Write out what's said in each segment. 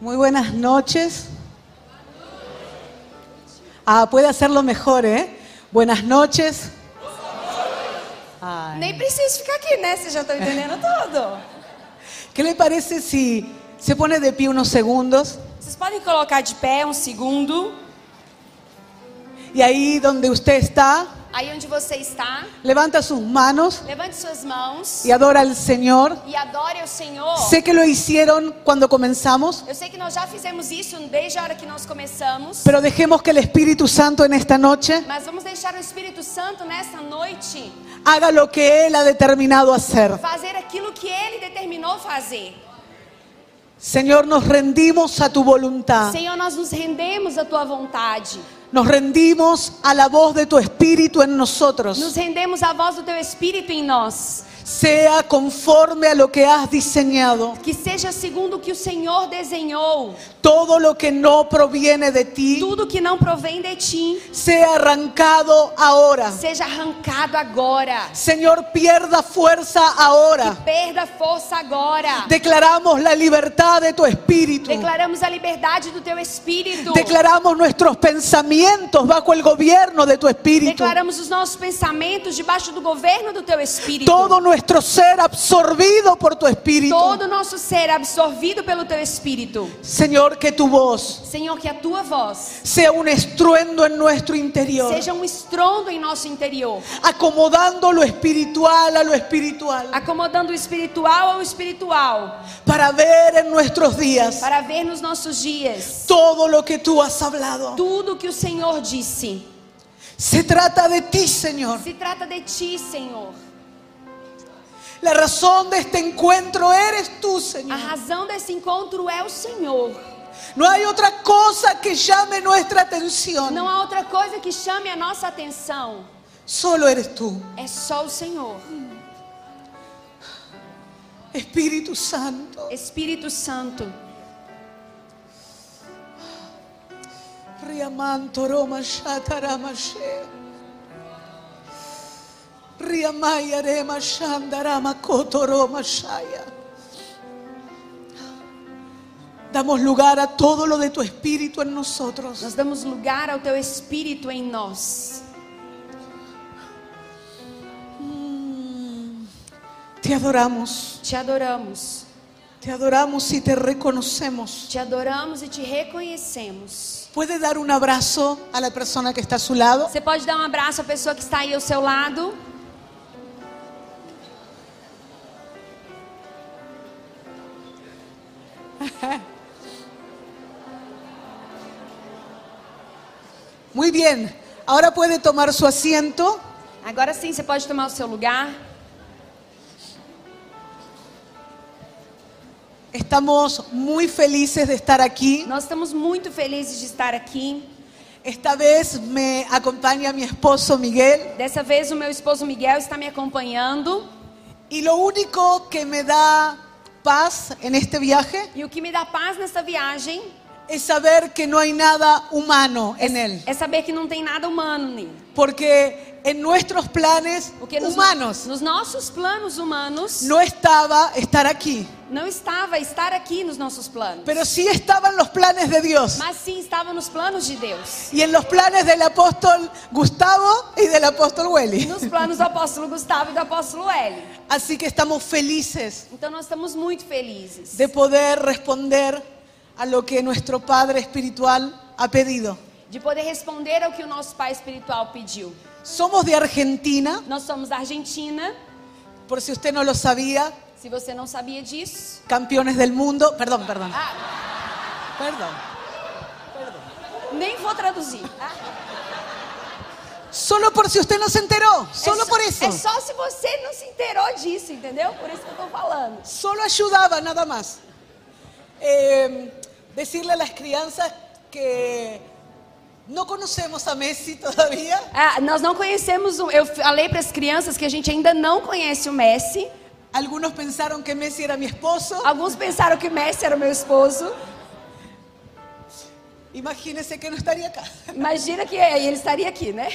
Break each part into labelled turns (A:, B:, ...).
A: Muy buenas noches. Ah, puede hacerlo mejor, ¿eh? Buenas noches. Ah, Ay.
B: Nem preciso ficar aqui, né? Vocês já estão entendendo tudo.
A: ¿Qué le parece si se pone de pie unos segundos
B: Vocês podem colocar de pé um segundo.
A: y ahí donde usted está,
B: Aí onde você está,
A: levanta sus manos
B: levante suas mãos
A: y adora al Señor?
B: e adore o Senhor.
A: Sé que lo hicieron cuando comenzamos,
B: Eu sei que nós já fizemos isso desde a hora que nós começamos,
A: pero dejemos que el Espíritu Santo en esta noche
B: mas vamos deixar o Espírito Santo nessa noite
A: haga lo que Él ha determinado hacer.
B: fazer aquilo que ele determinou fazer.
A: Señor, nos rendimos a tu voluntad.
B: Senhor, nós nos rendemos à tua vontade.
A: Nos rendimos a la voz de tu Espíritu en
B: Nos
A: nosotros.
B: rendemos à voz do teu espírito em nós.
A: Sea conforme a lo que has diseñado.
B: Que seja segundo o que o Senhor desenhou.
A: Todo lo que no proviene de ti
B: Tudo que não provém de ti
A: sea arrancado ahora.
B: seja arrancado agora.
A: Señor, pierda fuerza ahora.
B: Perda a força agora.
A: Declaramos la libertad de tu Espíritu.
B: Declaramos a liberdade do teu espírito.
A: Declaramos nuestros pensamientos bajo el gobierno de tu Espíritu.
B: Declaramos os nossos pensamentos debaixo do governo do teu espírito.
A: Todo nuestro ser absorbido por tu Espíritu.
B: Todo o nosso ser absorvido pelo teu espírito.
A: Señor, que tu voz
B: Senhor, que a tua voz
A: sea un estruendo en nuestro interior,
B: seja um estrondo em nosso interior,
A: acomodando lo espiritual a lo espiritual,
B: acomodando o espiritual ao espiritual,
A: para ver en nuestros días
B: para ver nos nossos dias
A: todo lo que tú has hablado.
B: tudo que o Senhor disse.
A: Se trata de ti, Señor.
B: Se trata de ti, Senhor.
A: La razón de este encuentro eres tú,
B: A
A: Señor.
B: razão desse encontro é o Senhor.
A: No hay otra cosa que llame nuestra atención.
B: Não há outra coisa que chame a nossa atenção.
A: Solo eres tú.
B: É só o Senhor.
A: Espíritu Santo,
B: Espírito Santo.
A: Riamanto Roma Shataramashe. Riamaya Rema Shandarama Kotoroma Shaya. Damos lugar a todo lo de tu espíritu en nosotros.
B: Nós damos lugar ao teu Espírito em nós.
A: Te adoramos,
B: Te adoramos.
A: te adoramos y te reconocemos.
B: Te adoramos e te reconhecemos.
A: ¿Puede dar un abrazo a la persona que está a su lado?
B: Você pode dar um abraço à pessoa que está aí ao seu lado.
A: Muy bien, ahora puede tomar su asiento.
B: Agora sim, você pode tomar o seu lugar.
A: Estamos muy felices de estar aquí.
B: Nós estamos muito felizes de estar aqui.
A: Esta vez me acompaña mi esposo Miguel
B: Dessa vez o meu esposo Miguel está me acompanhando.
A: y lo único que me da paz en este viaje
B: E o que me dá paz nessa viagem
A: es saber que no hay nada humano en él,
B: é saber que não tem nada humano nele.
A: porque en nuestros planes
B: Porque nos,
A: humanos
B: nos nossos planos humanos
A: no estaba estar aquí,
B: não estava estar aqui nos nossos planos.
A: pero sí estaban los planes de Dios.
B: Mas sim estava nos planos de Deus.
A: Y en los planes del apóstol Gustavo y del apóstol
B: E
A: Welly.
B: nos planos do apóstolo Gustavo e do apóstolo Hélio.
A: Así que estamos felices
B: Então nós estamos muito felizes
A: de poder responder a lo que nuestro Padre Espiritual ha pedido.
B: de poder responder ao que o nosso pai espiritual pediu.
A: Somos de Argentina,
B: Nós somos da Argentina,
A: por si usted no lo sabía,
B: se você não sabia disso.
A: campeones del mundo. Perdón, perdón.
B: Ah,
A: Perdón.
B: nem vou traduzir. Ah.
A: Solo por si usted no se enteró, solo
B: só-
A: por eso.
B: É só se você não se enterou disso, entendeu? Por isso que eu tô falando.
A: Solo ayudaba, nada más. Eh, decirle a las crianzas que no conocemos a Messi todavía.
B: Ah, nós não conhecemos. O, eu falei para as crianças que a gente ainda não conhece o Messi.
A: Algunos pensaron que Messi era mi esposo.
B: Alguns pensaram que o Messi era o meu esposo.
A: Imagínense que no estaría acá.
B: Imagina que é, ele estaria aqui, né?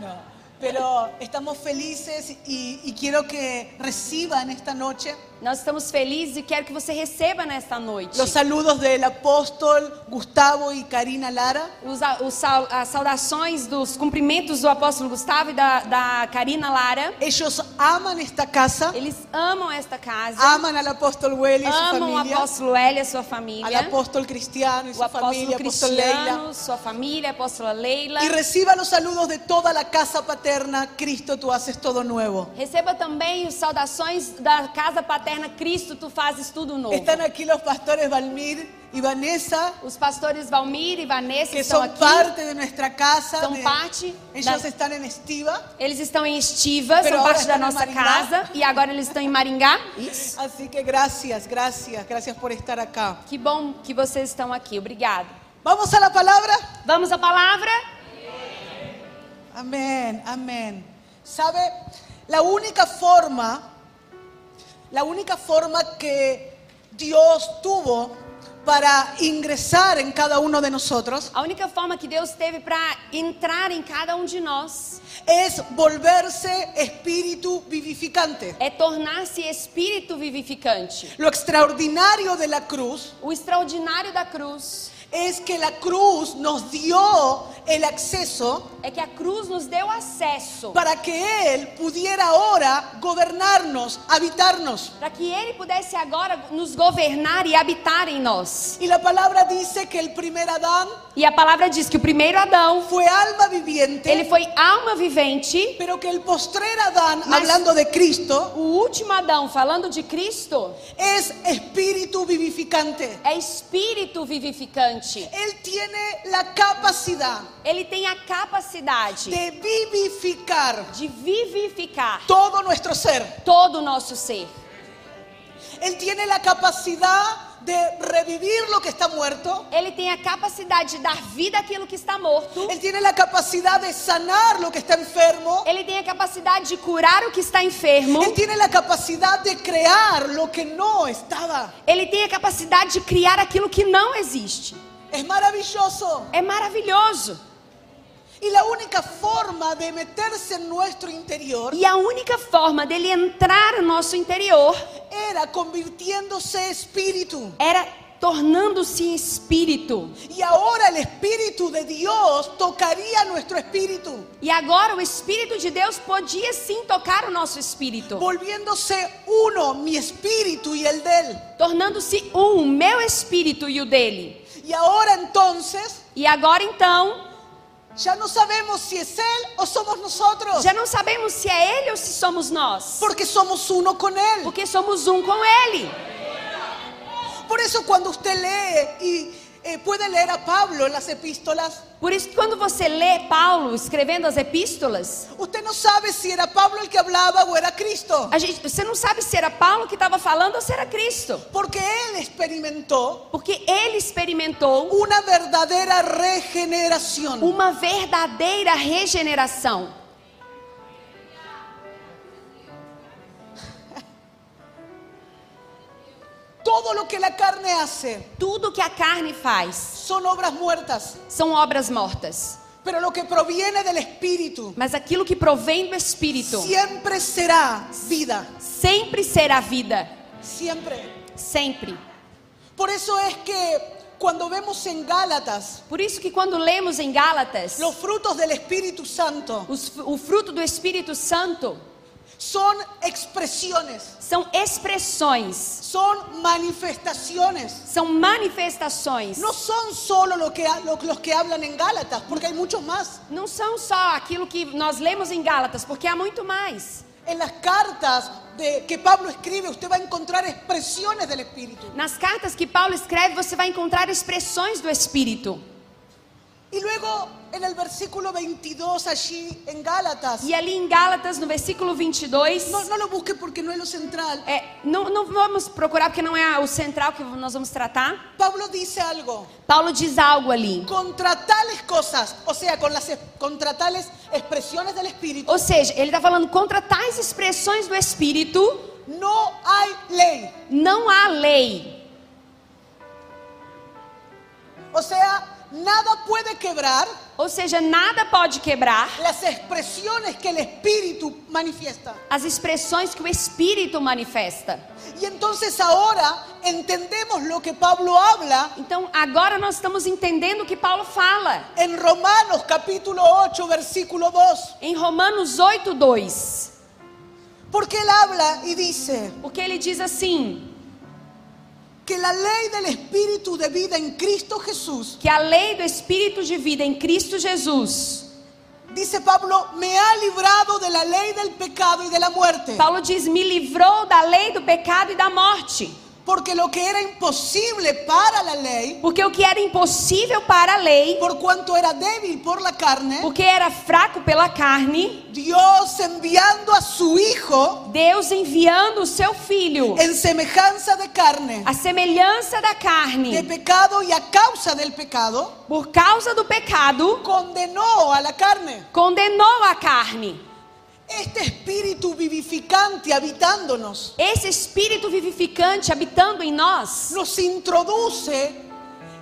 A: No. Pero estamos felices y, y quiero que reciban esta noche
B: Nós estamos felizes e quero que você receba nesta noite
A: Los saludos del apóstol Gustavo y Karina Lara.
B: os, a- os sal- as saudações dos cumprimentos do apóstolo Gustavo e da, da Karina Lara.
A: Ellos aman esta casa,
B: Eles amam esta casa,
A: aman al apóstol Welly y su
B: amam o
A: familia,
B: apóstolo Hélio e a sua
A: al
B: família,
A: apóstol Cristiano y
B: o
A: su
B: apóstolo
A: familia, apóstol Leila.
B: Cristiano, sua família, a apóstola Leila.
A: Y reciba los saludos de toda la casa paterna. Cristo, tú haces todo nuevo.
B: Receba também os saudações da casa paterna Cristo, tu fazes tudo novo.
A: Están aquí los pastores Valmir y Vanessa,
B: Os pastores Valmir e Vanessa
A: que
B: estão
A: son
B: aqui,
A: parte de nuestra casa.
B: são
A: de-
B: parte
A: Ellos
B: da-
A: están en Estiva,
B: Eles estão em Estiva,
A: Pero
B: são
A: agora
B: parte da
A: estão em
B: nossa
A: Maringá.
B: casa e agora eles estão em Maringá. Isso.
A: así que gracias, gracias, gracias por estar acá.
B: Que bom que vocês estão aqui. Obrigado.
A: Vamos a la palabra.
B: Vamos à palavra?
A: Amén, amén. ¿Sabe? La única forma, la única forma que Dios tuvo para ingresar en cada uno de nosotros
B: A única forma que Deus teve para entrar em cada um de nós
A: es volverse espíritu vivificante.
B: é tornar-se espírito vivificante.
A: Lo extraordinario de la cruz
B: O extraordinário da cruz
A: es que la cruz nos dio el acceso
B: é que a cruz nos deu acesso
A: para que Él pudiera ahora gobernarnos, habitarnos.
B: para que ele pudesse agora nos governar e habitar em nós.
A: Y la palabra dice que el primer Adán
B: E a palavra diz que o primeiro Adão,
A: fue alma viviente.
B: ele foi alma vivente,
A: Pero que el postrer Adán,
B: Mas-
A: hablando de Cristo,
B: o último Adão, falando de Cristo,
A: es espíritu vivificante.
B: é espírito vivificante.
A: Él tiene la capacidad
B: Ele tem a capacidade
A: de vivificar
B: de vivificar
A: todo nuestro ser.
B: todo o nosso ser.
A: Él tiene la capacidad de revivir lo que está muerto.
B: Ele tem a capacidade de dar vida àquilo que está morto.
A: Él tiene la capacidad de sanar lo que está enfermo.
B: Ele tem a capacidade de curar o que está enfermo.
A: Él tiene la capacidad de crear lo que no estaba.
B: Ele tem a capacidade de criar aquilo que não existe.
A: Es maravilloso.
B: É maravilhoso.
A: Y la única forma de meterse en nuestro interior
B: E a única forma dele entrar no nosso interior
A: era convirtiéndose espíritu.
B: era tornando-se em espírito.
A: Y ahora el espíritu de Dios tocaría nuestro espíritu,
B: E agora o Espírito de Deus podia sim tocar o nosso espírito,
A: volviéndose uno, mi espíritu y el de él.
B: tornando-se um, meu espírito e o dele.
A: Y ahora entonces
B: E agora então,
A: ya no sabemos si es él o somos nosotros,
B: já não sabemos se é ele ou se somos nós,
A: porque somos uno con él.
B: porque somos um com ele.
A: Por eso cuando usted lee y eh, puede leer a Pablo en las epístolas,
B: Por isso, que quando você lê Paulo escrevendo as epístolas,
A: usted no sabe si era Pablo el que hablaba o era Cristo,
B: a gente, você não sabe se era Paulo que estava falando ou se era Cristo,
A: porque él experimentó
B: porque ele experimentou
A: una verdadera regeneración.
B: uma verdadeira regeneração.
A: Todo lo que la carne hace
B: Tudo que a carne faz
A: son obras muertas,
B: são obras mortas,
A: pero lo que proviene del Espíritu
B: mas aquilo que provém do Espírito
A: siempre será vida,
B: sempre será vida,
A: siempre.
B: sempre.
A: Por eso es que cuando vemos en Gálatas
B: Por isso que quando lemos em Gálatas,
A: los frutos del Espíritu Santo
B: os- o fruto do Espírito Santo
A: son expresiones,
B: são expressões,
A: son manifestaciones.
B: são manifestações.
A: No son solo lo que, ha- lo- los que hablan en Gálatas, porque hay muchos más.
B: Não são só aquilo que nós lemos em Gálatas, porque há muito mais.
A: En las cartas de, que Pablo escribe, usted va a encontrar expresiones del Espíritu.
B: Nas cartas que Paulo escreve, você vai encontrar expressões do Espírito.
A: Y luego en el versículo 22 allí en Gálatas,
B: E ali em Gálatas, no versículo 22,
A: no, no lo busque porque no es lo central,
B: é, não, não vamos procurar porque não é o central que nós vamos tratar.
A: Pablo dice algo,
B: Paulo diz algo ali.
A: contra tales cosas, o sea, con las, es- contra tales expresiones del Espíritu,
B: Ou seja, ele está falando contra tais expressões do Espírito,
A: no hay ley.
B: não há lei.
A: O sea, nada puede quebrar
B: Ou seja, nada pode quebrar
A: las expresiones que el Espíritu manifiesta.
B: as expressões que o Espírito manifesta.
A: Y entonces ahora entendemos lo que Pablo habla
B: Então, agora nós estamos entendendo o que Paulo fala
A: en Romanos capítulo 8, versículo 2,
B: em Romanos 8, 2.
A: porque él habla y dice
B: Porque ele diz assim:
A: que la ley del Espíritu de vida en Cristo Jesús,
B: que a lei do Espírito de vida em Cristo Jesus.
A: dice Pablo, me ha librado de la ley del pecado y de la muerte,
B: Paulo diz: me livrou da lei do pecado e da morte.
A: porque lo que era imposible para la ley,
B: Porque o que era impossível para a lei,
A: por cuanto era débil por la carne,
B: porque era fraco pela carne,
A: Dios enviando a su Hijo
B: Deus enviando o seu filho,
A: en semejanza de carne,
B: a semelhança da
A: de
B: carne,
A: pecado y a causa del pecado,
B: por causa do pecado,
A: condenó a la carne.
B: condenou a carne.
A: Este espíritu vivificante habitándonos
B: Esse espírito vivificante habitando em nós
A: nos introduce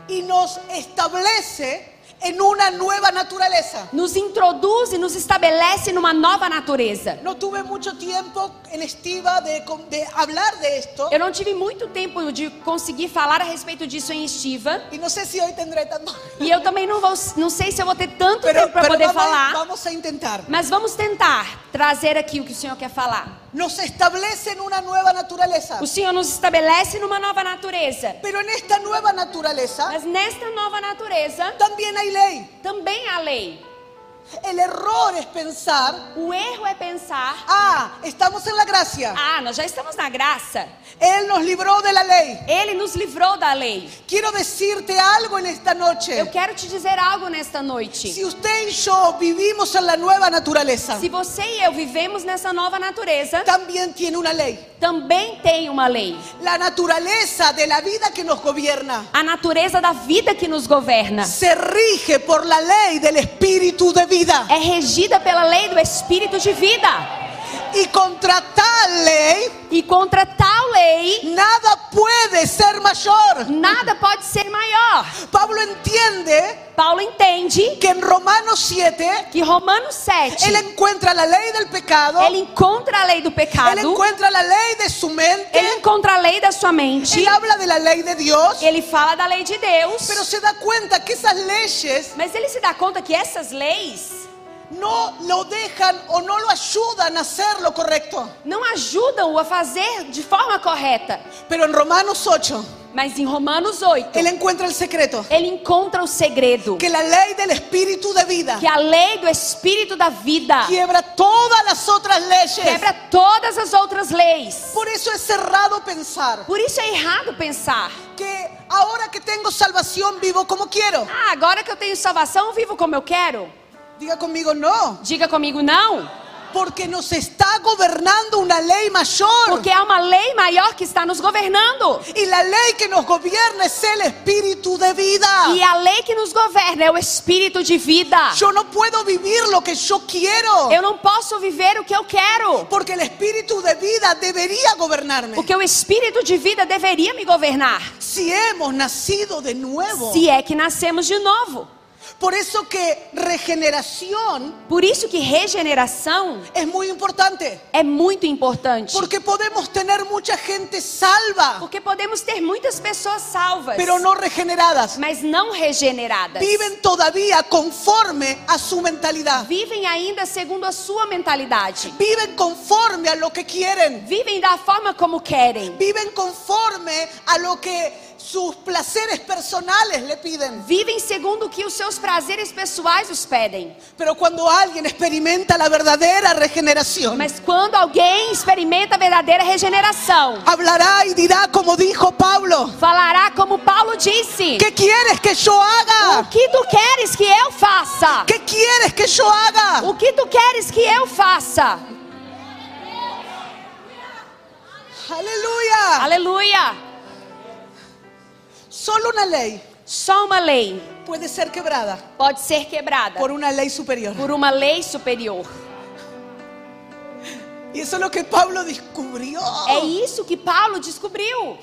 A: y nos establece en una nueva naturaleza.
B: nos introduz e nos estabelece numa nova natureza.
A: No tuve mucho tiempo en estiva de, con- de hablar de esto
B: Eu não tive muito tempo de conseguir falar a respeito disso em estiva.
A: y no sé si hoy tendré tanto,
B: E eu também não, vou, não sei se eu vou ter tanto
A: pero,
B: tempo para
A: pero
B: poder
A: vamos,
B: falar.
A: vamos a intentar.
B: Mas vamos tentar trazer aqui o que o Senhor quer falar.
A: Nos establece en una nueva naturaleza,
B: O Senhor nos estabelece numa nova natureza.
A: pero en esta nueva naturaleza
B: Mas nesta nova natureza
A: también hay ley.
B: também há lei.
A: El error es pensar,
B: O erro é pensar:
A: ah, estamos en la gracia.
B: ah, nós já estamos na graça.
A: Él nos libró de la ley.
B: Ele nos livrou da lei.
A: Quiero decirte algo en esta
B: Eu
A: noche.
B: quero te dizer algo nesta noite.
A: Si usted y yo vivimos en la nueva naturaleza,
B: Se você e eu vivemos nessa nova natureza,
A: también tiene una ley.
B: também tem uma lei.
A: La naturaleza de la vida que nos gobierna
B: A natureza da vida que nos governa
A: se rige por la ley del espíritu de vida.
B: é regida pela lei do espírito de vida.
A: Y contra tal lei,
B: E contra tal lei,
A: nada puede ser mayor.
B: Nada pode ser maior.
A: Pablo entiende
B: Paulo entende
A: que en Romanos 7,
B: que Romanos 7,
A: él encuentra la ley del pecado,
B: ele encontra a lei do
A: él
B: pecado,
A: encuentra la ley de su mente,
B: ele encontra a lei da sua mente,
A: él habla de la ley de Dios.
B: ele fala da lei de Deus,
A: Pero se da cuenta que esas leyes
B: mas ele se dá conta que essas leis
A: no lo dejan o no lo ayudan a hacer lo correcto.
B: não ajudam-o a fazer de forma correta.
A: Pero en Romanos 8,
B: Mas em Romanos 8,
A: él encuentra el secreto.
B: ele encontra o segredo,
A: é Que é la ley del espíritu de vida
B: que a lei do espírito da vida
A: quiebra todas las otras leyes.
B: quebra todas as outras leis.
A: Por eso es errado pensar
B: Por isso é errado pensar:
A: que ahora que tengo salvación vivo como quiero.
B: "Ah, agora que eu tenho salvação, eu vivo como eu quero".
A: Diga conmigo, no,
B: Diga comigo não,
A: porque nos está gobernando una ley mayor.
B: porque há uma lei maior que está nos governando.
A: Y la ley que nos gobierna es el espíritu de vida.
B: E a lei que nos governa é o espírito de vida.
A: Yo no puedo vivir lo que yo quiero.
B: Eu não posso viver o que eu quero,
A: Porque el espíritu de vida debería gobernarme.
B: porque o espírito de vida deveria me governar.
A: Si hemos nacido de nuevo.
B: Se é que nascemos de novo.
A: Por eso que regeneración
B: Por isso que regeneração
A: es muy importante.
B: é muito importante.
A: Porque podemos tener mucha gente salva,
B: Porque podemos ter muitas pessoas salvas,
A: pero no regeneradas.
B: mas não regeneradas.
A: Viven todavía conforme a su mentalidad.
B: Vivem ainda segundo a sua mentalidade.
A: Viven conforme a lo que quieren.
B: Vivem da forma como querem.
A: Viven conforme a lo que sus placeres personales le piden.
B: Vivem segundo o que os seus prazeres pessoais os pedem.
A: Pero cuando alguien experimenta la verdadera regeneración,
B: Mas quando alguém experimenta a verdadeira regeneração,
A: Hablará y dirá como dijo Pablo,
B: falará como Paulo disse:
A: ¿qué quieres que yo
B: O
A: haga?
B: que tu queres que eu faça?
A: ¿Qué quieres que yo haga?
B: O que tu queres que eu faça?
A: Aleluya.
B: Aleluia!
A: Solo una ley
B: Só uma lei
A: puede ser quebrada
B: pode ser quebrada
A: por um una lei superior.
B: por uma lei superior.
A: Y eso es Oh. lo que Pablo descubrió.
B: É isso que Paulo descobriu.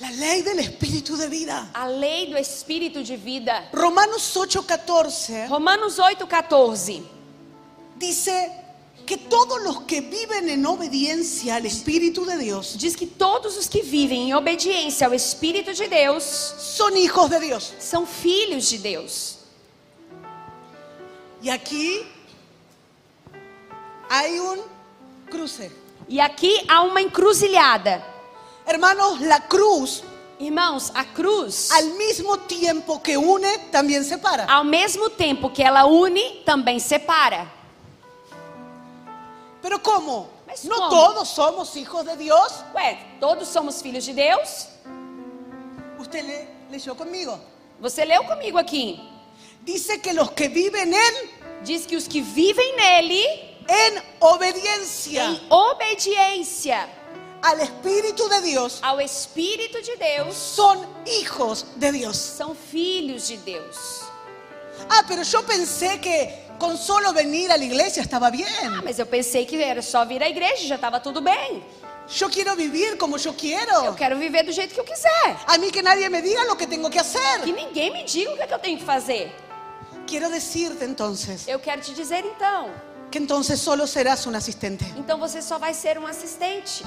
A: La ley del espíritu de vida.
B: a lei do espírito de vida.
A: Romanos 8:14
B: Romanos 8:14
A: dice que todos los que viven en obediencia al espíritu de Dios
B: diz que todos os que vivem em obediência ao espírito de Deus
A: son hijos de Dios.
B: são filhos de Deus.
A: Y aquí hay un cruce.
B: E aqui há uma encruzilhada.
A: Hermanos, la cruz
B: Irmãos, a cruz,
A: al mismo tiempo que une también separa.
B: ao mesmo tempo que ela une, também separa.
A: Pero ¿cómo?
B: Mas
A: No
B: como?
A: todos somos hijos de Dios.
B: Ué, todos somos filhos de Deus?
A: Usted le- leyó conmigo.
B: Você leu comigo aqui.
A: Dice que los que viven en
B: Diz que os que vivem nele,
A: en obediencia
B: em obediência
A: al espíritu de Dios
B: ao Espírito de Deus,
A: son hijos de Dios.
B: são filhos de Deus.
A: Ah, pero yo pensé que con solo venir a la iglesia estaba
B: Ah,
A: bien.
B: mas eu pensei que era só vir à igreja, já estava tudo bem.
A: Yo quiero vivir como yo
B: Eu
A: quiero.
B: quero viver do jeito que eu quiser.
A: A mí que nadie me diga lo que tengo que
B: Que
A: hacer.
B: ninguém me diga o que, é que eu tenho que fazer.
A: Quiero decirte entonces
B: Eu quero te dizer então.
A: que entonces solo serás un asistente.
B: Então você só vai ser um assistente.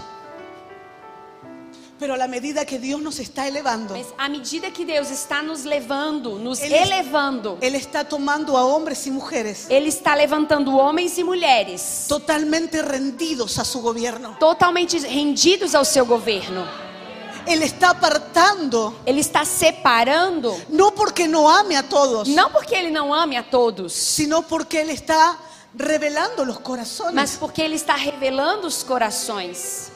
A: Pero a la medida que Dios nos está elevando,
B: Mas à medida que Deus está nos levando, nos
A: Ele-
B: elevando,
A: Él está tomando a hombres y mujeres
B: Ele está levantando homens e mulheres
A: totalmente rendidos a su gobierno.
B: totalmente rendidos ao seu governo.
A: Él está apartando,
B: Ele está separando,
A: no porque no ame a todos,
B: não porque Ele não ame a todos,
A: sino porque Él está revelando los corazones.
B: mas porque Ele está revelando os corações.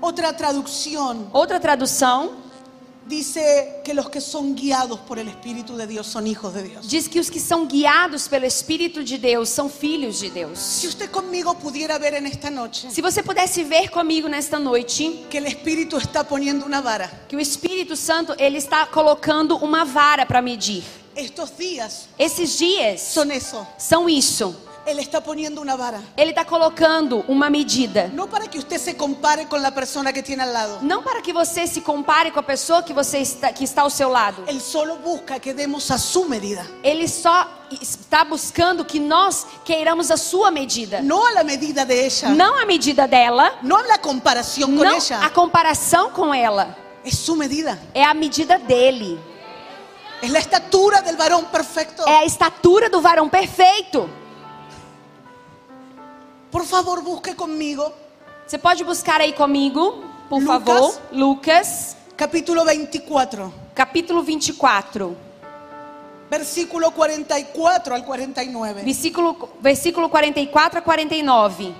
A: Otra traducción
B: Outra tradução
A: dice que los que son guiados por el Espíritu de Dios son hijos de Dios.
B: Diz que os que são guiados pelo Espírito de Deus são filhos de Deus.
A: Si usted conmigo pudiera ver en esta noche
B: Se você pudesse ver comigo nesta noite
A: que el Espíritu está poniendo una vara,
B: que o Espírito Santo ele está colocando uma vara para medir.
A: estos días
B: Esses dias
A: son eso.
B: são isso.
A: Él está poniendo una vara.
B: Ele está colocando uma medida.
A: No para que usted se compare con la persona que tiene al lado.
B: Não para que você se compare com a pessoa que você está, que está ao seu lado.
A: Él solo busca que demos a su medida,
B: Ele só está buscando que nós queiramos a sua medida,
A: no a la medida de ella, no,
B: não a medida dela,
A: a la comparación con
B: não a
A: ella.
B: comparação com ela.
A: Es su medida,
B: É a medida dele.
A: es la estatura del varón perfecto.
B: É a estatura do varão perfeito.
A: Por favor, busque conmigo
B: Você pode buscar aí comigo, por
A: Lucas.
B: favor. Lucas,
A: capítulo 24,
B: capítulo 24,
A: versículo 44 al 49.
B: versículo, versículo 44 a 49.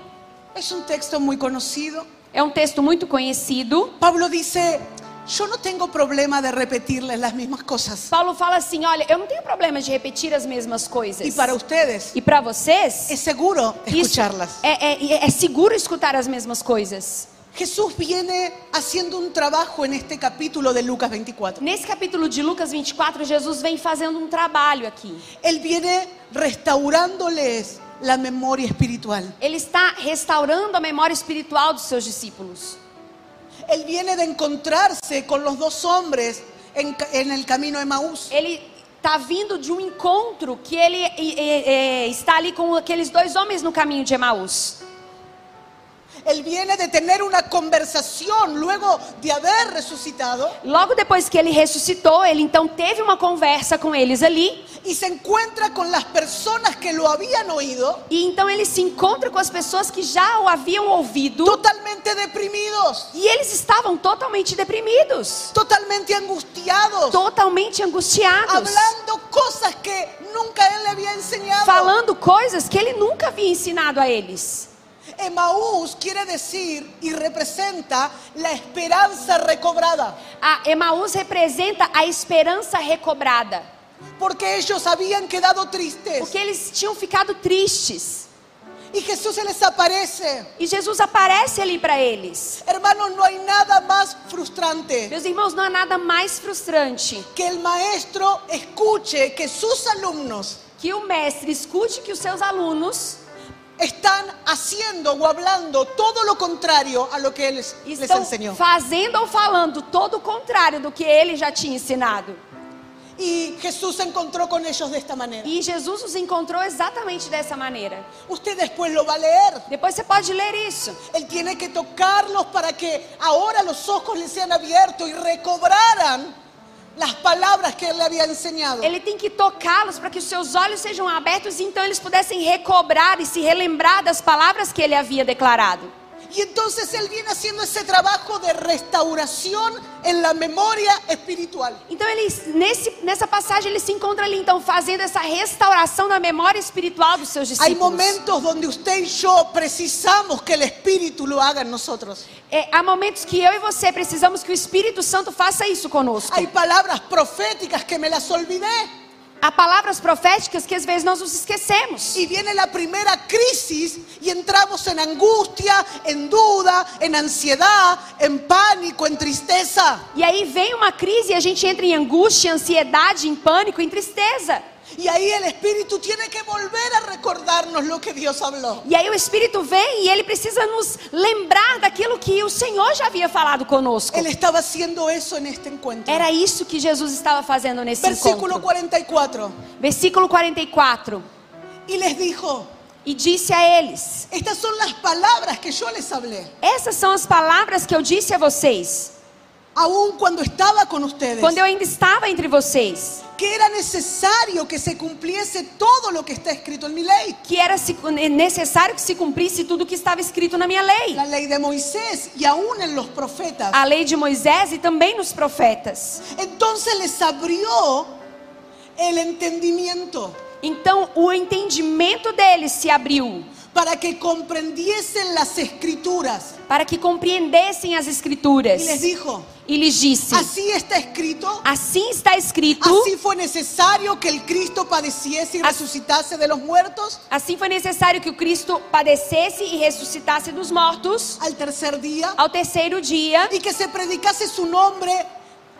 A: Es un texto muy conocido.
B: É um texto muito conhecido.
A: Pablo dice, yo no tengo problema de repetirles las mismas cosas.
B: Paulo fala assim: olha, eu não tenho problema de repetir as mesmas coisas.
A: Y para ustedes
B: E para vocês,
A: es seguro
B: isso
A: escucharlas.
B: é, é- é seguro escutar as mesmas coisas.
A: Jesús viene haciendo un trabajo en este capítulo de Lucas 24.
B: Nesse capítulo de Lucas 24, Jesus vem fazendo um trabalho aqui.
A: Él viene restaurándoles la memoria espiritual.
B: Ele está restaurando a memória espiritual dos seus discípulos.
A: Él viene de encontrarse con los dos hombres en, ca- en el camino de Maús.
B: ele está vindo de um encontro que ele e- e- e- está ali com aqueles dois homens no caminho de Emaús.
A: Él viene de tener una conversación luego de haber resucitado
B: Logo depois que ele ressuscitou, ele então teve uma conversa com eles ali.
A: y se encuentra con las personas que lo habían oído
B: E então ele se encontra com as pessoas que já o haviam ouvido.
A: totalmente deprimidos,
B: E eles estavam totalmente deprimidos,
A: totalmente angustiados,
B: totalmente angustiados,
A: hablando cosas que nunca él le había enseñado.
B: falando coisas que ele nunca havia ensinado a eles.
A: Emaús quiere decir y representa la esperanza recobrada.
B: A Emaús representa a esperança recobrada,
A: porque ellos habían quedado tristes.
B: porque eles tinham ficado tristes.
A: Y Jesús se les aparece.
B: E Jesus aparece ali para eles.
A: Hermanos, no hay nada más frustrante
B: Meus irmãos, não há nada mais frustrante
A: que el maestro escuche que sus alumnos
B: que o mestre escute que os seus alunos
A: están haciendo o hablando todo lo contrario a lo que Él les, les
B: Estão
A: enseñó.
B: fazendo ou falando todo o contrário do que ele já tinha ensinado.
A: Y Jesús se encontró con ellos de esta manera.
B: E Jesus os encontrou exatamente dessa maneira.
A: Usted después lo va a leer.
B: Depois você pode ler isso.
A: Él tiene que tocarlos para que ahora los ojos les sean abiertos y recobraran las palabras que Él le había enseñado.
B: Ele tem que tocá-los para que os seus olhos sejam abertos e então eles pudessem recobrar e se relembrar das palavras que ele havia declarado.
A: Y entonces Él viene haciendo ese trabajo de restauración en la memoria espiritual.
B: Então ele nesse, nessa passagem ele se encontra ali então fazendo essa restauração da memória espiritual dos seus
A: Hay
B: discípulos.
A: momentos donde usted y yo precisamos que el Espíritu lo haga en nosotros.
B: É, há momentos que eu e você precisamos que o Espírito Santo faça isso conosco.
A: Hay palabras proféticas que me las olvidé.
B: Há palavras proféticas que às vezes nós nos esquecemos.
A: Y viene la primera crisis y entramos en angustia, en duda, en ansiedad, en pánico, en tristeza.
B: E aí vem uma crise e a gente entra em angústia, ansiedade, em pânico, em tristeza.
A: Y ahí el Espíritu tiene que volver a recordarnos lo que Dios habló.
B: E aí o Espírito vem e ele precisa nos lembrar daquilo que o Senhor já havia falado conosco.
A: Él estaba haciendo eso en este encuentro.
B: Era isso que Jesus estava fazendo nesse
A: Versículo
B: encontro.
A: 44.
B: Versículo 44.
A: Y les dijo,
B: E disse a eles:
A: estas son las palabras que yo les hablé,
B: Essas são as palavras que eu disse a vocês
A: aun cuando estaba con ustedes,
B: quando eu ainda estava entre vocês.
A: que era necesario que se cumpliese todo lo que está escrito en mi ley,
B: que era se- necessário que se cumprisse tudo o que estava escrito na minha lei.
A: la ley de Moisés y aún en los profetas.
B: A lei de Moisés e também nos profetas.
A: Entonces les abrió el entendimiento
B: Então o entendimento deles se abriu
A: para que comprendiesen las escrituras.
B: para que compreendessem as escrituras.
A: Y les dijo,
B: E lhes disse:
A: Así está escrito.
B: Assim está escrito.
A: Así fue necesario que el Cristo padeciese y
B: Así-
A: resucitase de los muertos
B: Assim foi necessário que o Cristo padecesse e ressuscitasse dos mortos
A: al tercer día
B: ao terceiro dia
A: y que se predicase su nombre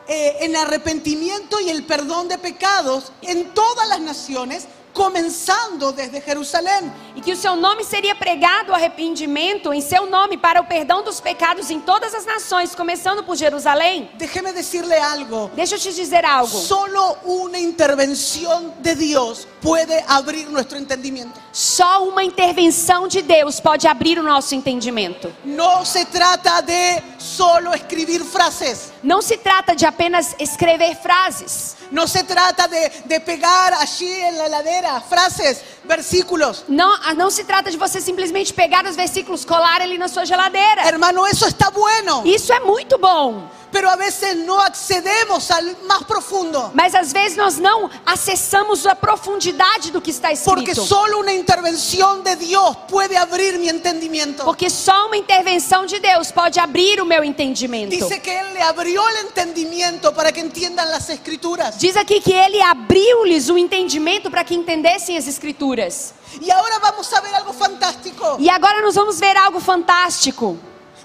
A: eh, en arrepentimiento y el perdón de pecados en todas las naciones, comenzando desde Jerusalén.
B: e que o seu nome seria pregado o arrependimento em seu nome para o perdão dos pecados em todas as nações, começando por Jerusalém.
A: Déjeme decirle algo.
B: Deixa eu te dizer algo.
A: Solo una intervención de Dios puede abrir nuestro entendimiento.
B: Só uma intervenção de Deus pode abrir o nosso entendimento.
A: No se trata de solo escribir frases.
B: Não se trata de apenas escrever frases.
A: No se trata de, de pegar allí en la heladera frases, versículos.
B: Não, ah, não se trata de você simplesmente pegar os versículos, colar ele na sua geladeira.
A: Hermano, eso está bueno,
B: Isso é muito bom,
A: pero a veces no accedemos al más profundo.
B: mas às vezes nós não acessamos a profundidade do que está
A: Porque
B: escrito.
A: solo una intervención de Dios puede abrir mi entendimiento.
B: Porque só uma intervenção de Deus pode abrir o meu entendimento.
A: Dice que Él le abrió el entendimiento para que entiendan las escrituras.
B: Diz aqui que ele abriu-lhes o entendimento para que entendessem as escrituras.
A: Y ahora vamos a ver algo fantástico.
B: E agora nós vamos ver algo fantástico.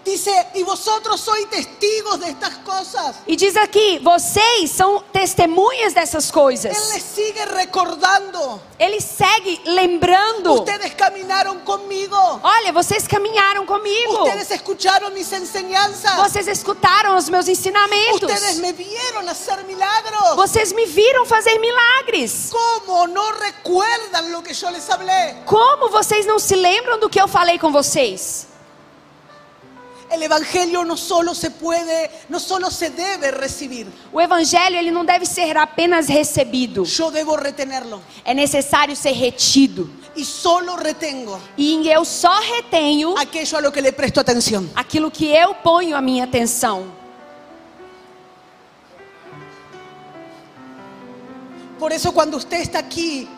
A: Dice, y vosotros sois testigos de estas cosas.
B: E diz aqui: vocês são testemunhas dessas
A: Él
B: coisas.
A: les sigue recordando.
B: Ele segue lembrando.
A: Ustedes caminaron conmigo.
B: Olha, vocês caminharam comigo.
A: Ustedes escucharon mis enseñanzas.
B: Vocês escutaram os meus ensinamentos.
A: Ustedes me vieron hacer milagros.
B: Vocês me viram fazer milagres.
A: ¿Cómo no recuerdan lo que yo les hablé?
B: Como vocês não se lembram do que eu falei com vocês?
A: El evangelio no solo se puede, no solo se debe recibir.
B: O evangelho ele não deve ser apenas recebido.
A: Yo debo retenerlo
B: É necessário ser retido.
A: y solo retengo
B: E eu só retenho
A: aquello a lo que le presto atención.
B: aquilo que eu ponho a minha atenção.
A: Por eso cuando usted está aquí,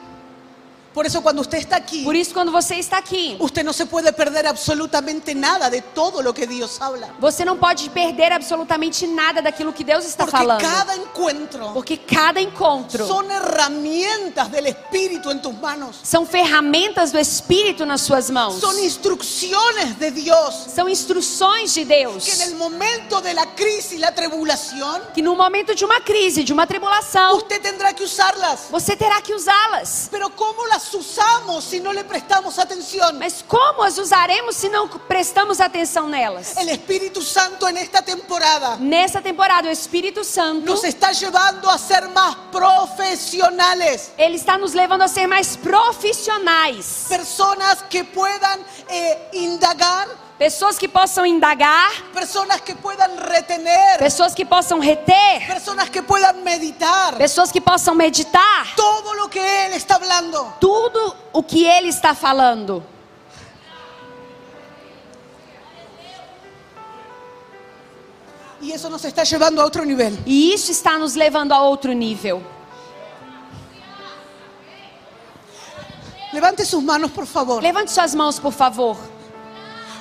A: por eso cuando usted está aquí,
B: Por isso quando você está aqui,
A: usted no se puede perder absolutamente nada de todo lo que Dios habla,
B: Você não pode perder absolutamente nada daquilo que Deus está
A: porque
B: falando.
A: cada encuentro
B: Porque cada encontro
A: son herramientas del espíritu en tus manos.
B: são ferramentas do Espírito nas suas mãos.
A: Son instrucciones de Dios
B: São instruções de Deus.
A: que en el momento de la crisis, la tribulación,
B: Que no momento de uma crise, de uma tribulação,
A: usted tendrá que usarlas.
B: você terá que usá-las.
A: Pero ¿cómo las las usamos si no le prestamos atención?
B: Mas como as usaremos se não prestamos atenção nelas?
A: El Espíritu Santo en esta temporada
B: Nessa temporada, o Espírito Santo,
A: nos está llevando a ser más profesionales.
B: ele está nos levando a ser mais profissionais.
A: Personas que puedan eh, indagar,
B: Pessoas que possam indagar,
A: personas que puedan retener,
B: pessoas que possam reter,
A: personas que puedan meditar.
B: pessoas que possam meditar
A: Todo lo que Él está hablando.
B: tudo o que ele está falando.
A: Y eso nos está llevando a otro nivel.
B: E isso está nos levando a outro nível.
A: Levante sus manos, por favor.
B: Levante suas mãos, por favor.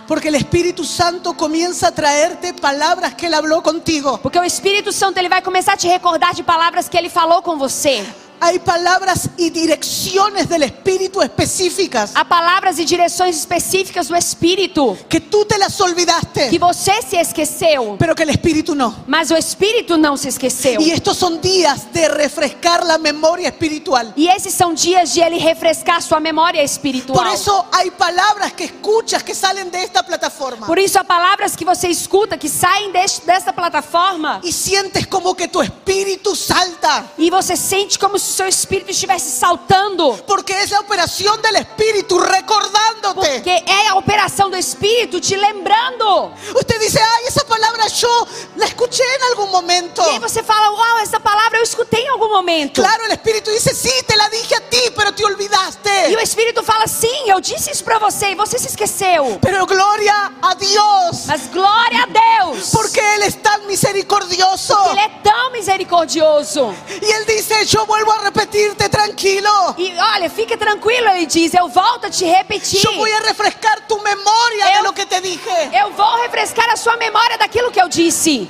A: Porque el Espíritu Santo comienza a traerte palabras que Él habló contigo.
B: Porque o Espírito Santo ele vai começar a te recordar de palavras que ele falou com você.
A: Hay palabras y direcciones del Espíritu específicas
B: Há palavras e direções específicas do Espírito
A: que tú te las
B: que
A: olvidaste,
B: você se esqueceu,
A: pero que el Espíritu no.
B: mas o Espírito não se esqueceu.
A: Y estos son días de refrescar la memoria espiritual.
B: E esses são dias de ele refrescar sua memória espiritual.
A: Por eso hay palabras que escuchas que salen de esta plataforma
B: Por isso, há palavras que você escuta que saem deste, desta plataforma
A: y sientes como que tu espíritu salta.
B: e você sente como se o seu espírito estivesse saltando.
A: Porque es la operación del Espíritu recordándote.
B: Porque é a operação do Espírito te lembrando.
A: Usted dice, ay, esa palabra yo la escuché en algún momento.
B: E aí você fala, uau, essa palavra eu escutei em algum momento.
A: Claro, el Espíritu dice, sí, te la dije a ti, pero te
B: E o
A: olvidaste.
B: Espírito fala, sim, eu disse isso pra você e você se esqueceu.
A: Pero gloria a Dios,
B: Mas glória a Deus.
A: porque Él es tan misericordioso.
B: Porque Ele é tão misericordioso.
A: Y Él dice, yo vuelvo a repetirte, tranquilo.
B: E olha, fica tranquilo, Ele diz, eu volto a te repetir.
A: Yo voy a refrescar tu memoria de
B: Eu-
A: lo que te dije.
B: Eu vou refrescar a sua memória daquilo que eu disse.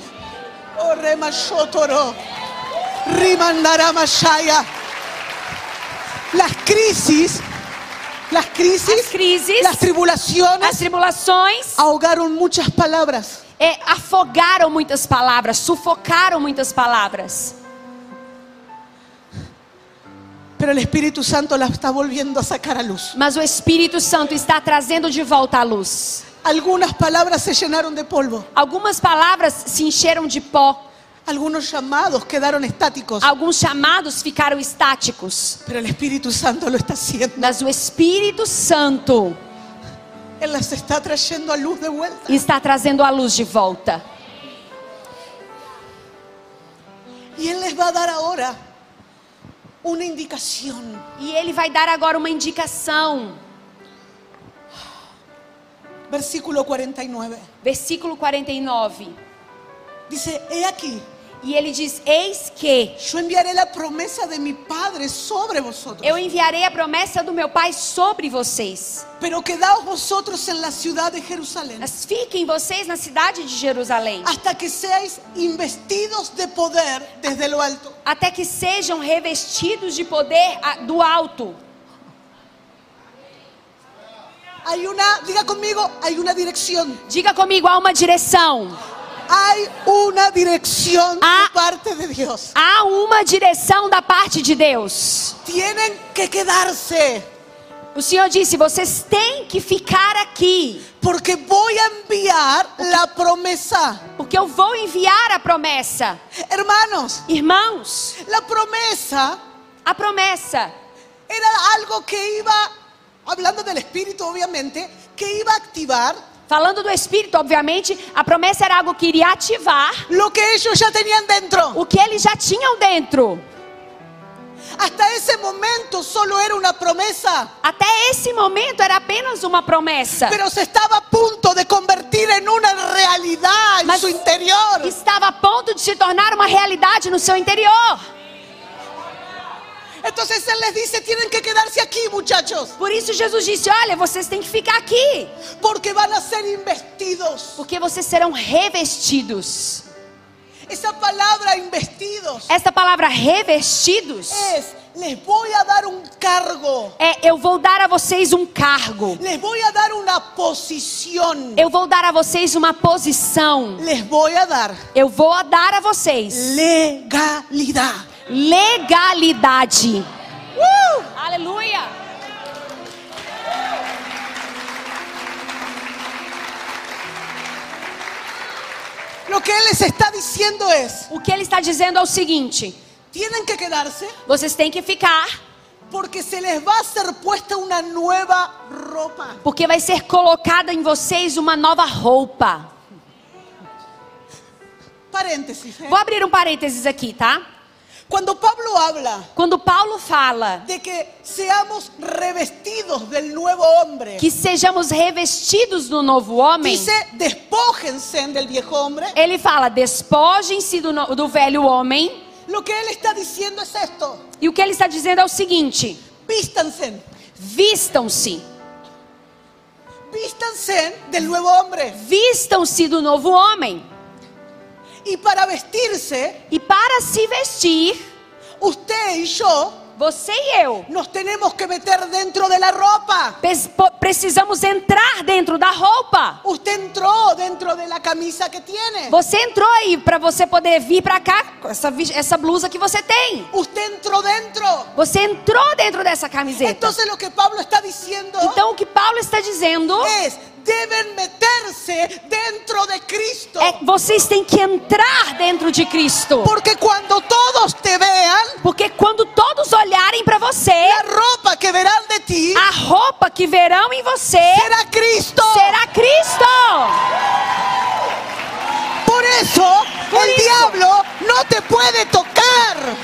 A: Oh, remashotoro, rimandaramashaya. Las crisis, las crisis,
B: As crises,
A: las tribulaciones
B: as tribulações
A: ahogaron muchas palabras.
B: é, afogaram muitas palavras, sufocaram muitas palavras.
A: Pero el Espíritu Santo la está volviendo a sacar a luz.
B: Mas o Espírito Santo está trazendo de volta à luz.
A: Algunas palabras se llenaron de polvo.
B: Algumas palavras se encheram de pó,
A: Algunos llamados quedaron estáticos.
B: alguns chamados ficaram estáticos.
A: Pero el Espíritu Santo lo está haciendo.
B: Mas o Espírito Santo
A: Él las está trayendo a luz de vuelta.
B: está trazendo a luz de volta.
A: Y Él les va a dar ahora una indicación.
B: E ele vai dar agora uma indicação.
A: Versículo 49.
B: Versículo 49.
A: Dice, he aquí,
B: E ele diz: Eis que
A: yo enviaré la promesa de mi Padre sobre vosotros.
B: eu enviarei a promessa do meu Pai sobre vocês.
A: Pero quedaos vosotros en la ciudad de Jerusalén
B: Mas fiquem vocês na cidade de Jerusalém,
A: hasta que seáis investidos de poder desde lo alto.
B: até que sejam revestidos de poder a- do alto.
A: Hay una, diga conmigo, hay una dirección.
B: Diga comigo, há uma direção.
A: Hay una dirección
B: Ah.
A: de parte de Dios.
B: Há uma direção da parte de Deus.
A: Tienen que quedarse
B: O Senhor disse: vocês têm que ficar aqui,
A: porque voy a enviar la promesa.
B: porque eu vou enviar a promessa.
A: Hermanos,
B: Irmãos,
A: la promesa
B: a promessa
A: era algo que iba, hablando del Espíritu obviamente, que iba a activar
B: Falando do Espírito, obviamente, a promessa era algo que iria ativar
A: lo que ellos ya tenían dentro.
B: o que eles já tinham dentro.
A: Hasta ese momento solo era una promesa,
B: Até esse momento era apenas uma promessa.
A: pero se estaba a punto de convertir en una realidad en
B: Mas-
A: su interior.
B: Estava a ponto de se tornar uma realidade no seu interior.
A: Entonces Él les dice, tienen que quedarse aquí muchachos,
B: Por isso Jesus disse: Olha, vocês têm que ficar aqui,
A: porque van a ser investidos.
B: porque vocês serão revestidos.
A: Esa palabra investidos
B: Esta palavra revestidos
A: es, les voy a dar un cargo,
B: é: eu vou dar a vocês um cargo,
A: les voy a dar una posición,
B: eu vou dar a vocês uma posição,
A: les voy a dar
B: eu vou dar a vocês
A: legalidad.
B: legalidade.
A: ¡Uh!
B: Aleluia!
A: Lo que Él les está diciendo es,
B: O que ele está dizendo é o seguinte:
A: tienen que quedarse
B: vocês têm que ficar,
A: porque se les va a ser puesta una nueva ropa.
B: porque vai ser colocada em vocês uma nova roupa.
A: Paréntesis. ¿eh?
B: Vou abrir um parênteses aqui, tá?
A: Cuando Pablo habla
B: Quando Paulo fala
A: de que seamos revestidos del nuevo hombre,
B: que sejamos revestidos do novo homem,
A: dice, despójense del viejo hombre.
B: ele fala: despojem-se do, no- do velho homem.
A: Lo que Él está diciendo es esto,
B: E o que ele está dizendo é o seguinte:
A: vístanse,
B: vistam-se,
A: vístanse del nuevo hombre.
B: vistam-se do novo homem.
A: Y para vestirse,
B: E para se vestir,
A: usted y yo
B: você e eu
A: nos tenemos que meter dentro de la ropa.
B: pes- po- precisamos entrar dentro da roupa.
A: Usted entró dentro de la camisa que tiene.
B: Você entrou aí para você poder vir para cá com essa, vi- essa blusa que você tem.
A: Usted entró dentro.
B: Você entrou dentro dessa camiseta.
A: Entonces lo que Pablo está diciendo
B: Então o que Paulo está dizendo
A: es, deben meterse dentro de Cristo.
B: é que vocês têm que entrar dentro de Cristo.
A: Porque cuando todos te vean,
B: Porque quando todos olharem para você,
A: la ropa que verán de ti
B: a roupa que verão em você
A: será Cristo.
B: será Cristo.
A: Por eso
B: Por
A: el
B: eso.
A: diablo no te puede tocar.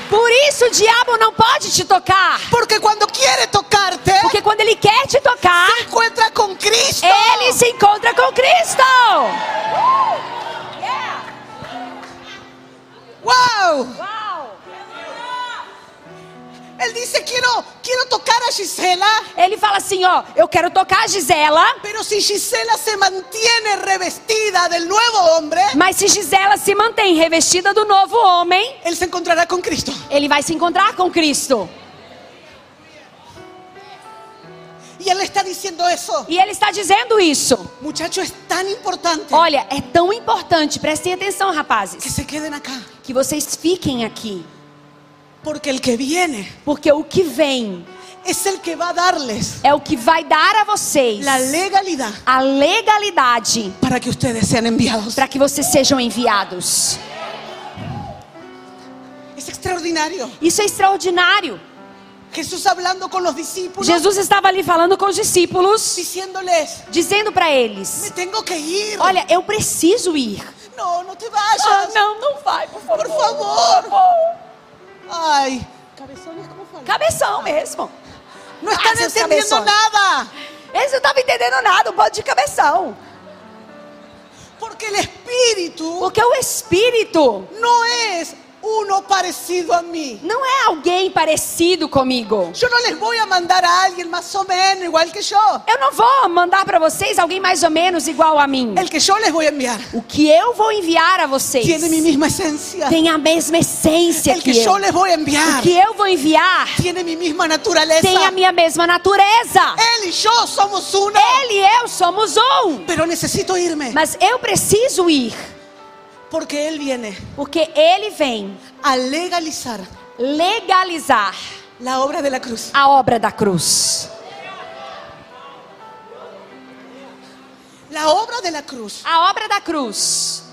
B: Por isso o diabo não pode te tocar.
A: Porque cuando quiere tocarte,
B: Porque quando ele quer te tocar,
A: se encuentra con Cristo.
B: Ele se encontra com Cristo.
A: ¡Wow!
B: Uau!
A: Él dice, quiero, quiero tocar a Gisela.
B: Ele fala assim, ó, eu quero tocar a Gisela,
A: Pero si Gisela se mantiene revestida del nuevo hombre,
B: mas se Gisela se mantém revestida do novo homem,
A: él se encontrará con Cristo.
B: ele vai se encontrar com Cristo.
A: Y él le está diciendo eso.
B: E ele está dizendo isso.
A: Muchacho, es tan importante
B: Olha, é tão importante, prestem atenção,
A: que
B: rapazes,
A: se queden acá.
B: que vocês fiquem aqui,
A: Porque el que viene
B: porque o que vem
A: es el que va a darles
B: é o que vai dar a vocês
A: la legalidad
B: a legalidade
A: para que ustedes sean enviados.
B: para que vocês sejam enviados.
A: Es extraordinario.
B: Isso é extraordinário.
A: Jesús hablando con los discípulos,
B: Jesus estava ali falando com os discípulos,
A: diciéndoles,
B: dizendo para
A: me
B: eles:
A: tengo que ir.
B: Olha, eu preciso ir.
A: No, no te
B: Ah,
A: vayas.
B: não, não vai, por favor.
A: Por favor. Ay, cabezones, ¿cómo fue?
B: Cabeção mesmo.
A: No están
B: Ah, seus
A: entendiendo
B: cabeçones.
A: nada.
B: Eles não estavam entendendo nada, pode de cabeção.
A: Porque el espíritu
B: Porque o Espírito
A: no es uno parecido a mí.
B: não é alguém parecido comigo.
A: Yo no les voy a mandar a alguien más o menos igual que yo.
B: Eu não vou mandar para vocês alguém mais ou menos igual a mim.
A: El que yo les voy a enviar
B: O que eu vou enviar a vocês
A: tiene mi misma esencia.
B: tem a mesma essência
A: El
B: que
A: que yo
B: eu.
A: les voy a
B: O
A: enviar
B: que eu vou enviar
A: tiene mi misma naturaleza.
B: tem a minha mesma natureza.
A: Él y yo somos uno.
B: Ele e eu somos um.
A: Pero necesito irme
B: Mas eu preciso ir,
A: porque Él viene
B: porque ele vem
A: a legalizar
B: legalizar
A: la obra de la cruz.
B: a obra da cruz.
A: La obra de la cruz
B: A obra da cruz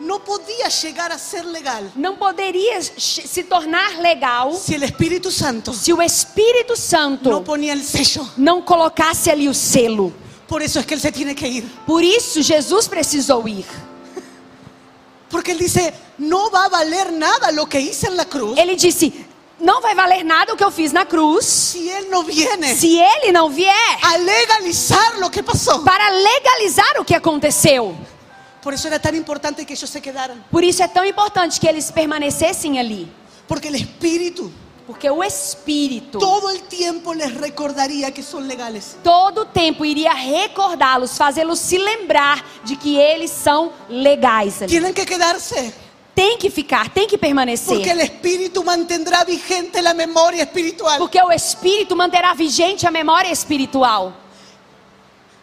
A: no podía llegar a ser legal
B: não poderia ch- se tornar legal
A: si el Espíritu Santo
B: se o Espírito Santo
A: no ponía el sello.
B: não colocasse ali o selo.
A: Por eso es que Él se tiene que ir.
B: Por isso Jesus precisou ir.
A: Porque Él dice, no va a valer nada lo que hice en la cruz
B: Ele disse: Não vai valer nada o que eu fiz na cruz
A: si Él no viene
B: se ele não vier
A: a legalizar lo que pasó.
B: para legalizar o que aconteceu.
A: Por eso era tan importante que ellos se quedaran.
B: Por isso é tão importante que eles permanecessem ali.
A: Porque el Espíritu
B: Porque o Espírito
A: todo el tiempo les recordaría que son legales.
B: todo tempo iria recordá-los, fazê-los se lembrar de que eles são legais ali.
A: Tienen que quedarse.
B: Tem que ficar, tem que
A: Porque
B: permanecer.
A: el Espíritu mantendrá vigente la memoria espiritual.
B: Porque o Espírito manterá vigente a memória espiritual.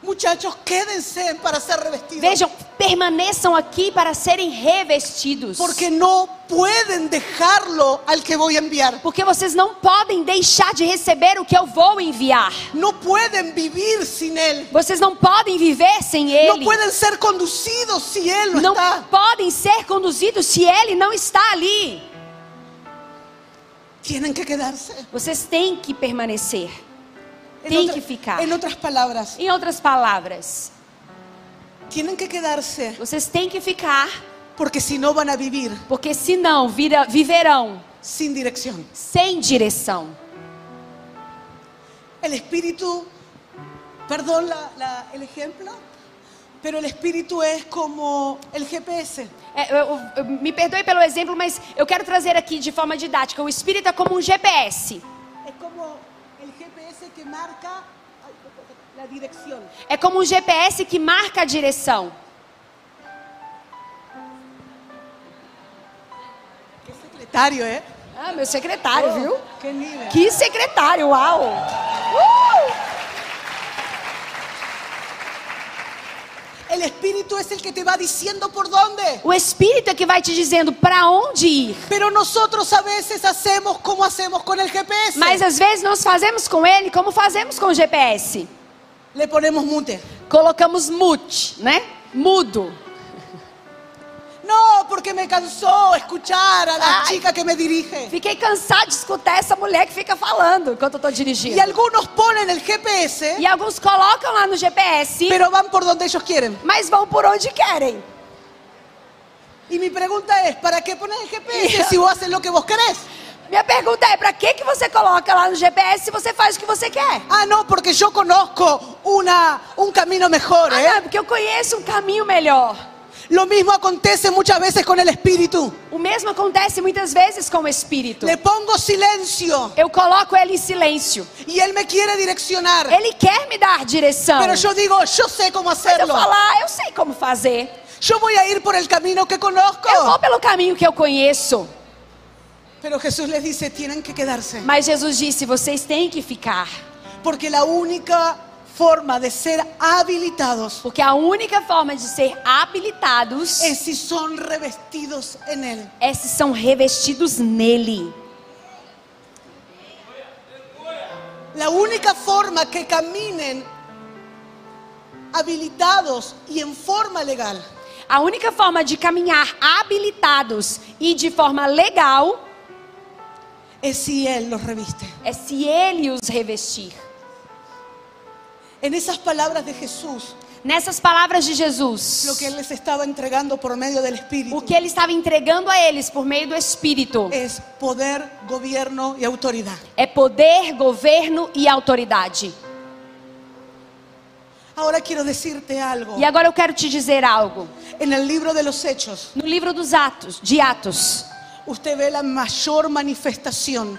A: Muchachos, quédense para ser revestidos.
B: Vejam, permaneçam aqui para serem revestidos.
A: Porque no pueden dejarlo al que voy a enviar.
B: Porque vocês não podem deixar de receber o que eu vou enviar.
A: No pueden vivir sin Él.
B: Vocês não podem viver sem
A: No
B: Ele.
A: pueden ser conducidos si Él no,
B: Não
A: está.
B: podem ser conduzidos se Ele não está ali.
A: Tienen que quedarse.
B: Vocês têm que permanecer.
A: En
B: Tienen
A: otra-
B: que ficar.
A: En otras palabras,
B: Em outras palavras,
A: tienen que quedarse
B: vocês têm que ficar,
A: porque si no van a vivir
B: porque senão vira- viverão
A: sin dirección.
B: sem direção.
A: El espíritu, perdón la- la- el ejemplo, pero el espíritu es como el GPS.
B: É, eu- eu- eu- me perdoe pelo exemplo, mas eu quero trazer aqui de forma didática. O espírito é como um GPS.
A: Es como el GPS que marca la dirección.
B: É como um GPS que marca a direção.
A: Qué secretario, ¿eh?
B: Ah, meu secretário, viu?
A: Qué nivel.
B: Que secretário, uau! Uh!
A: El espíritu es el que te va diciendo por dónde.
B: O espírito é que vai te dizendo para onde ir.
A: Pero nosotros a veces hacemos como hacemos con el GPS.
B: Mas às vezes nós fazemos com ele como fazemos com o GPS.
A: Le ponemos mute.
B: Colocamos mute, né? Mudo.
A: No, porque me cansó escuchar a la
B: Ay.
A: chica que me dirige.
B: Fiquei cansado de escutar essa mulher que fica falando enquanto eu tô dirigindo.
A: Y algunos ponen el GPS,
B: E alguns colocam lá no GPS,
A: pero van por donde ellos quieren.
B: mas vão por onde querem.
A: Y mi pregunta es, ¿para qué pones el GPS
B: Ya.
A: si vos haces lo que vos querés?
B: Minha pergunta é, pra que que você coloca lá no GPS se você faz o que você quer?
A: Ah, no, porque yo conozco una, un camino mejor,
B: Ah,
A: ¿eh?
B: não, é porque eu conheço um caminho melhor.
A: Lo mismo acontece muchas veces con el espíritu.
B: O mesmo acontece muitas vezes com o espírito.
A: Le pongo silencio
B: Eu coloco ele em silêncio.
A: y él me quiere direccionar.
B: Ele quer me dar direção.
A: Pero yo digo, yo sé cómo
B: Mas eu
A: hacerlo.
B: falar, "Ah, eu sei como fazer.
A: Yo voy a ir por el camino que conozco.
B: Eu vou pelo caminho que eu conheço.
A: Pero Jesús les dice, tienen que quedarse.
B: Mas Jesus disse: vocês têm que ficar.
A: Porque la única forma de ser habilitados
B: Porque a única forma de ser habilitados
A: es si son revestidos en Él.
B: é se são revestidos nele.
A: La única forma que caminen habilitados y en forma legal
B: A única forma de caminhar habilitados e de forma legal
A: es si Él los reviste.
B: é se ele os revestir.
A: En esas palabras de Jesús,
B: Nessas palavras de
A: lo que Él
B: Jesus,
A: les estaba entregando por medio del
B: o
A: Espíritu
B: que ele estava entregando a eles por meio do Espírito
A: es poder, gobierno y autoridad.
B: é poder, governo e autoridade.
A: Ahora quiero decirte algo.
B: E agora eu quero te dizer algo.
A: En el libro de los Hechos,
B: No livro dos Atos, de Atos,
A: usted ve la mayor manifestación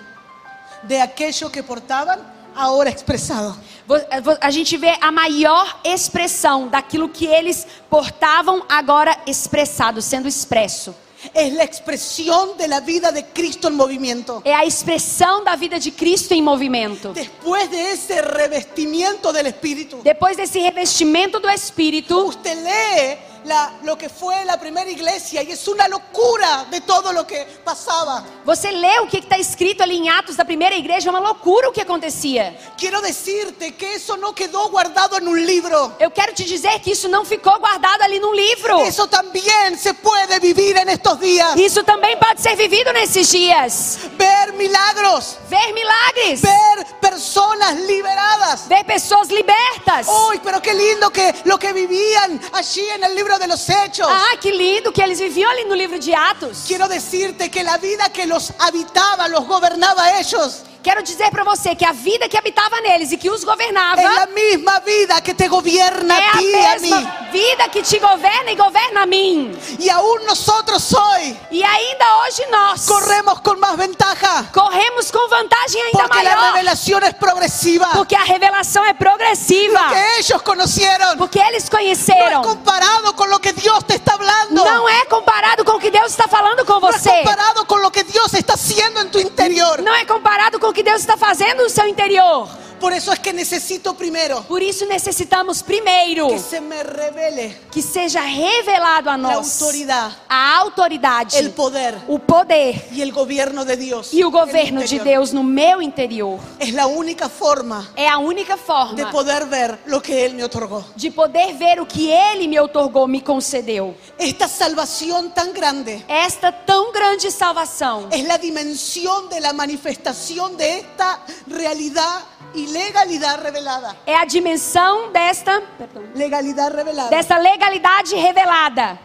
A: de aquello que portaban ahora expresado.
B: vo- eh, vo- a gente vê a maior expressão daquilo que eles portavam agora expressado, sendo expresso.
A: Es la expresión de la vida de Cristo en movimiento.
B: É a expressão da vida de Cristo em movimento.
A: Después de ese revestimiento del Espíritu,
B: Depois desse revestimento do Espírito,
A: usted lee la- lo que fue la primera iglesia y es una locura de todo lo que pasaba.
B: você lê o que está escrito ali em Atos da primeira igreja, é uma loucura o que acontecia.
A: Quiero decirte que eso no quedó guardado en un libro.
B: Eu quero te dizer que isso não ficou guardado ali num livro.
A: Eso también se puede vivir en estos días.
B: Isso também pode ser vivido nesses dias.
A: Ver milagros,
B: Ver milagres,
A: ver personas liberadas.
B: ver pessoas libertas.
A: Uy, pero qué lindo que lo que vivían allí en el libro de los hechos.
B: Ah, que lindo que eles viviam ali no livro de Atos.
A: Quiero decirte que la vida que los habitaba, los gobernaba a ellos,
B: Quero dizer pra você que a vida que habitava neles e que os governava
A: es la misma vida que te gobierna
B: é
A: a
B: a
A: ti y a mí.
B: mesma vida que te governa e governa a mim.
A: Y aún nosotros hoy
B: E ainda hoje nós
A: corremos con más ventaja
B: corremos com vantagem ainda
A: porque é la
B: maior,
A: revelación es progresiva.
B: porque a revelação é progressiva.
A: Lo que ellos conocieron
B: Porque eles
A: no es
B: conheceram.
A: comparado con lo que Dios te está hablando.
B: Não é comparado com o que Deus está falando com
A: No es
B: você.
A: comparado con lo que Dios está haciendo en tu interior.
B: Não é comparado com o que Deus está fazendo no seu interior.
A: Por eso es que necesito primero
B: Por isso necessitamos primeiro
A: que se me revele
B: que seja revelado
A: la
B: a nós
A: autoridad,
B: a autoridade,
A: el poder
B: o poder
A: y el gobierno de Dios.
B: e o
A: en mi
B: governo de
A: interior.
B: Deus no meu interior.
A: Es la única forma
B: É a única forma
A: de poder ver lo que Él me otorgou.
B: de poder ver o que ele me outorgou, me concedeu.
A: Esta salvación tan grande
B: Esta tão grande salvação
A: es la dimensión de la manifestación de esta realidad y legalidad revelada.
B: é a dimensão desta, perdão,
A: Legalidad revelada.
B: dessa legalidade revelada.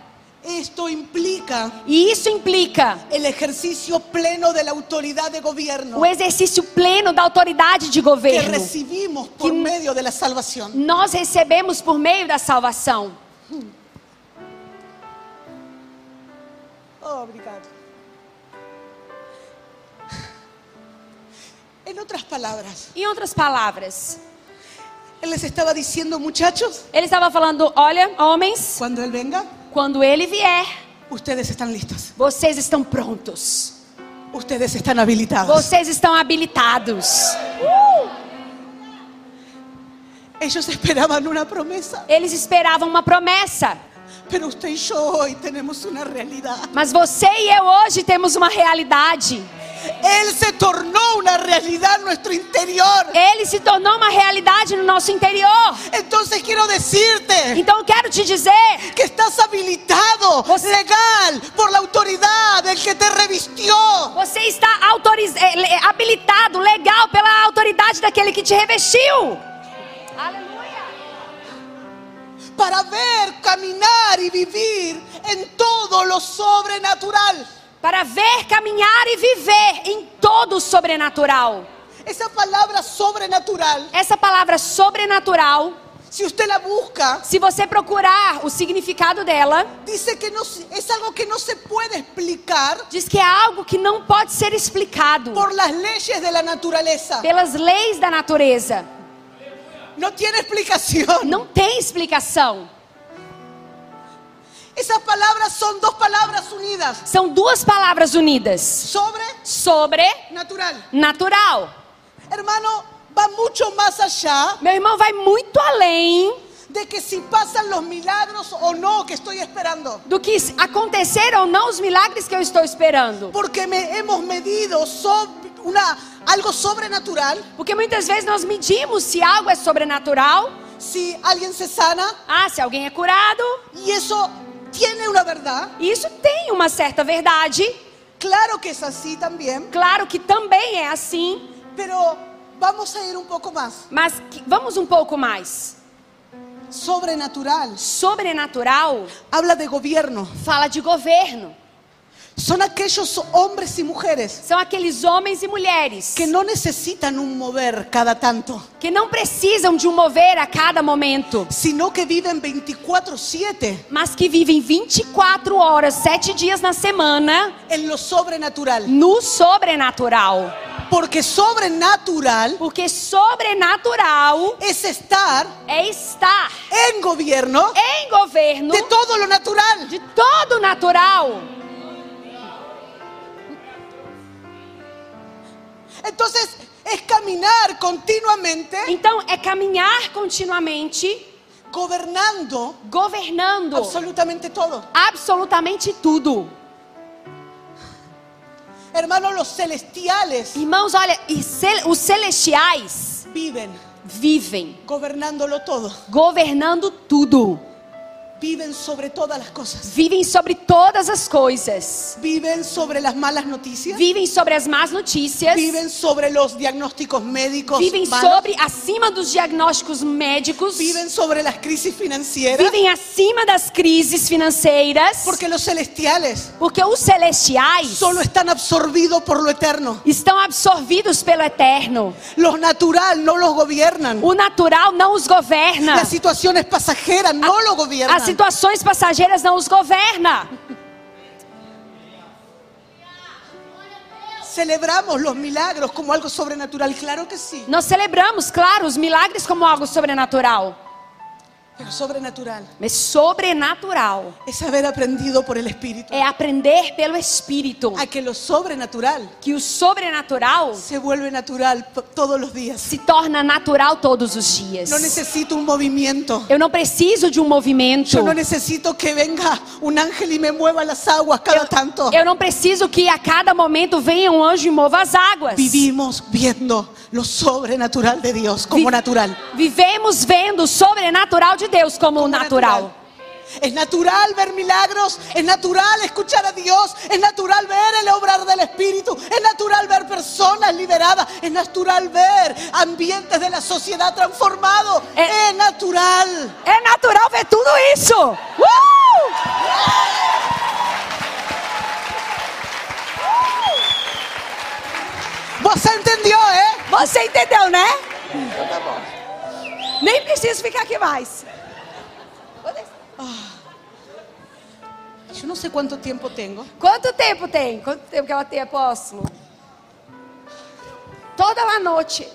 A: Esto implica
B: E isso implica
A: el ejercicio pleno de la autoridad de gobierno
B: o exercício pleno da autoridade de
A: que
B: governo
A: recibimos por
B: Que-
A: medio de la salvación.
B: nós recebemos por meio da salvação.
A: Oh, obrigado. En otras palabras,
B: Em outras palavras,
A: él les estaba diciendo, muchachos,
B: ele estava falando: olha, homens,
A: cuando él venga,
B: quando ele vier,
A: ustedes están listos,
B: vocês estão prontos,
A: ustedes están habilitados.
B: vocês estão habilitados.
A: Ellos esperaban una promesa,
B: Eles esperavam uma promessa,
A: pero usted y yo hoy tenemos una realidad.
B: mas você e eu hoje temos uma realidade.
A: Él se tornó una realidad en nuestro interior.
B: Ele se tornou uma realidade no nosso interior.
A: Entonces quiero decirte
B: Então eu quero te dizer
A: que estás habilitado,
B: Vos-
A: legal, por la autoridad del que te revistió.
B: Você está autoriz- eh, le- habilitado, legal, pela autoridade daquele que te revestiu. Aleluia!
A: para ver, caminar y vivir en todo lo sobrenatural.
B: Para ver, caminhar e viver em todo o sobrenatural.
A: Esa palabra sobrenatural,
B: Essa palavra sobrenatural,
A: si usted la busca,
B: se você procurar o significado dela,
A: dice que no, se- es algo que no se puede explicar
B: diz que é algo que não pode ser explicado
A: por las leyes de la naturaleza.
B: pelas leis da natureza.
A: No tiene explicación.
B: Não tem explicação.
A: Esas palabras son dos palabras unidas.
B: São duas palavras unidas:
A: Sobrenatural.
B: sobrenatural.
A: Hermano, va mucho más allá
B: Meu irmão vai muito além
A: de que si pasan los milagros o no que estoy esperando.
B: do que acontecer ou não os milagres que eu estou esperando.
A: Porque me hemos medido sob- una, algo sobrenatural.
B: Porque muitas vezes nós medimos se algo é sobrenatural,
A: Si alguien se sana
B: ah, se alguém é curado.
A: y isso tiene una verdad,
B: E Isso tem uma certa verdade.
A: claro que es así también,
B: Claro que também é assim,
A: pero vamos a ir un poco más.
B: mas que- vamos um pouco mais.
A: Sobrenatural
B: Sobrenatural
A: habla de gobierno.
B: fala de governo.
A: Son aquellos hombres y mujeres
B: São aqueles homens e mulheres
A: que no necesitan un mover cada tanto,
B: que não precisam de um mover a cada momento,
A: sino que viven 24/7
B: mas que vivem 24 horas, 7 dias na semana
A: en lo sobrenatural.
B: no sobrenatural.
A: Porque sobrenatural
B: Porque sobrenatural
A: es estar
B: é estar
A: en gobierno
B: em governo
A: de todo lo natural.
B: de todo natural.
A: Entonces es caminar continuamente
B: Então é caminhar continuamente
A: gobernando
B: governando
A: absolutamente todo.
B: absolutamente tudo.
A: Hermanos, los celestiales
B: Irmãos, olha, e cel- os celestiais
A: viven
B: vivem
A: gobernándolo todo.
B: governando tudo.
A: Viven sobre todas las cosas.
B: Vivem sobre todas as coisas.
A: Viven sobre las malas noticias.
B: Vivem sobre as más notícias.
A: Viven sobre los diagnósticos médicos.
B: Vivem
A: malos.
B: sobre acima dos diagnósticos médicos.
A: Viven sobre las crisis financieras.
B: Vivem acima das crises financeiras.
A: Porque los celestiales
B: Porque os celestiais
A: solo están absorbidos por lo eterno.
B: estão absorvidos pelo eterno.
A: Los natural no los gobiernan.
B: O natural não os governa.
A: Las situaciones pasajeras no lo gobiernan.
B: As situações passageiras não os governa.
A: Celebramos los milagros como algo sobrenatural, claro que sí.
B: Nós celebramos, claro, os milagres como algo sobrenatural.
A: pero sobrenatural,
B: mas sobrenatural.
A: es haber aprendido por el Espíritu
B: É aprender pelo Espírito
A: a que lo sobrenatural
B: que o sobrenatural
A: se vuelve natural p- todos los días.
B: se torna natural todos os dias.
A: No necesito un movimiento.
B: Eu não preciso de um movimento.
A: Yo no necesito que venga un ángel y me mueva las aguas cada tanto.
B: Eu não preciso que a cada momento venha um anjo e mova as águas.
A: Vivimos viendo lo sobrenatural de Dios como
B: Vi-
A: natural.
B: Vivemos vendo o sobrenatural de Deus como,
A: Como
B: natural.
A: Es natural ver milagros, es natural escuchar a Dios, es natural ver el obrar del Espíritu, es natural ver personas liberadas, es natural ver ambientes de la sociedad transformados,
B: Eh.
A: es natural.
B: É natural ver tudo isso. Uh!
A: ¿Vos entendió, eh?
B: Você entendeu, né? Nem preciso ficar aqui mais.
A: Yo no sé cuánto tiempo tengo.
B: Quanto tempo tem? Quanto tempo que ela tem, apóstolo? Toda a noite.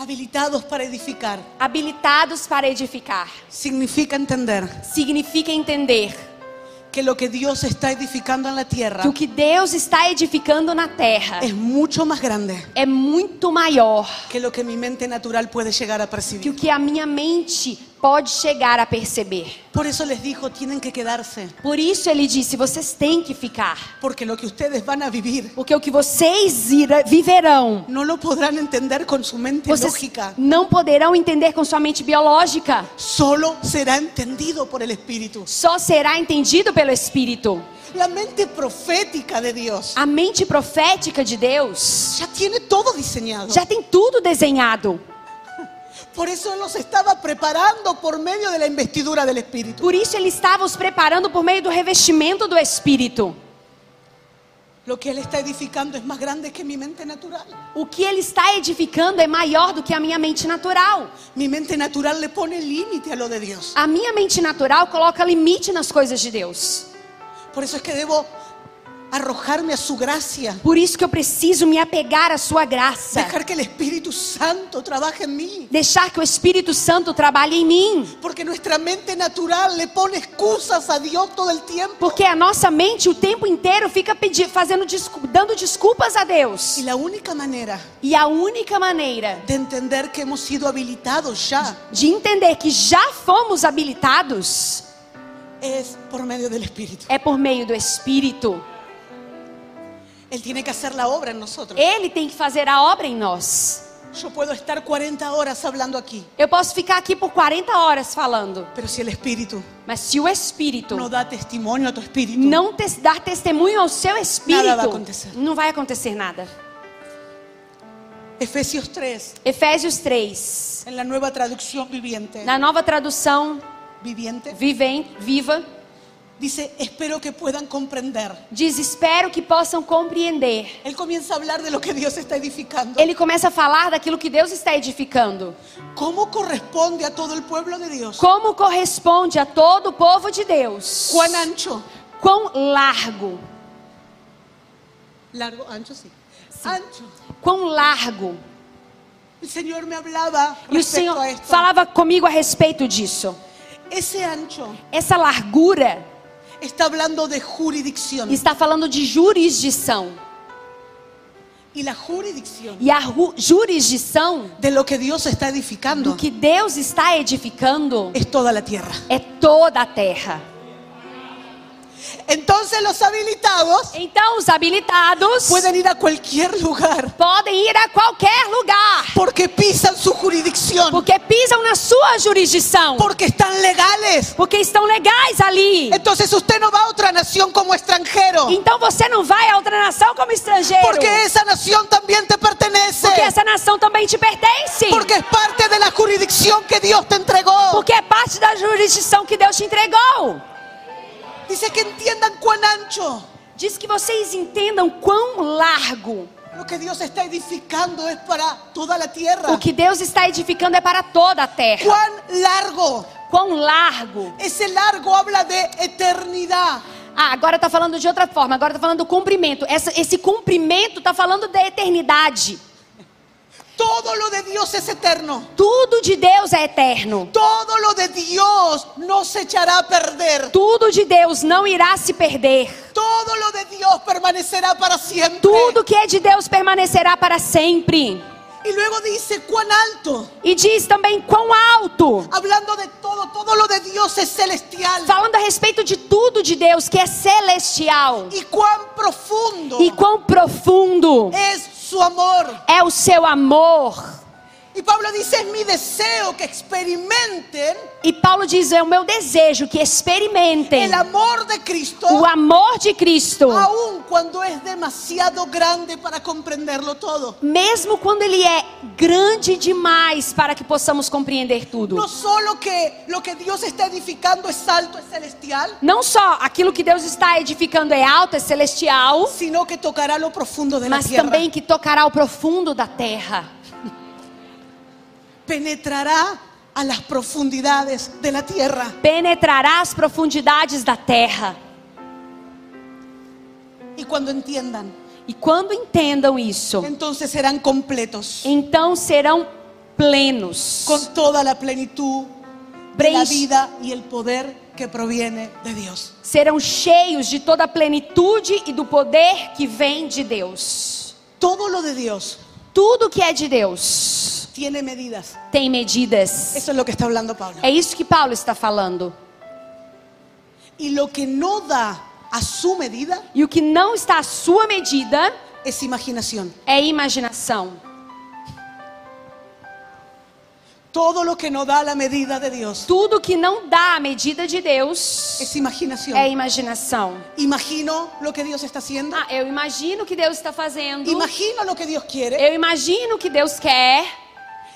A: Habilitados para edificar
B: Habilitados para edificar.
A: significa entender
B: Significa entender
A: que lo que Dios está edificando en la tierra
B: que o que Deus está edificando na terra
A: es mucho más grande
B: é muito maior
A: que lo que mi mente natural puede llegar a
B: que o
A: percibir.
B: que a minha mente pode chegar a perceber.
A: Por eso les dijo, tienen que quedarse,
B: Por isso ele disse: vocês têm que ficar.
A: porque lo que ustedes van a vivir
B: Porque o que vocês ira- viverão,
A: no lo podrán entender con su mente
B: vocês
A: lógica,
B: não poderão entender com sua mente biológica.
A: solo será entendido por el Espíritu.
B: Só será entendido pelo Espírito.
A: La mente profética de Dios
B: A mente profética de Deus
A: ya tiene todo diseñado.
B: já tem tudo desenhado.
A: Por eso Él los estaba preparando por medio de la investidura del Espíritu.
B: Por isso ele estava os preparando por meio do revestimento do Espírito.
A: Lo que Él está edificando es más grande que mi mente natural.
B: O que ele está edificando é maior do que a minha mente natural.
A: Mi mente natural le pone límite a lo de Dios.
B: A minha mente natural coloca limite nas coisas de Deus.
A: Por eso es que debo arrojarme a su gracia.
B: Por isso que eu preciso me apegar à sua graça.
A: Dejar que el Espíritu Santo trabaje en mim.
B: Deixar que o Espírito Santo trabalhe em mim.
A: Porque nuestra mente natural le pone excusas a Dios todo el tiempo.
B: Porque a nossa mente o tempo inteiro fica pedi- fazendo descu- dando desculpas a
A: Y
B: Deus.
A: la única manera
B: E a única maneira
A: de entender que hemos sido habilitados ya
B: de entender que já fomos habilitados
A: es por medio del Espíritu.
B: é por meio do Espírito.
A: Él tiene que hacer la obra en nosotros.
B: Ele tem que fazer a obra em nós.
A: Yo puedo estar 40 horas hablando aquí,
B: Eu posso ficar aqui por 40 horas falando,
A: pero si el Espíritu
B: mas se o Espírito
A: no da testimonio a tu espíritu,
B: não tes- dar testemunho ao seu
A: Nada vai
B: Espírito,
A: acontecer.
B: não vai acontecer nada.
A: Efesios 3,
B: Efésios 3,
A: en la nueva traducción viviente,
B: na nova tradução
A: viviente,
B: vivem, viva,
A: dice, espero que puedan comprender.
B: diz: Espero que possam compreender
A: Él comienza a hablar de lo que Dios está edificando.
B: Ele começa a falar daquilo que Deus está edificando.
A: ¿Cómo corresponde a todo el pueblo de Dios?
B: Como corresponde a todo o povo de Deus.
A: Cuán ancho,
B: Quão largo.
A: largo, ancho sí. Ancho.
B: Quão largo.
A: El Señor me hablaba
B: E o
A: respecto
B: Senhor
A: a esto.
B: falava comigo a respeito disso.
A: Ese ancho
B: Essa largura
A: está hablando de jurisdicción.
B: está falando de jurisdição.
A: Y la jurisdicción
B: E a ru- jurisdição
A: de lo que Dios está
B: do
A: edificando
B: que Deus está edificando
A: es toda la tierra.
B: é toda a terra.
A: Entonces los habilitados
B: Então, os habilitados
A: pueden ir a cualquier lugar
B: podem ir a qualquer lugar,
A: porque pisan su jurisdicción,
B: porque pisam na sua jurisdição.
A: porque están legales.
B: Porque estão legais ali.
A: Entonces usted no va a otra nación como extranjero.
B: Então você não vai a outra nação como estrangeiro.
A: Porque esa nación también te pertenece.
B: Porque essa nação também te pertence.
A: Porque es parte de la jurisdicción que Dios te entregó.
B: Porque é parte da jurisdição que Deus te entregou.
A: Dice que entiendan cuán ancho.
B: Diz que vocês entendam quão largo
A: Lo que Dios está edificando es para toda la tierra.
B: o que Deus está edificando é para toda a terra.
A: Cuán largo.
B: Quão largo.
A: Ese largo habla de eternidad.
B: Ah, agora está falando de outra forma. tá Agora está falando do cumprimento. Essa- esse cumprimento está falando da eternidade.
A: Todo lo de Dios es eterno.
B: Tudo de Deus é eterno.
A: Todo lo de Dios no se echará a perder.
B: Tudo de Deus não irá se perder.
A: Todo lo de Dios permanecerá para siempre.
B: Tudo que é de Deus permanecerá para sempre.
A: Y luego dice, cuán alto.
B: E diz também quão alto.
A: Hablando de todo, todo lo de Dios es celestial.
B: Falando a respeito de tudo de Deus que é celestial.
A: Y cuán profundo
B: E quão profundo
A: es su amor.
B: é o seu amor.
A: Y Pablo dice, es mi deseo que experimenten
B: E Paulo diz: É o meu desejo que experimentem
A: el amor de Cristo.
B: o amor de Cristo,
A: Aun cuando es demasiado grande para comprenderlo todo.
B: mesmo quando ele é grande demais para que possamos compreender tudo.
A: No solo que lo que Dios está edificando es alto, es celestial,
B: Não só aquilo que Deus está edificando é alto, é celestial,
A: sino que tocará lo profundo de la
B: mas
A: tierra.
B: também que tocará o profundo da terra.
A: Penetrará a las profundidades de la tierra.
B: Penetrará as profundidades da terra.
A: Y cuando entiendan,
B: E quando entendam isso,
A: entonces serán completos
B: então serão plenos,
A: con toda la plenitud de la vida y el poder que proviene de Dios.
B: serão cheios de toda a plenitude e do poder que vem de Deus.
A: Todo lo de Dios
B: Tudo que é de Deus
A: tiene medidas.
B: tem medidas.
A: Eso es lo que está hablando Pablo.
B: É isso que Paulo está falando.
A: Y lo que no da a su medida
B: E o que não está à sua medida
A: es imaginación.
B: é imaginação.
A: Todo lo que no da la medida de Dios
B: Tudo que não dá à medida de Deus
A: es imaginación.
B: é imaginação.
A: Imagino lo que Dios está haciendo.
B: Ah, eu imagino o que Deus está fazendo.
A: Imagino lo que Dios quiere.
B: Eu imagino o que Deus quer.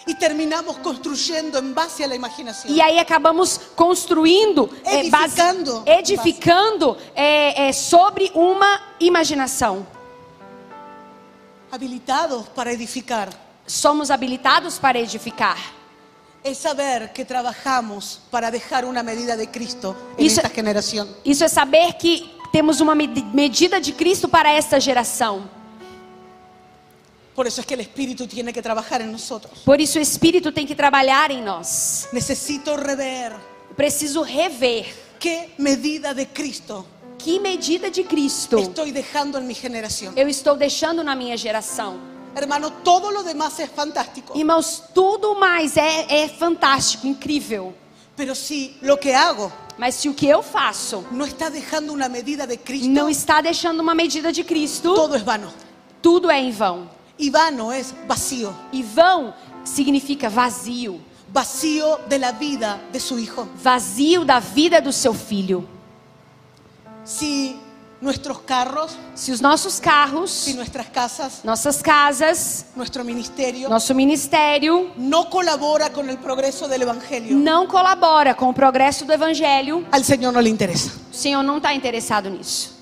A: Y terminamos construyendo en base a la imaginación.
B: E aí acabamos construindo, é, base-
A: Edificando.
B: edificando é, é, sobre uma imaginação.
A: Habilitados para edificar.
B: Somos habilitados para edificar.
A: Es saber que trabajamos para dejar una medida de Cristo en
B: Y eso-
A: esta generación.
B: Isso é saber que temos uma med- medida de Cristo para esta geração.
A: Por eso es que el Espíritu tiene que trabajar en nosotros.
B: Por isso o Espírito tem que trabalhar em nós.
A: Necesito rever
B: Preciso rever
A: qué medida de Cristo
B: que medida de Cristo
A: estoy dejando en mi generación.
B: eu estou deixando na minha geração.
A: Hermano, todo lo demás es fantástico.
B: Irmãos, tudo mais é, é fantástico, incrível.
A: Pero si lo que hago
B: Mas se o que eu faço
A: no está dejando una medida de Cristo,
B: não está deixando uma medida de Cristo,
A: todo es vano.
B: tudo é em vão.
A: Y vano es vacío.
B: E vão significa vazio
A: Vacío de la vida de su Hijo.
B: vazio da vida do seu filho.
A: Si nuestros carros,
B: Se os nossos carros.
A: si nuestras casas,
B: nossas casas,
A: nuestro ministerio
B: nosso ministério
A: no colabora con el progreso del Evangelio,
B: não colabora com o progresso do evangelho,
A: al Señor no le interesa.
B: o Senhor não está interessado nisso.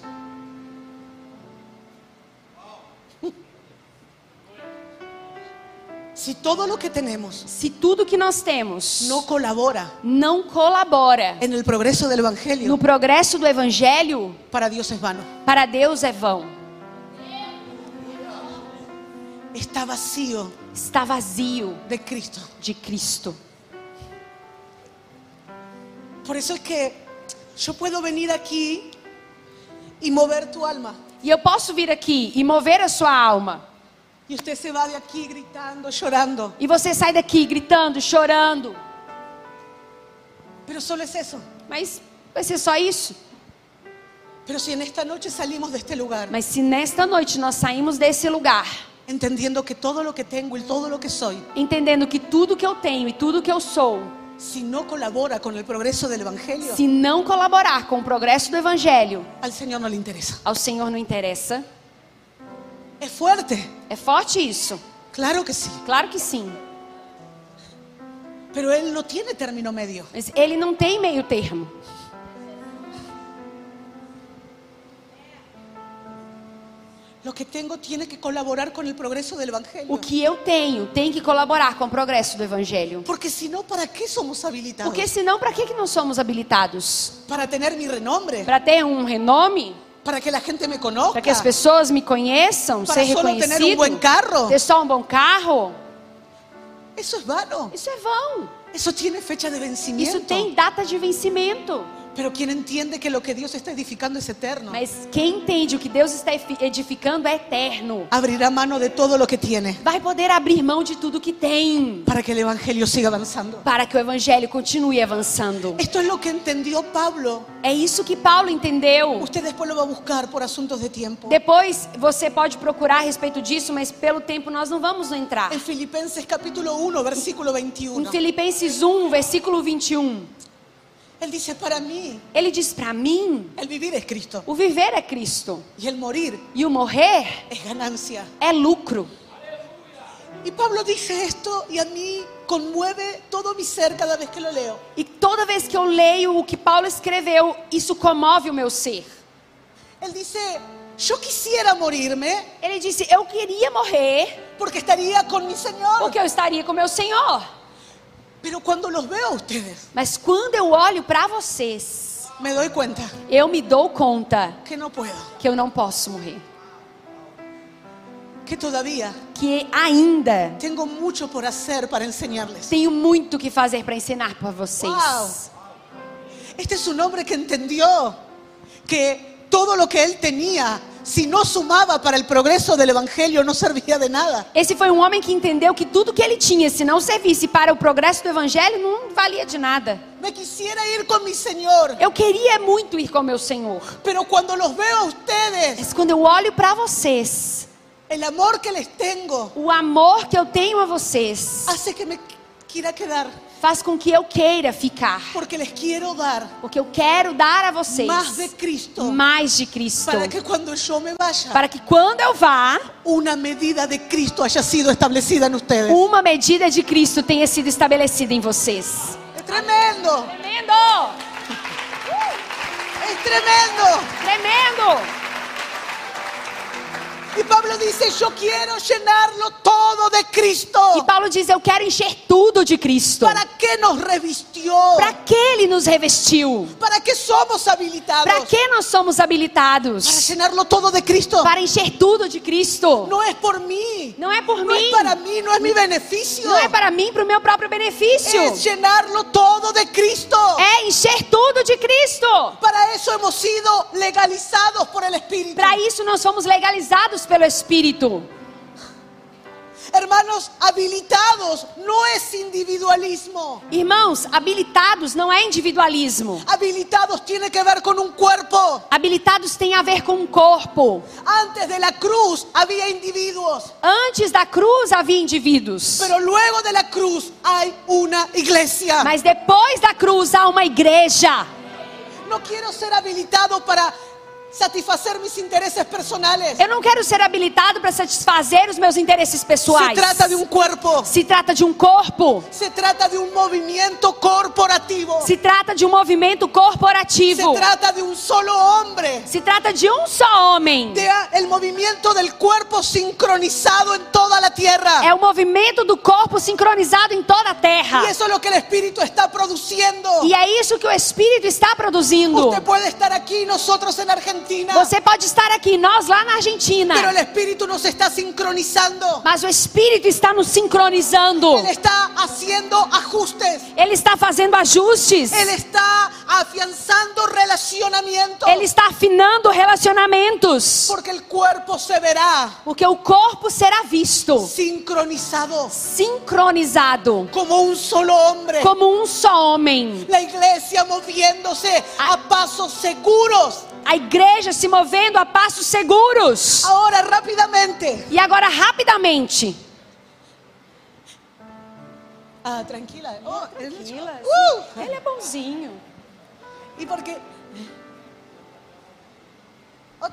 A: Si todo lo que tenemos
B: Se tudo que nós temos
A: no colabora
B: não colabora
A: en el progreso del
B: no
A: Evangelio,
B: progresso do evangelho,
A: para Dios es vano.
B: para Deus é vão.
A: Está vacío
B: Está vazio
A: de Cristo.
B: de Cristo.
A: Por eso es que yo puedo venir aquí y mover tu alma.
B: E eu posso vir aqui e mover a sua alma.
A: Y usted se va de aquí gritando, llorando.
B: E você sai daqui gritando, chorando.
A: Pero solo es eso.
B: Mas vai ser só isso?
A: Pero si en esta noche salimos de este lugar,
B: Mas se nesta noite nós saímos desse lugar
A: entendiendo que todo lo que tengo y todo lo que soy,
B: entendendo que tudo que eu tenho e tudo que eu sou,
A: si no colabora con el progreso del Evangelio,
B: se não colaborar com o progresso do evangelho,
A: al Señor no le interesa.
B: ao Senhor não interessa.
A: Es fuerte,
B: É forte isso?
A: claro que sí.
B: Claro que sim.
A: Pero Él no tiene término medio.
B: Mas ele não tem meio termo.
A: Lo que tengo tiene que colaborar con el progreso del
B: O
A: Evangelio.
B: que eu tenho tem que colaborar com o progresso do evangelho.
A: Porque si no, ¿para qué somos habilitados?
B: Porque senão, para que que não somos habilitados?
A: Para tener mi renombre,
B: Para ter um renome?
A: para que la gente me
B: Para que
A: conozca.
B: as pessoas me conheçam?
A: Para
B: Ser
A: solo tener un
B: reconhecido?
A: buen carro.
B: Ter só um bom carro?
A: Eso es vano.
B: Isso é vão.
A: Eso tiene fecha de vencimiento.
B: Isso tem data de vencimento.
A: Pero quien entiende que lo que Dios está edificando es eterno,
B: Mas quem entende o que Deus está efi- edificando é eterno.
A: abrirá mano de todo lo que tiene
B: Vai poder abrir mão de tudo que tem
A: para que el Evangelio siga avanzando.
B: para que o evangelho continue avançando.
A: Esto es lo que entendió Pablo.
B: É isso que Paulo entendeu.
A: Usted después lo va a buscar por asuntos de tiempo.
B: Depois você pode procurar a respeito disso, mas pelo tempo nós não vamos entrar.
A: En Filipenses capítulo 1, versículo
B: Em
A: 21,
B: Filipenses 1, versículo 21,
A: él dice, para mí
B: ele diz para mim:
A: el vivir es Cristo
B: o viver é Cristo
A: y el morir
B: e o morrer
A: es ganancia.
B: é lucro.
A: Y Pablo dice esto y a mí conmueve todo mi ser cada vez que lo leo.
B: E toda vez que eu leio o que Paulo escreveu, isso comove o meu ser.
A: Él dice, yo quisiera morirme
B: Ele disse: Eu queria morrer
A: porque estaría con mi Señor.
B: porque eu estaria com meu Senhor.
A: Pero cuando los veo a ustedes,
B: Mas quando eu olho para vocês,
A: me doy cuenta
B: eu me dou conta
A: que no puedo,
B: que eu não posso morrer.
A: que todavía
B: Que ainda
A: tengo mucho por hacer para enseñarles.
B: tenho muito o que fazer para ensinar para vocês.
A: Uau! Este es un hombre que entendió que todo lo que él tenía, si no sumaba para el progreso del Evangelio, no servía de nada.
B: Esse foi um homem que entendeu que tudo que ele tinha, se não servisse para o progresso do evangelho, não valia de nada.
A: Me quisiera ir con mi Señor,
B: Eu queria muito ir com meu Senhor,
A: pero cuando los veo a ustedes,
B: mas quando eu olho para vocês,
A: el amor que les tengo
B: o amor que eu tenho a vocês
A: hace que me qu- quiera quedar,
B: faz com que eu queira ficar,
A: porque les quiero dar
B: porque eu quero dar a vocês
A: más de Cristo,
B: mais de Cristo,
A: para que cuando yo me vaya,
B: para que quando eu vá,
A: una medida de Cristo haya sido establecida en ustedes.
B: uma medida de Cristo tenha sido estabelecida em vocês.
A: Es tremendo,
B: Tremendo!
A: es tremendo.
B: Tremendo!
A: Y Pablo dice, yo quiero llenarlo todo de
B: E
A: Cristo.
B: Paulo diz: Eu quero encher tudo de Cristo.
A: ¿Para qué nos revistió?
B: Para que ele nos revestiu?
A: ¿Para qué somos
B: Para
A: habilitados?
B: que nós somos
A: Para
B: habilitados?
A: llenarlo todo de Cristo.
B: Para encher tudo de Cristo.
A: No es por mí.
B: Não é por
A: No
B: mim.
A: es para mí, no es mi beneficio.
B: Não é para mim, para o meu próprio benefício.
A: Es llenarlo todo de Cristo.
B: É encher tudo de Cristo.
A: Para eso hemos sido legalizados por el Espíritu.
B: Para isso nós somos legalizados pelo Espírito.
A: Hermanos, habilitados no es individualismo.
B: Irmãos, habilitados não é individualismo.
A: Habilitados tiene que ver con un cuerpo.
B: Habilitados tem a ver com o corpo.
A: Antes de la cruz había individuos.
B: Antes da cruz havia indivíduos.
A: Pero luego de la cruz hay una iglesia.
B: Mas depois da cruz há uma igreja.
A: No quiero ser habilitado para satisfacer mis intereses personales.
B: Eu não quero ser habilitado para satisfazer os meus interesses
A: Se
B: pessoais.
A: trata de um un cuerpo.
B: Se trata de um corpo.
A: Se trata de un movimiento corporativo.
B: Se trata de um movimento
A: Se
B: corporativo.
A: trata de un solo hombre.
B: Se trata de um só homem.
A: De a- el movimiento del cuerpo sincronizado en toda la tierra.
B: É o movimento do corpo sincronizado em toda a terra.
A: Y eso es lo que el Espíritu está produciendo.
B: E é isso que o Espírito está produzindo.
A: Usted puede estar aquí, nosotros en Argentina.
B: Você pode estar aqui, nós lá na Argentina.
A: Pero el Espíritu nos está sincronizando.
B: Mas o Espírito está nos sincronizando.
A: Él está haciendo ajustes.
B: Ele está fazendo ajustes.
A: Él está afianzando relacionamientos.
B: Ele está afinando relacionamentos.
A: Porque el cuerpo se verá
B: Porque o corpo será visto
A: sincronizado
B: sincronizado
A: como un solo hombre.
B: como um só homem.
A: La iglesia moviéndose a pasos seguros.
B: A igreja se movendo a passos seguros.
A: Ahora rápidamente.
B: E agora, rapidamente.
A: Ah, tranquila. Oh, Uh. tranquila.
B: Ele é bonzinho.
A: ¿Y por qué? Ok.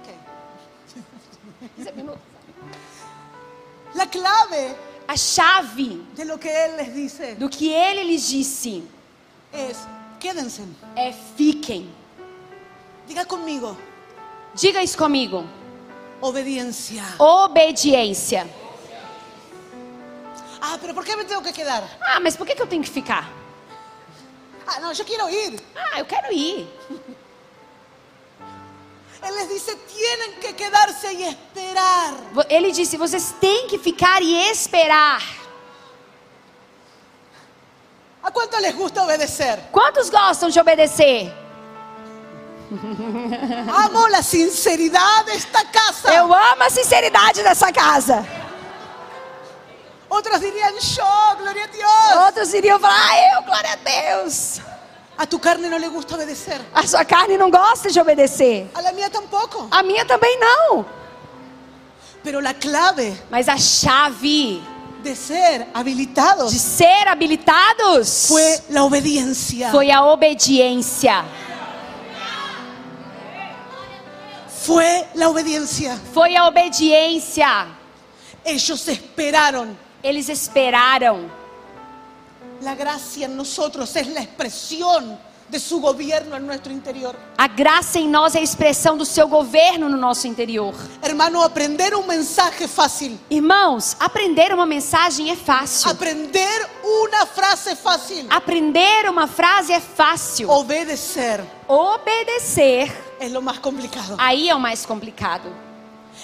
A: Ok. La clave
B: A chave
A: de lo que él les dice
B: do que ele lhes disse
A: es, quédense.
B: é fiquem.
A: Diga conmigo,
B: Diga isso comigo.
A: obediencia.
B: Obediência.
A: Ah, pero ¿por qué me tengo que quedar?
B: Ah, mas por que, que eu tenho que ficar?
A: Ah, no, yo quiero ir.
B: Ah, eu quero ir.
A: Él les dice, tienen que quedarse y esperar.
B: Vo- Ele disse: vocês têm que ficar e esperar.
A: ¿A cuánto les gusta obedecer?
B: Quantos gostam de obedecer?
A: Amo la sinceridad de esta casa.
B: Eu amo a sinceridade dessa casa.
A: Otros dirían, yo, gloria a Dios.
B: Outros iriam falar: ah, eu, glória a Deus.
A: A tu carne no le gusta obedecer.
B: A sua carne não gosta de obedecer.
A: A la mía tampoco.
B: A minha também não.
A: Pero la clave
B: Mas a chave
A: de ser habilitados
B: de ser habilitados
A: fue la obediencia.
B: foi a obediência.
A: Fue la obediencia.
B: Foi a obediência.
A: Ellos esperaron.
B: Eles esperaram.
A: La gracia en nosotros es la expresión de su gobierno en nuestro interior.
B: A graça em nós é a expressão do seu governo no nosso interior.
A: Hermano, aprender un mensaje es fácil.
B: Irmãos, aprender uma mensagem é fácil.
A: Aprender una frase es fácil.
B: Ah. Aprender uma frase é fácil.
A: Obedecer
B: Obedecer
A: es lo más complicado.
B: aí é o mais complicado.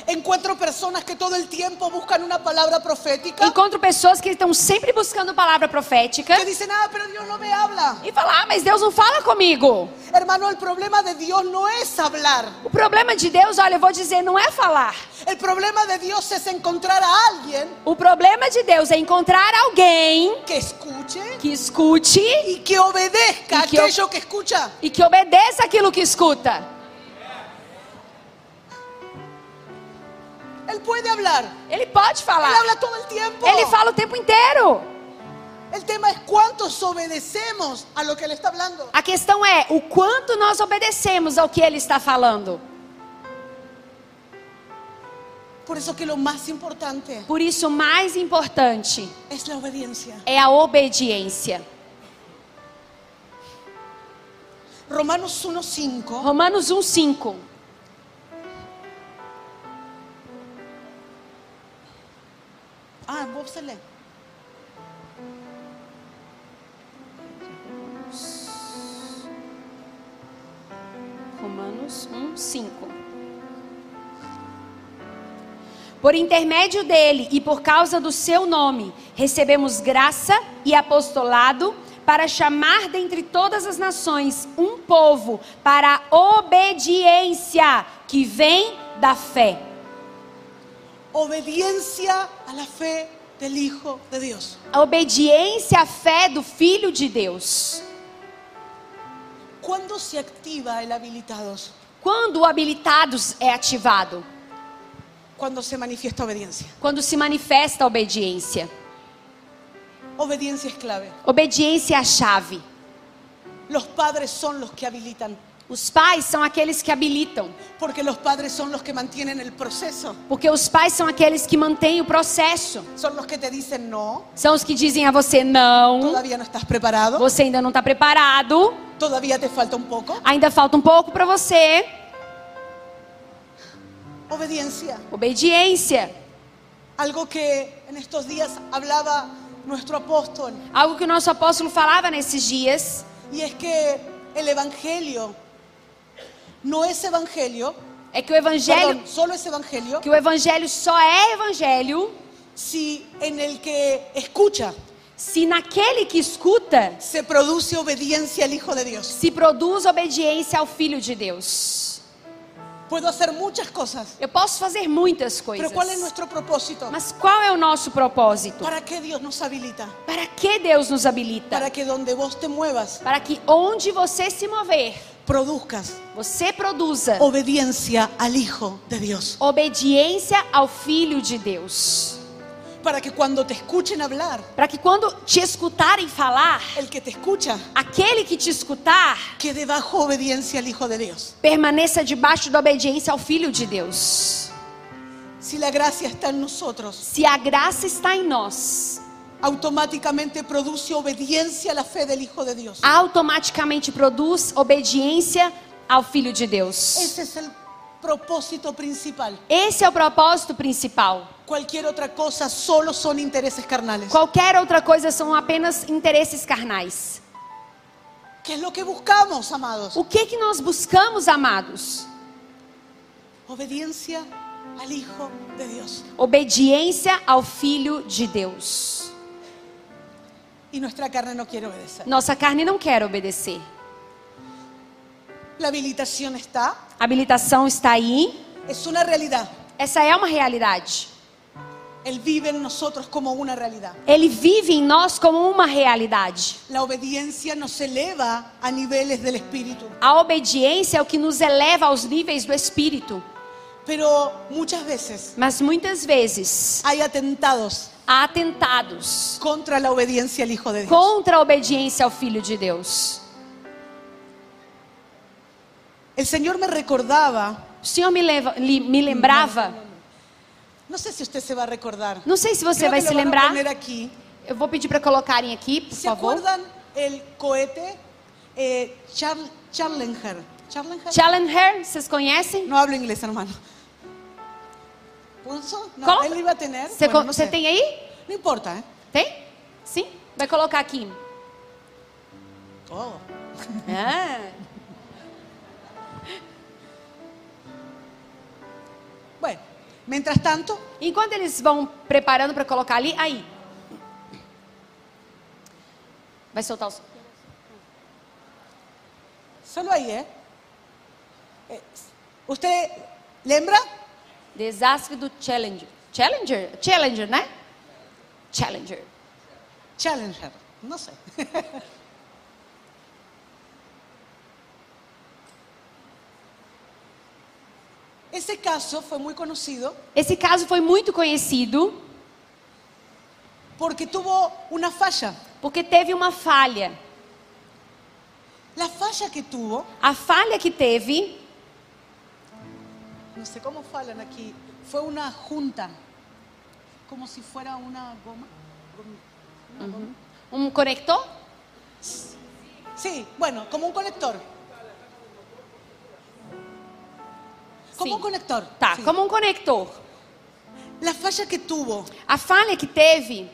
A: Encuentro personas que todo el tiempo buscan una palabra profética
B: Encontro pessoas que estão sempre buscando palavra profética
A: que dicen, ah, pero Dios no me habla.
B: e falam: "Ah, mas Deus não fala comigo".
A: Hermano, el problema de Dios no es hablar.
B: O problema de Deus, olha, eu vou dizer, não é falar.
A: El problema de Dios es encontrar a alguien
B: O problema de Deus é encontrar alguém
A: que escuche
B: que escute
A: y que obedezca
B: Y que ob-
A: aquello que escucha.
B: e que obedeça aquilo que escuta.
A: Él puede hablar.
B: Ele pode
A: Él
B: falar.
A: habla todo el tiempo.
B: Ele fala o tempo inteiro.
A: El tema es cuántos obedecemos a lo que Él está hablando.
B: A questão é o quanto nós obedecemos ao que ele está falando.
A: Por eso que lo más importante
B: Por isso, o mais importante
A: es la obediencia.
B: é a obediência.
A: Romanos 1.5
B: Romanos 1,5.
A: Ah, vos se lee.
B: Romanos 1, 5. Por intermédio dele e por causa do seu nome, recebemos graça e apostolado para chamar dentre todas as nações um povo para a obediência que vem da fé.
A: Obediencia a la fe del Hijo de Dios.
B: A obediência à fé do Filho de Deus.
A: ¿Cuándo se activa el habilitados?
B: Quando o habilitados é ativado?
A: Cuando se manifiesta obediencia.
B: Quando se manifesta a obediência.
A: Obediencia es clave.
B: Obediência é a chave.
A: Los padres son los que habilitan,
B: Os pais são aqueles que habilitam,
A: porque los padres son los que mantienen el proceso.
B: porque os pais são aqueles que mantêm o processo.
A: Son los que te dicen no,
B: São os que dizem a você não,
A: todavía no estás preparado,
B: você ainda não está preparado,
A: todavía te falta un poco.
B: ainda falta um pouco para você.
A: Obediencia.
B: Obediência,
A: Algo que en estos días hablaba nuestro apóstol,
B: algo que o nosso apóstolo falava nesses dias,
A: y es que el evangelio no es evangelio,
B: é que o evangelho,
A: perdón, solo es evangelio,
B: que o evangelho só é evangelho
A: si en el que escucha
B: se naquele que escuta
A: se produce obediencia al Hijo de Dios.
B: se produz obediência ao filho de Deus.
A: Puedo hacer muchas cosas,
B: Eu posso fazer muitas coisas.
A: pero ¿cuál es nuestro propósito?
B: Mas qual é o nosso propósito?
A: ¿Para qué Dios nos habilita?
B: Para que Deus nos habilita?
A: Para que donde vos te muevas,
B: Para que onde você se mover,
A: produzcas
B: você produza
A: obediencia al Hijo de Dios.
B: obediência ao Filho de Deus.
A: Para que cuando te escuchen hablar,
B: Para que quando te escutarem falar,
A: el que te escucha
B: aquele que te escutar
A: quede bajo obediencia al Hijo de Dios.
B: permaneça debaixo da obediência ao Filho de Deus.
A: Si la gracia está en nosotros,
B: Se a graça está em nós,
A: automáticamente produce obediencia a la fe del Hijo de Dios.
B: automaticamente produz obediência ao Filho de Deus.
A: Ese es el propósito principal.
B: Esse é o propósito principal.
A: Cualquier otra cosa solo son intereses carnales.
B: Qualquer outra coisa são apenas interesses carnais.
A: ¿Qué es lo que buscamos, amados?
B: O que que nós buscamos, amados?
A: Obediencia al Hijo de Dios.
B: obediência ao Filho de Deus.
A: Y nuestra carne no quiere obedecer.
B: Nossa carne não quer obedecer.
A: La habilitación está,
B: A habilitação está aí.
A: es una realidad.
B: Essa é uma realidade.
A: Él vive en nosotros como una realidad.
B: Ele vive em nós como uma realidade.
A: La obediencia nos eleva a niveles del espíritu,
B: A obediência é o que nos eleva aos níveis do espírito.
A: pero muchas veces
B: Mas muitas vezes
A: hay atentados
B: há atentados
A: contra la obediencia al Hijo de Dios.
B: contra a obediência ao Filho de Deus.
A: El Señor me recordaba,
B: O Senhor me, leva- li- me lembrava.
A: no sé si usted se va a recordar.
B: Não sei se você
A: Creo
B: vai
A: que
B: se
A: lo van a
B: lembrar.
A: poner aquí.
B: Eu vou pedir para colocarem aqui, por
A: ¿Se
B: favor.
A: acuerdan el cohete eh, Char- Charlenger? Charlenger?
B: Challenger, vocês conhecem?
A: no hablo inglés, hermano. ¿Punso? No,
B: Coloca.
A: él iba a tener.
B: Você
A: bueno,
B: co-
A: no,
B: você
A: sé.
B: tem aí?
A: No importa, ¿eh?
B: Tem? Sim? Vai colocar aqui.
A: Oh.
B: Ah.
A: Bueno, mientras tanto,
B: Enquanto eles vão preparando para colocar ali, aí. Vai soltar os.
A: solo ahí, ¿eh? Eh, ¿Usted lembra?
B: Desastre do Challenger. Challenger? Challenger, né? Challenger.
A: Challenger, no sé. Ese caso fue muy conocido
B: Esse caso foi muito conhecido
A: porque tuvo una falla.
B: porque teve uma falha.
A: La falla que tuvo,
B: A falha que teve
A: no sé cómo falan aquí, fue una junta, como si fuera una goma. gom- una goma.
B: um conector?
A: Sí, bueno, como un conector. Como
B: Sim.
A: un conector.
B: Tá,
A: sí.
B: como um conector.
A: La falla que tuvo
B: A falha que teve,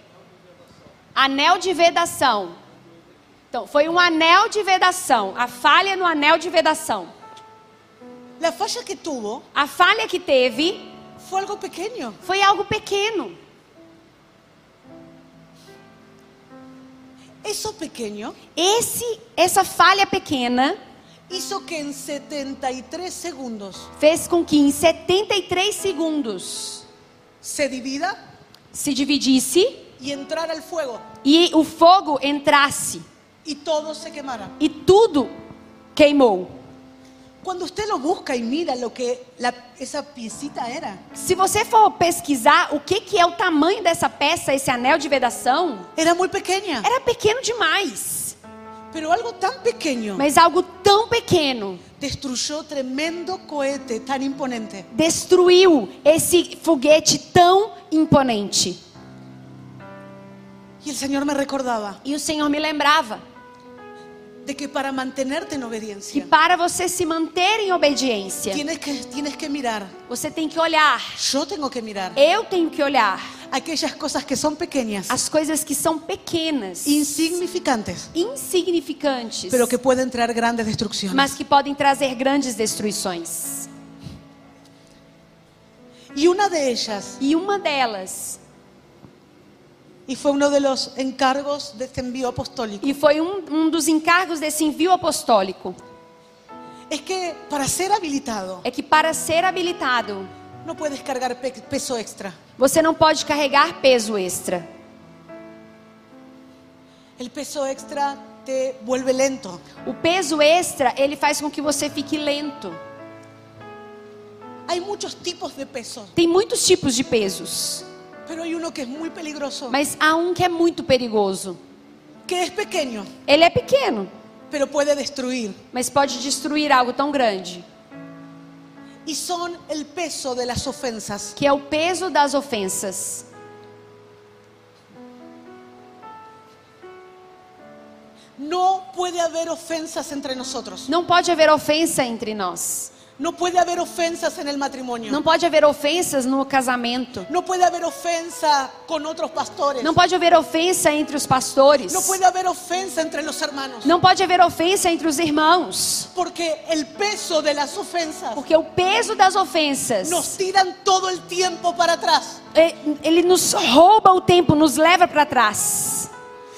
B: anel de vedação. Então, foi um anel de vedação. A falha no anel de vedação.
A: La falla que tuvo
B: A falha que teve
A: fue algo pequeño.
B: foi algo pequeno.
A: Eso pequeño
B: Esse, essa falha pequena
A: hizo que en 73 segundos
B: fez com que em 73 segundos
A: se divida
B: se dividisse
A: y entrara el fuego
B: e o fogo entrasse
A: y todo se quemara.
B: e tudo queimou.
A: Cuando usted lo busca y mira lo que la- esa piecita era,
B: Se você for pesquisar o que, que é o tamanho dessa peça, esse anel de vedação,
A: era muy pequeña,
B: era pequeno demais.
A: pero algo tan pequeño
B: Mas algo tão pequeno
A: destruyó tremendo cohete tan imponente.
B: destruiu esse foguete tão imponente.
A: Y el Señor me recordaba
B: E o Senhor me lembrava
A: de que para mantenerte en
B: que
A: obediencia,
B: para você se manter em obediência,
A: tienes que, tienes que mirar,
B: Você tem que olhar.
A: yo tengo que mirar
B: Eu tenho que olhar
A: aquellas cosas que son pequeñas,
B: as coisas que são pequenas,
A: insignificantes.
B: insignificantes,
A: pero que pueden traer grandes destrucciones.
B: mas que podem trazer grandes destruições.
A: Y una de ellas,
B: E uma delas,
A: y fue uno de los encargos de este envío apostólico,
B: e foi um, um dos encargos desse envio apostólico,
A: es que para ser habilitado
B: é que para ser habilitado,
A: no puedes cargar pe- peso extra.
B: você não pode carregar peso extra.
A: El peso extra te vuelve lento.
B: O peso extra, ele faz com que você fique lento.
A: Hay muchos tipos de pesos,
B: Tem muitos tipos de pesos,
A: pero hay uno que es muy peligroso,
B: mas há um que é muito perigoso.
A: que es pequeño,
B: Ele é pequeno,
A: pero puede destruir.
B: mas pode destruir algo tão grande.
A: Y son el peso de las ofensas.
B: que é o peso das ofensas.
A: No puede haber ofensas entre nosotros.
B: Não pode haver ofensa entre nós.
A: No puede haber ofensas en el matrimonio.
B: Não
A: No,
B: pode haver ofensas no casamento.
A: puede haber ofensa con otros pastores.
B: Não
A: No,
B: pode haver ofensa entre os pastores.
A: puede haber ofensa entre los hermanos.
B: Não pode haver ofensa entre os irmãos.
A: Porque el peso de las ofensas
B: Porque o peso das ofensas,
A: nos tiran todo el tiempo para atrás.
B: eh, ele nos rouba o tempo, nos leva para trás.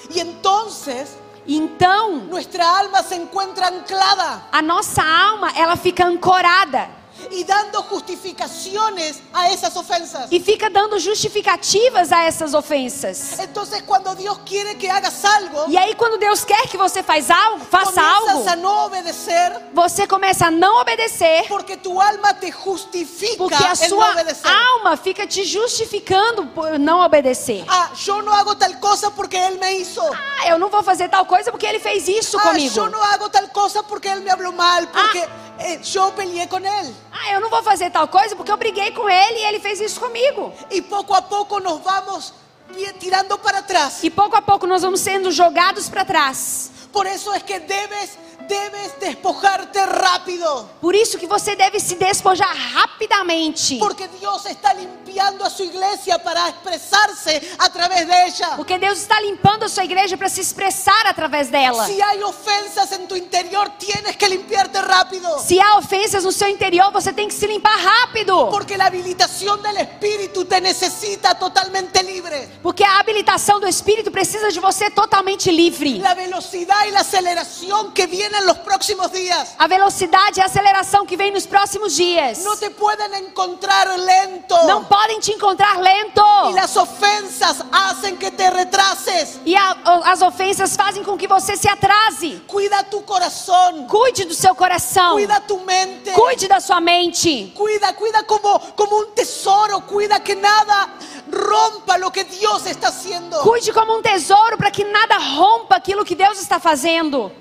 A: Y entonces
B: Então,
A: nuestra alma se encuentra anclada
B: a nossa alma, ela fica ancorada
A: y dando justificaciones a esas ofensas.
B: e fica dando justificativas a essas ofensas.
A: Entonces cuando Dios quiere que hagas algo,
B: E aí quando Deus quer que você faz algo, faça
A: comienzas a
B: algo,
A: no obedecer
B: você começa a não obedecer,
A: porque tu alma te justifica
B: porque a
A: el no
B: sua
A: obedecer.
B: alma fica te justificando por não obedecer.
A: Ah, yo no hago tal cosa porque él me hizo.
B: Ah, eu não vou fazer tal coisa porque ele fez isso
A: Ah,
B: comigo.
A: yo no hago tal cosa porque él me habló mal, porque eh, yo peleé con él.
B: Ah, eu não vou fazer tal coisa porque eu briguei com ele e ele fez isso comigo.
A: Y poco a poco nos vamos pi- tirando para atrás.
B: E pouco a pouco nós vamos sendo jogados para trás.
A: Por eso es que debes, debes despojarte rápido.
B: Por isso que você deve se despojar rapidamente.
A: Porque Dios está limpiando a su iglesia para expresarse a través de ella.
B: Porque Deus está limpando a sua igreja para se expressar através dela.
A: Si hay ofensas en tu interior, tienes que limpiarte rápido.
B: Se há ofensas no seu interior, você tem que se limpar rápido.
A: Porque la habilitación del Espíritu te necesita totalmente libre.
B: Porque a habilitação do Espírito precisa de você totalmente livre.
A: La velocidad y la aceleración que vienen los próximos días
B: A velocidade e a aceleração que vem nos próximos dias
A: no te pueden encontrar lento.
B: não podem te encontrar lento.
A: Y las ofensas hacen que te retrases.
B: E a- o- as ofensas fazem com que você se atrase.
A: Cuida tu corazón,
B: Cuide do seu coração.
A: cuida tu mente.
B: Cuide da sua mente.
A: Cuida, cuida como, como un tesoro, cuida que nada rompa lo que Dios está haciendo.
B: Cuide como um tesouro para que nada rompa aquilo que Deus está fazendo.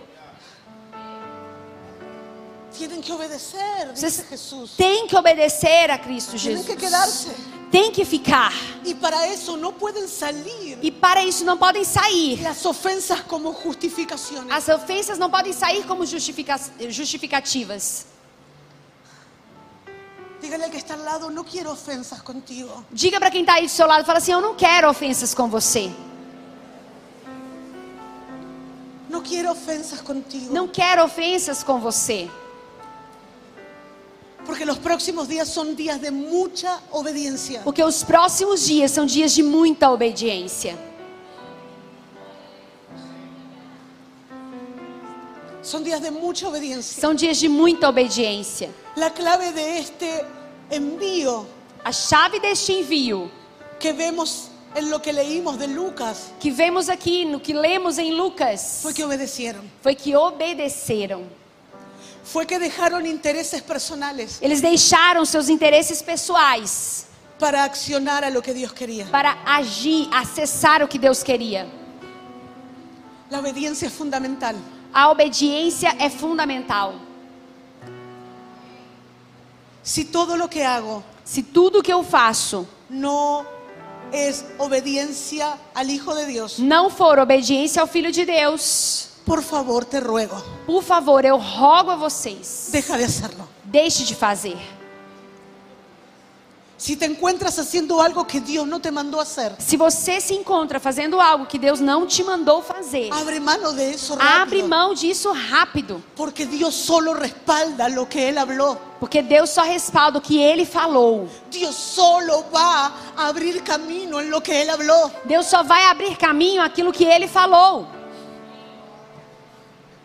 A: Tienen que obedecer, dice
B: Vocês
A: Jesús.
B: têm que obedecer a Cristo
A: Tienen que
B: Jesus.
A: quedarse.
B: Tem que ficar.
A: Y para eso no pueden salir
B: E para isso não podem sair.
A: las ofensas como justificaciones.
B: As ofensas não podem sair como justifica- justificativas.
A: Dígale al que está al lado, no quiero ofensas contigo.
B: Diga para quem está aí do seu lado, fala assim: "Eu não quero ofensas com você.
A: No quiero ofensas contigo.
B: Não quero ofensas com você."
A: Porque los próximos días son días de mucha obediencia.
B: Porque os próximos dias são dias de muita obediência.
A: Son días de mucha obediencia.
B: São dias de muita obediência.
A: La clave de este envío
B: A chave deste envio
A: que vemos en lo que leímos de Lucas
B: que vemos aqui, no que lemos em Lucas,
A: fue que obedecieron.
B: foi que obedeceram.
A: Fue que dejaron intereses personales
B: Eles deixaram seus interesses pessoais
A: para accionar a lo que Dios quería.
B: para agir, acessar o que Deus queria.
A: La obediencia es fundamental.
B: A obediência é fundamental.
A: Si todo lo que hago
B: Se tudo que eu faço
A: no es obediencia al Hijo de Dios,
B: não for obediência ao Filho de Deus,
A: por favor te ruego,
B: por favor, eu rogo a vocês,
A: deja de hacerlo.
B: deixe de fazer.
A: Si te encuentras haciendo algo que Dios no te mandó hacer,
B: Se você se encontra fazendo algo que Deus não te mandou fazer,
A: abre mano de eso
B: abre
A: rápido,
B: mão disso rápido.
A: porque Dios solo respalda lo que Él habló.
B: Porque Deus só respalda o que ele falou.
A: Dios solo va a abrir camino en lo que Él habló.
B: Deus só vai abrir caminho aquilo que ele falou.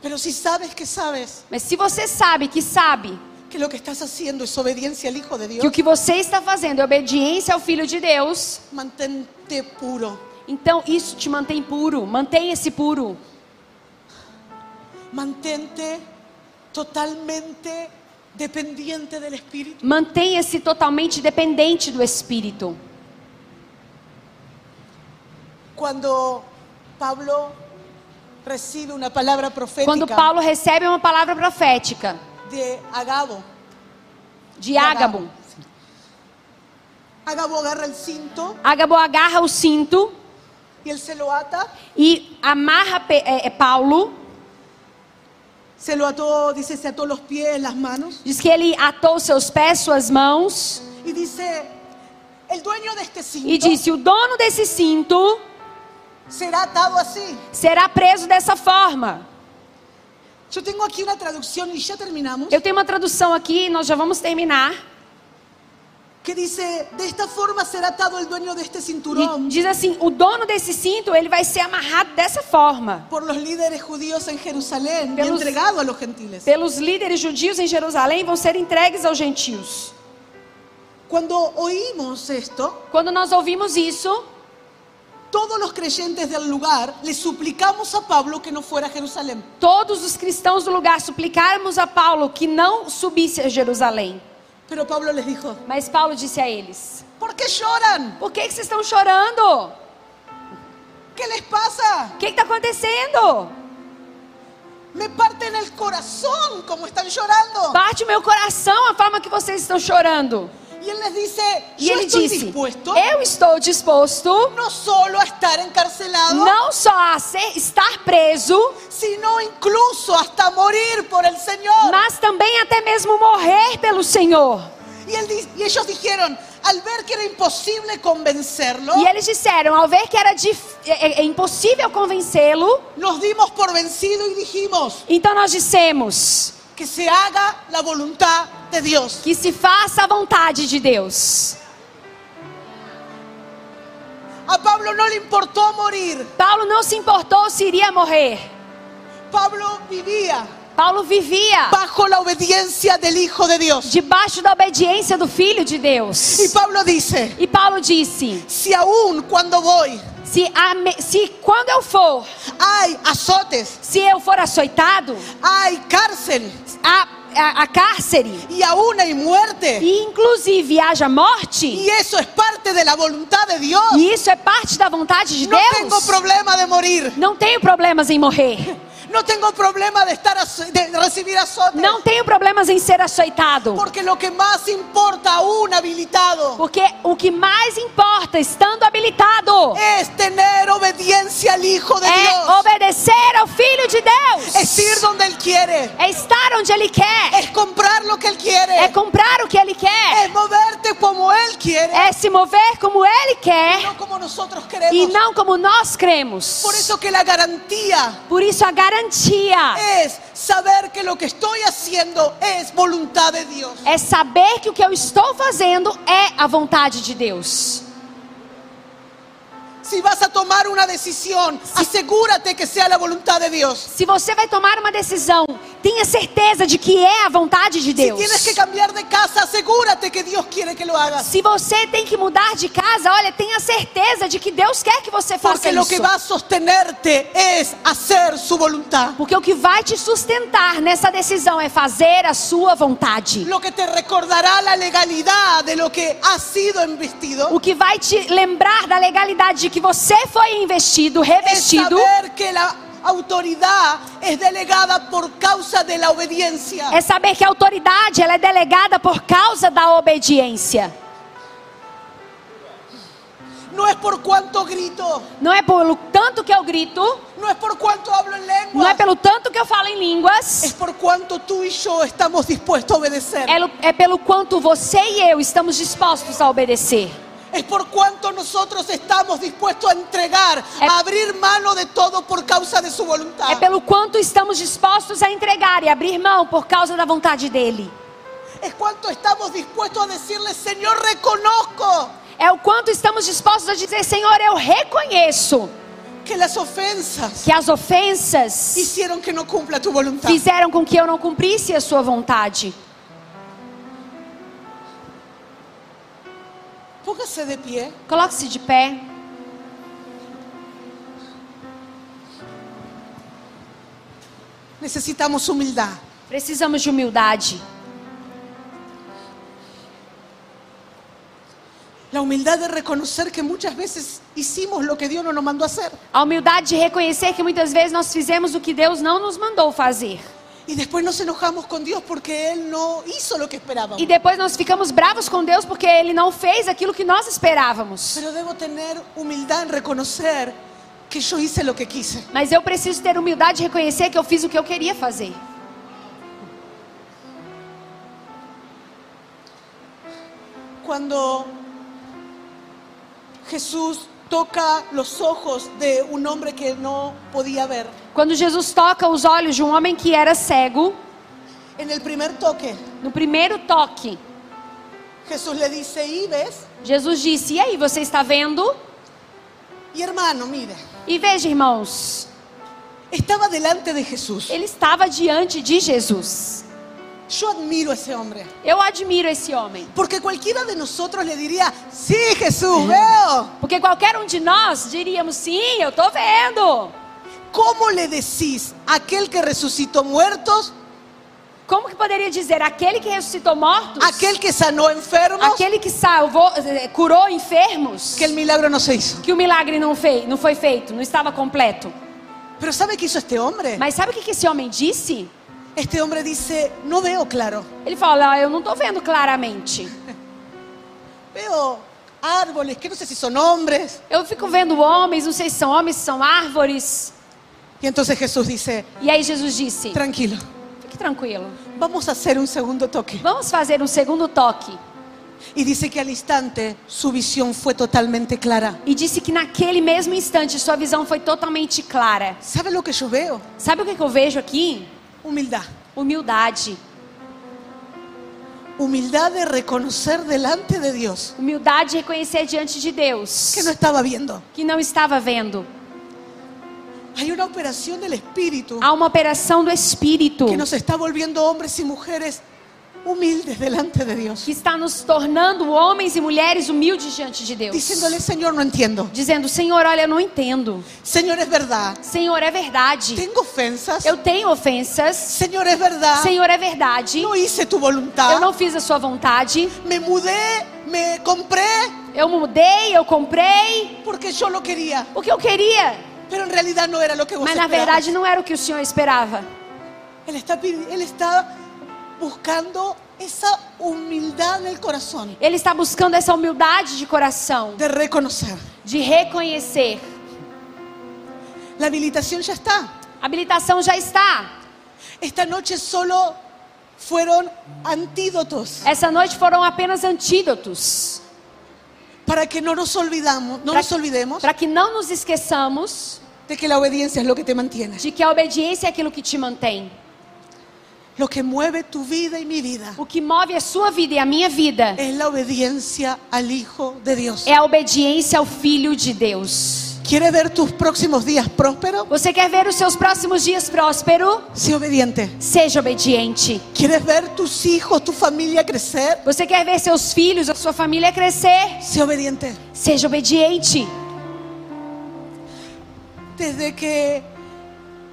A: Pero si sabes que sabes
B: Mas se você sabe que sabe
A: que lo que estás haciendo es obediencia al Hijo de
B: que o
A: Dios,
B: que você está fazendo é obediência ao filho de Deus,
A: mantente puro,
B: então isso te mantém puro, mantenha-se puro.
A: mantente totalmente dependiente del Espíritu.
B: Mantenha-se totalmente dependente do espírito.
A: Cuando Pablo recibe una palabra
B: Quando
A: profética
B: Paulo recebe uma palavra profética
A: de Agabo,
B: de Ágabo,
A: Agabo agarra el cinto
B: Ágabo agarra o cinto
A: y él se lo ata
B: e amarra Pe- é, é, Paulo
A: Se lo ató, dice, se ató los pies, las manos.
B: Diz que ele atou seus pés, suas mãos
A: Y dice, el dueño de este
B: e
A: cinto
B: disse: O dono desse cinto
A: será atado así.
B: será preso dessa forma.
A: Yo tengo aquí una traducción y ya terminamos.
B: Eu tenho uma tradução aqui, nós já vamos terminar.
A: Que dice, de esta forma será atado el dueño de este
B: E
A: cinturón
B: diz assim: O dono desse cinto ele vai ser amarrado dessa forma.
A: por los líderes judíos en Jerusalén y
B: Pelos-
A: entregado a los gentiles.
B: Pelos líderes judios em Jerusalém vão ser entregues aos gentios.
A: Cuando oímos esto,
B: Quando nós ouvimos isso,
A: todos los creyentes del lugar le suplicamos a Pablo que no fuera a Jerusalén.
B: todos os cristãos do lugar suplicarmos a Paulo que não subisse a Jerusalém.
A: Pero Pablo les dijo,
B: Mas Paulo disse a eles:
A: ¿por qué lloran?
B: Por que, que vocês estão chorando?
A: ¿Qué les pasa?
B: O que está acontecendo?
A: Me parten el corazón como están llorando.
B: Parte o meu coração a forma que vocês estão chorando.
A: Y él les dice, "Eh,
B: E
A: yo
B: ele
A: estoy
B: disse:
A: dispuesto
B: Eu estou disposto
A: no solo a estar encarcelado,
B: não só a ser, estar preso,
A: sino incluso hasta morir por el Señor.
B: mas também até mesmo morrer pelo Senhor.
A: Y, él di- y ellos dijeron, al ver que era imposible convencerlo,
B: E eles disseram, ao ver que era dif- é- é- é impossível convencê-lo,
A: nos dimos por vencido y dijimos,
B: então nós dissemos
A: que se haga la voluntad de Dios.
B: que se faça a vontade de Deus.
A: A Pablo no le importó morir,
B: Paulo não se importou se iria morrer.
A: Pablo vivía
B: Paulo vivia
A: bajo la obediencia del Hijo de Dios.
B: debaixo da obediência do Filho de
A: Y
B: Deus.
A: Pablo dice,
B: E Paulo disse:
A: si aún cuando voy
B: se, a me- se quando eu for,
A: hay azotes,
B: se eu for açoitado,
A: hay cárcel
B: a, a, a cárcere,
A: y aún hay muerte,
B: e inclusive haja morte,
A: y eso es parte de la voluntad de Dios,
B: e isso é parte da vontade de
A: no tengo
B: Deus,
A: problema de morir,
B: não tenho problemas em morrer.
A: no tengo problema de, estar azo- de recibir azotes,
B: Não tenho problemas em ser açoitado.
A: porque lo que más importa aún habilitado
B: Porque o que mais importa, estando habilitado,
A: es tener obediencia al Hijo de É
B: é
A: Dios.
B: obedecer ao Filho de
A: Es ir
B: Deus.
A: donde Él quiere.
B: É estar onde Ele quer.
A: Es comprar lo que Él
B: É
A: quiere.
B: comprar o que Ele quer.
A: Es moverte como Él quiere.
B: É se mover como Ele quer
A: No como nosotros
B: e
A: queremos.
B: não como nós cremos.
A: Por eso que la garantía
B: Por isso a garantia
A: es saber que lo que estoy haciendo es voluntad de Dios.
B: é saber que o que eu estou fazendo é a vontade de Deus.
A: Si vas a tomar una decisión, asegúrate que sea la voluntad de Dios.
B: Se você vai tomar uma decisão, tenha certeza de que é a vontade de
A: Si
B: Deus.
A: tienes que cambiar de casa, asegúrate que Dios quiere que lo hagas.
B: Se você tem que mudar de casa, olha, tenha certeza de que Deus quer que você faça
A: Porque lo
B: isso.
A: que va a sostenerte es hacer su voluntad.
B: Porque o que vai te sustentar nessa decisão é fazer a sua vontade.
A: Lo que te recordará la legalidad de lo que has sido investido.
B: O que vai te lembrar da legalidade de que você foi investido,
A: es
B: revestido,
A: É saber que la autoridad es delegada por causa de la obediencia.
B: é saber que a autoridade ela é delegada por causa da obediência.
A: No es por cuánto grito,
B: Não é pelo tanto que eu grito,
A: no es por cuánto hablo en
B: não
A: lengua,
B: é pelo tanto que eu falo em
A: es
B: línguas,
A: por cuánto tú y yo estamos dispuestos a obedecer.
B: é lo- é pelo quanto você e eu estamos dispostos a obedecer.
A: Es por cuánto nosotros estamos dispuestos a entregar,
B: Es-
A: a abrir mano de todo por causa de su voluntad.
B: É pelo quanto estamos dispostos a entregar e abrir mão por causa da vontade dele.
A: Es cuánto estamos dispuestos a decirle, Señor, reconozco
B: É o quanto estamos dispostos a dizer: Senhor, eu reconheço
A: que las ofensas
B: que as ofensas
A: hicieron que no cumpla tu voluntad.
B: fizeram com que eu não cumprisse a sua vontade.
A: Póngase de pie.
B: Coloque-se de pé.
A: Necesitamos humildad.
B: Precisamos de humildade.
A: La humildad de reconocer que muchas veces hicimos lo que Dios no nos mandó a hacer
B: A humildade de reconhecer que muitas vezes nós fizemos o que Deus não nos mandou fazer.
A: y después nos enojamos con Dios porque Él no hizo lo que esperábamos.
B: E depois nós ficamos bravos com Deus porque ele não fez aquilo que nós esperávamos.
A: Pero debo tener humildad en reconocer que yo hice lo que quise.
B: Mas eu preciso ter humildade de reconhecer que eu fiz o que eu queria fazer.
A: cuando Jesús toca los ojos de un hombre que no podía ver.
B: Quando Jesus toca os olhos de um homem que era cego,
A: En el primer toque,
B: no primeiro toque,
A: Jesús le dice, ¿y ves?
B: Jesus disse: E aí, você está vendo?
A: Y hermano, mire,
B: E veja, irmãos,
A: estaba delante de Jesús.
B: ele estava diante de Jesus.
A: Yo admiro a ese hombre.
B: Eu admiro esse homem.
A: Porque cualquiera de nosotros le diría, sí, Jesús, veo.
B: Porque qualquer um de nós diríamos: Sim, eu estou vendo.
A: ¿Cómo le decís a aquel que resucitó muertos,
B: Como que poderia dizer aquele que ressuscitou mortos?
A: aquel que sanó enfermos,
B: Aquele que salvou, eh, curou enfermos?
A: que el milagro no se hizo?
B: Que o milagre não, fei, não foi feito, não estava completo.
A: Pero ¿sabe qué hizo este hombre?
B: Mas sabe o que que esse homem disse?
A: Este hombre dice, no veo claro,
B: Ele fala: "Ah, Eu não estou vendo claramente.
A: veo árboles, que no sé si son hombres.
B: Eu fico vendo homens, não sei se são homens, se são árvores.
A: Y entonces Jesús dice,
B: E aí Jesus disse:
A: tranquilo,
B: Fique tranquilo.
A: vamos a hacer un segundo toque.
B: Vamos fazer um segundo toque.
A: Y dice que al instante su visión fue totalmente clara.
B: E disse que naquele mesmo instante sua visão foi totalmente clara.
A: ¿Sabe lo que yo veo?
B: Sabe o que, que eu vejo aqui?
A: Humildad.
B: Humildade.
A: Humildad de reconocer delante de Dios
B: Humildade de reconhecer diante de Deus
A: que no estaba viendo.
B: que não estava vendo.
A: Hay una operación del Espíritu
B: Há uma operação do Espírito
A: que nos está volviendo hombres y mujeres humildes delante de Dios.
B: que está nos tornando homens e mulheres humildes diante de Deus.
A: Diciéndole, Señor, no entiendo.
B: Dizendo, Senhor, olha, eu não entendo.
A: Señor, es verdad.
B: Senhor, é verdade.
A: Tengo ofensas.
B: Eu tenho ofensas.
A: Señor, es verdad.
B: Senhor, é verdade.
A: No hice tu
B: Eu
A: voluntad.
B: não fiz a sua vontade.
A: Me mudé, me compré
B: Eu mudei, eu comprei
A: porque yo lo quería.
B: o que eu queria.
A: Pero en realidad no era lo que vos
B: Mas na
A: esperabas.
B: verdade não era o que o Senhor esperava.
A: Él está, pidi- él está buscando esa humildad del corazón
B: Ele está buscando essa humildade de coração,
A: de reconocer.
B: de reconhecer.
A: La habilitación ya está.
B: A habilitação já está.
A: Esta noche solo fueron antídotos
B: Essa noite foram apenas antídotos.
A: para que no nos olvidamos, no
B: Pra-
A: nos olvidemos
B: Para que não nos esqueçamos
A: de que la obediencia es lo que te mantiene,
B: de que a obediência é aquilo que te mantém.
A: lo que mueve tu vida y mi vida.
B: O que move a sua vida e a minha vida
A: Es la obediencia al Hijo de Dios.
B: é a obediência ao Filho de Deus.
A: ¿Quieres ver tus próximos días prósperos?
B: Você quer ver os seus próximos dias próspero?
A: Sé obediente.
B: Seja obediente.
A: ¿Quieres ver tus hijos, tu familia crecer?
B: Você quer ver seus filhos, a sua família crescer?
A: Sé obediente.
B: Seja obediente.
A: Desde que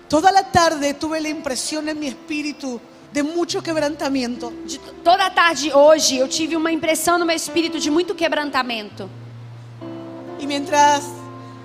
A: toda la tarde tuve la impresión en mi espíritu de mucho quebrantamiento.
B: De t- toda a tarde hoje eu tive uma impressão no meu espírito de muito quebrantamento.
A: Y mientras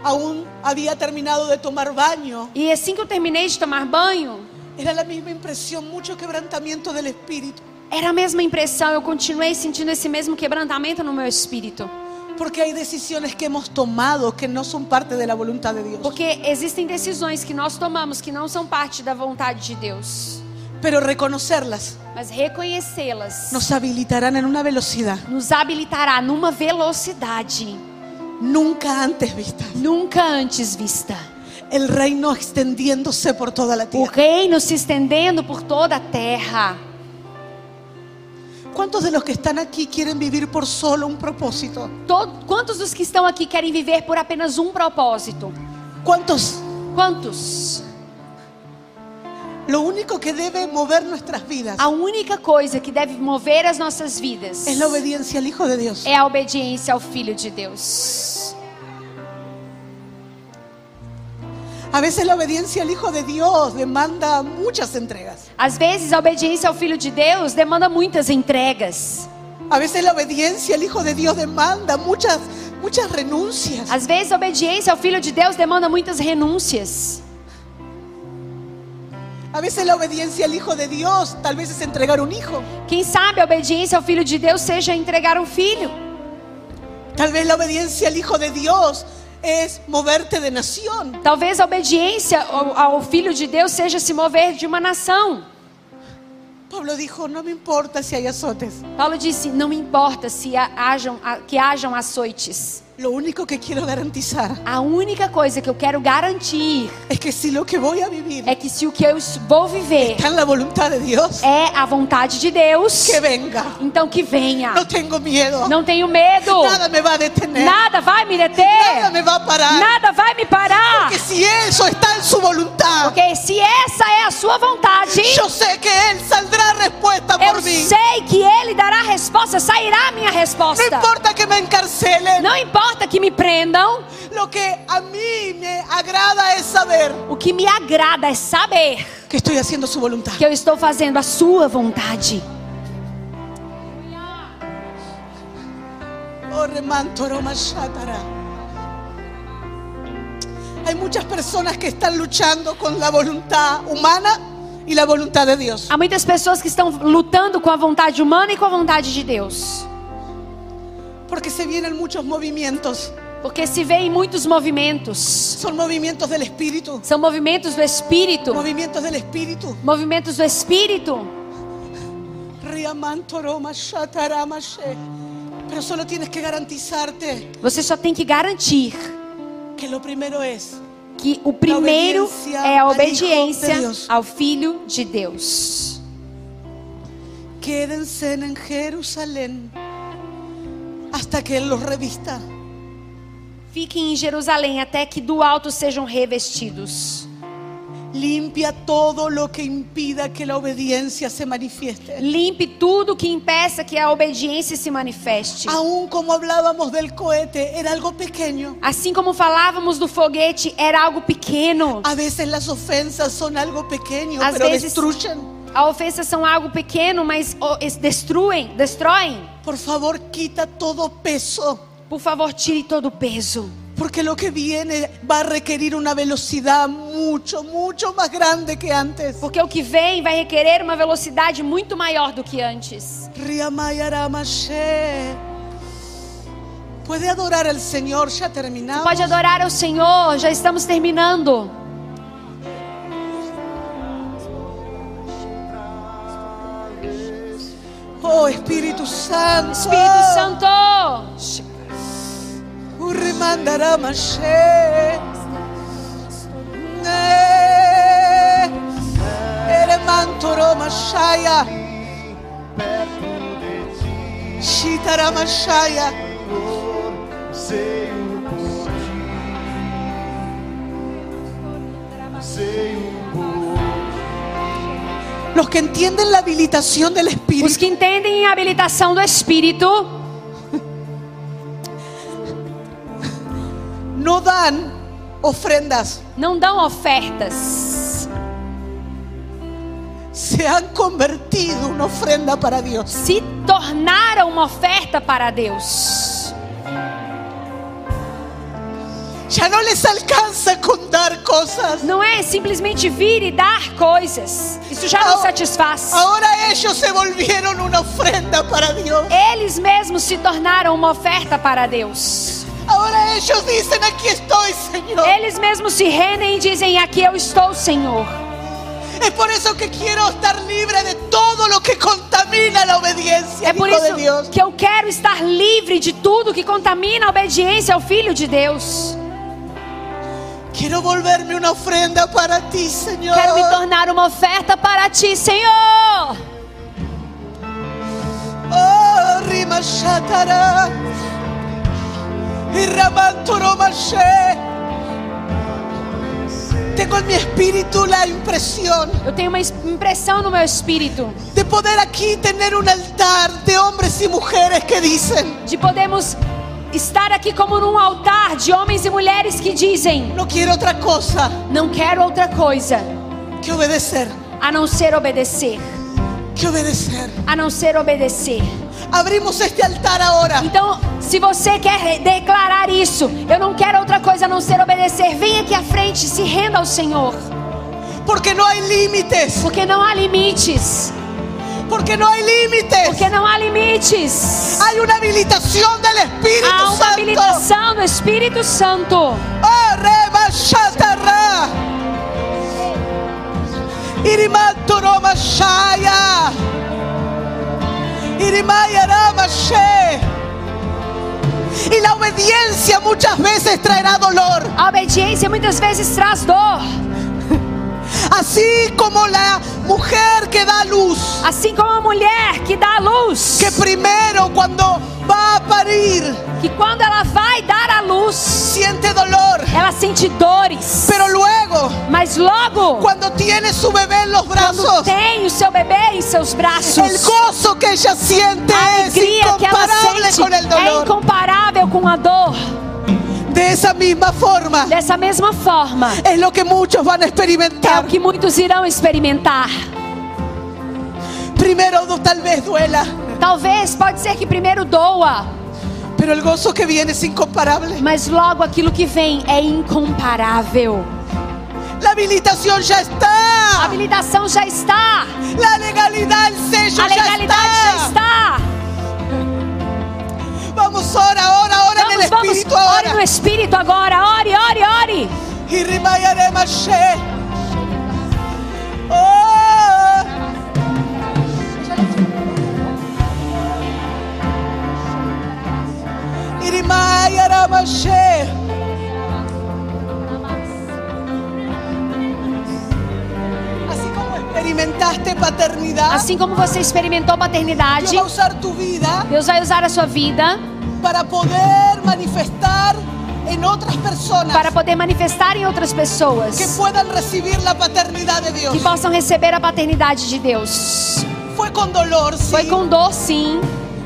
A: aún había terminado de tomar baño,
B: E assim que eu terminei de tomar banho,
A: era la misma impresión, mucho quebrantamiento del espíritu.
B: era a mesma impressão. Eu continuei sentindo esse mesmo quebrantamento no meu espírito.
A: Porque hay decisiones que hemos tomado que no son parte de la voluntad de Dios.
B: Porque existem decisões que nós tomamos que não são parte da vontade de Deus,
A: Pero reconocerlas
B: mas reconhecê-las
A: nos habilitarán en una velocidad
B: nos habilitará numa velocidade
A: nunca antes vista.
B: nunca antes vista.
A: El reino extendiéndose por toda la
B: O
A: tierra.
B: reino se estendendo por toda a terra.
A: ¿Cuántos de los que están aquí quieren vivir por solo un propósito?
B: To- quantos dos que estão aqui querem viver por apenas um propósito?
A: ¿Cuántos?
B: Quantos?
A: Lo único que debe mover nuestras vidas
B: A única coisa que deve mover as nossas vidas
A: es la obediencia al Hijo de Dios.
B: é a obediência ao Filho de Deus.
A: A veces la obediencia al Hijo de Dios demanda muchas entregas.
B: Às vezes, a obediência ao Filho de Deus demanda muitas entregas.
A: A veces la obediencia al Hijo de Dios demanda muchas, muchas renuncias.
B: Às vezes, a obediência ao Filho de Deus demanda muitas renúncias.
A: A veces la obediencia al Hijo de Dios tal vez es entregar un hijo.
B: Quem sabe a obediência ao Filho de Deus seja entregar um filho.
A: Tal vez la obediencia al Hijo de Dios es moverte de nación.
B: Talvez a obediência ao, ao Filho de Deus seja se mover de uma nação.
A: Pablo dijo, no me importa si hay azotes.
B: Paulo disse: Não importa se ha- hajam, a- que hajam açoites.
A: Lo único que quiero garantizar
B: A única coisa que eu quero garantir
A: es que si lo que voy a vivir
B: é que se o que eu es- vou viver
A: está en la voluntad de Dios,
B: é a vontade de Deus,
A: que venga.
B: então que venha.
A: No tengo miedo.
B: Não tenho medo.
A: Nada me va a detener.
B: Nada vai me
A: Nada me
B: deter.
A: va a parar.
B: Nada vai me parar.
A: Que si eso está en su voluntad,
B: Porque se essa é a sua vontade,
A: yo sé que Él saldrá respuesta
B: eu
A: por mí.
B: sei que Ele dará a resposta, sairá a minha
A: No
B: resposta.
A: importa que me encarcelen.
B: Não importa que me prendam,
A: Lo que a mí me agrada es saber
B: o que me agrada é saber
A: que estoy haciendo su voluntad.
B: que eu estou fazendo a sua vontade.
A: Oh, remanto, aroma, shatara. Hay muchas personas que están luchando con la voluntad humana y la voluntad de Dios.
B: Há muitas pessoas que estão lutando com a vontade humana e com a vontade de Deus.
A: Porque se vienen muchos movimientos.
B: Porque se vê em muitos movimentos.
A: Son movimientos del espíritu.
B: São movimentos do espírito.
A: Movimientos del espíritu.
B: Movimentos do espírito.
A: Riamanto, aroma, shatara, mashe. Pero solo tienes que garantizarte
B: Você só tem que garantir
A: que lo primero es
B: que o primeiro
A: obediência
B: é a
A: ao
B: obediência
A: Hijo de Deus.
B: ao Filho de Deus.
A: Quédense en Jerusalén hasta que Él los revista.
B: Fiquem em Jerusalém até que do alto sejam revestidos.
A: Limpia todo lo que impida que la obediencia se manifieste.
B: Limpe tudo que impeça que a obediência se manifeste.
A: Aún como hablábamos del cohete, era algo pequeño.
B: Assim como falávamos do foguete, era algo pequeno.
A: A veces las ofensas son algo pequeño,
B: Às
A: pero
B: veces-
A: destruyen.
B: A ofensa são algo pequeno, mas oh, es- destruem, destroem.
A: Por favor, quita todo peso,
B: Por favor, tire todo o peso.
A: porque lo que viene va a requerir una velocidad mucho, mucho más grande que antes.
B: Porque o que vem vai requerer uma velocidade muito maior do que antes.
A: Riamayaramashé. Puede adorar al Señor, ya terminamos.
B: Pode adorar ao Senhor, já estamos terminando.
A: Oh Espíritu Santo.
B: Espírito Santo,
A: Urrimandaramashe. Eh, Eremantoromashaya. Shitaramashaya.
C: Sei o poder, sei o poder.
A: Los que entienden la habilitación del
B: os
A: Espíritu
B: Pues que entendem a habilitação do Espírito
A: no dan ofrendas,
B: não dão ofertas,
A: se han convertido en una ofrenda para Dios.
B: se tornaram uma oferta para Deus.
A: Ya no les alcanza con dar cosas.
B: Não é simplesmente vir e dar coisas, isso já não
A: Ah,
B: satisfaz.
A: Ahora ellos se volvieron una ofrenda para Dios.
B: Eles mesmos se tornaram uma oferta para Deus.
A: Ahora ellos dicen, aquí estoy, Señor.
B: Eles mesmos se rendem e dizem: Aqui eu estou, Senhor.
A: Es por eso que quiero estar libre de todo lo que contamina la obediencia
B: É
A: al
B: por
A: Hijo de Dios.
B: isso que eu quero estar livre de tudo que contamina a obediência ao Filho de Deus.
A: Quiero volverme una ofrenda para ti, Señor.
B: Quero me tornar uma oferta para ti, Senhor.
A: Oh, Rima Shatara. Y Ramanturomashe. Tengo en mi espíritu la impresión
B: Eu tenho uma es- impressão no meu espírito
A: de poder aquí tener un altar de hombres y mujeres que dicen,
B: de podermos estar aqui como num altar de homens e mulheres que dizem:
A: no quiero otra cosa
B: Não quero outra coisa
A: que obedecer,
B: a não ser obedecer,
A: que obedecer.
B: a não ser obedecer.
A: Abrimos este altar ahora.
B: Então, se você quer re- declarar isso, eu não quero outra coisa a não ser obedecer. Venha aqui à frente, se renda ao Senhor,
A: Porque no hay límites.
B: porque não há limites.
A: Porque no hay límites.
B: Porque não há limites.
A: Hay una habilitación del Espíritu
B: Há uma
A: Santo.
B: habilitação do Espírito Santo.
A: Oh, reba, shatarra. Irimantoroma Shaya. Irimaiarama She. Y la obediencia muchas veces traerá dolor.
B: A obediência muitas vezes traz dor.
A: Así como la mujer que da luz.
B: Assim como a mulher que dá à luz.
A: Que primero cuando va a parir
B: Que quando ela vai dar à luz,
A: siente dolor.
B: ela sente dores.
A: Pero luego,
B: Mas logo,
A: cuando tiene su bebé en los
B: quando
A: brazos,
B: tem o seu bebê em seus braços,
A: el gozo que ella siente
B: a
A: es
B: alegria que ela
A: incomparable con el
B: sente é
A: dolor.
B: incomparável com a dor.
A: De esa misma forma,
B: Dessa mesma forma,
A: es lo que muchos van a
B: é o
A: experimentar.
B: que muitos irão experimentar.
A: Primero do- tal vez duela,
B: Talvez, pode ser que primeiro doa,
A: pero el gozo que viene es incomparable.
B: mas logo aquilo que vem é incomparável.
A: La habilitación ya
B: A
A: está.
B: habilitação já está,
A: La legalidad, el sello
B: a
A: ya
B: legalidade já
A: está.
B: está.
A: Vamos ora, ora, ora en el
B: Vamos, vamos,
A: Espíritu
B: ore no
A: ahora.
B: Espírito agora, ore, ore, ore.
A: Y rimayaremashe. Oh. Irimayaremashe. Así como experimentaste paternidad,
B: Assim como você experimentou
A: Dios
B: paternidade,
A: va a usar tu vida
B: Deus vai usar a sua vida
A: para poder manifestar en otras personas
B: para poder manifestar em outras
A: que
B: pessoas
A: puedan recibir la paternidad de Dios.
B: que possam receber a paternidade de Deus.
A: Fue con dolor, sí,
B: Foi com dor, sim,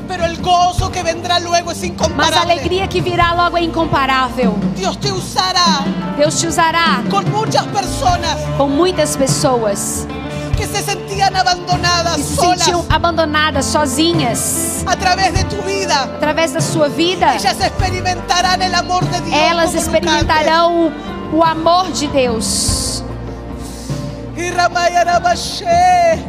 A: pero el gozo que vendrá luego es
B: mas a
A: incomparable.
B: alegria que virá logo é incomparável.
A: Dios te usará
B: Deus te usará
A: con muchas personas
B: com muitas pessoas
A: que se sentían abandonadas,
B: que se
A: solas,
B: sentiam abandonadas, sozinhas.
A: a través de tu vida.
B: Através da sua vida,
A: Ellas experimentarán el amor de Dios.
B: elas
A: como nunca
B: experimentarão o, o amor de Deus.
A: antes. Y Ramayarabashe.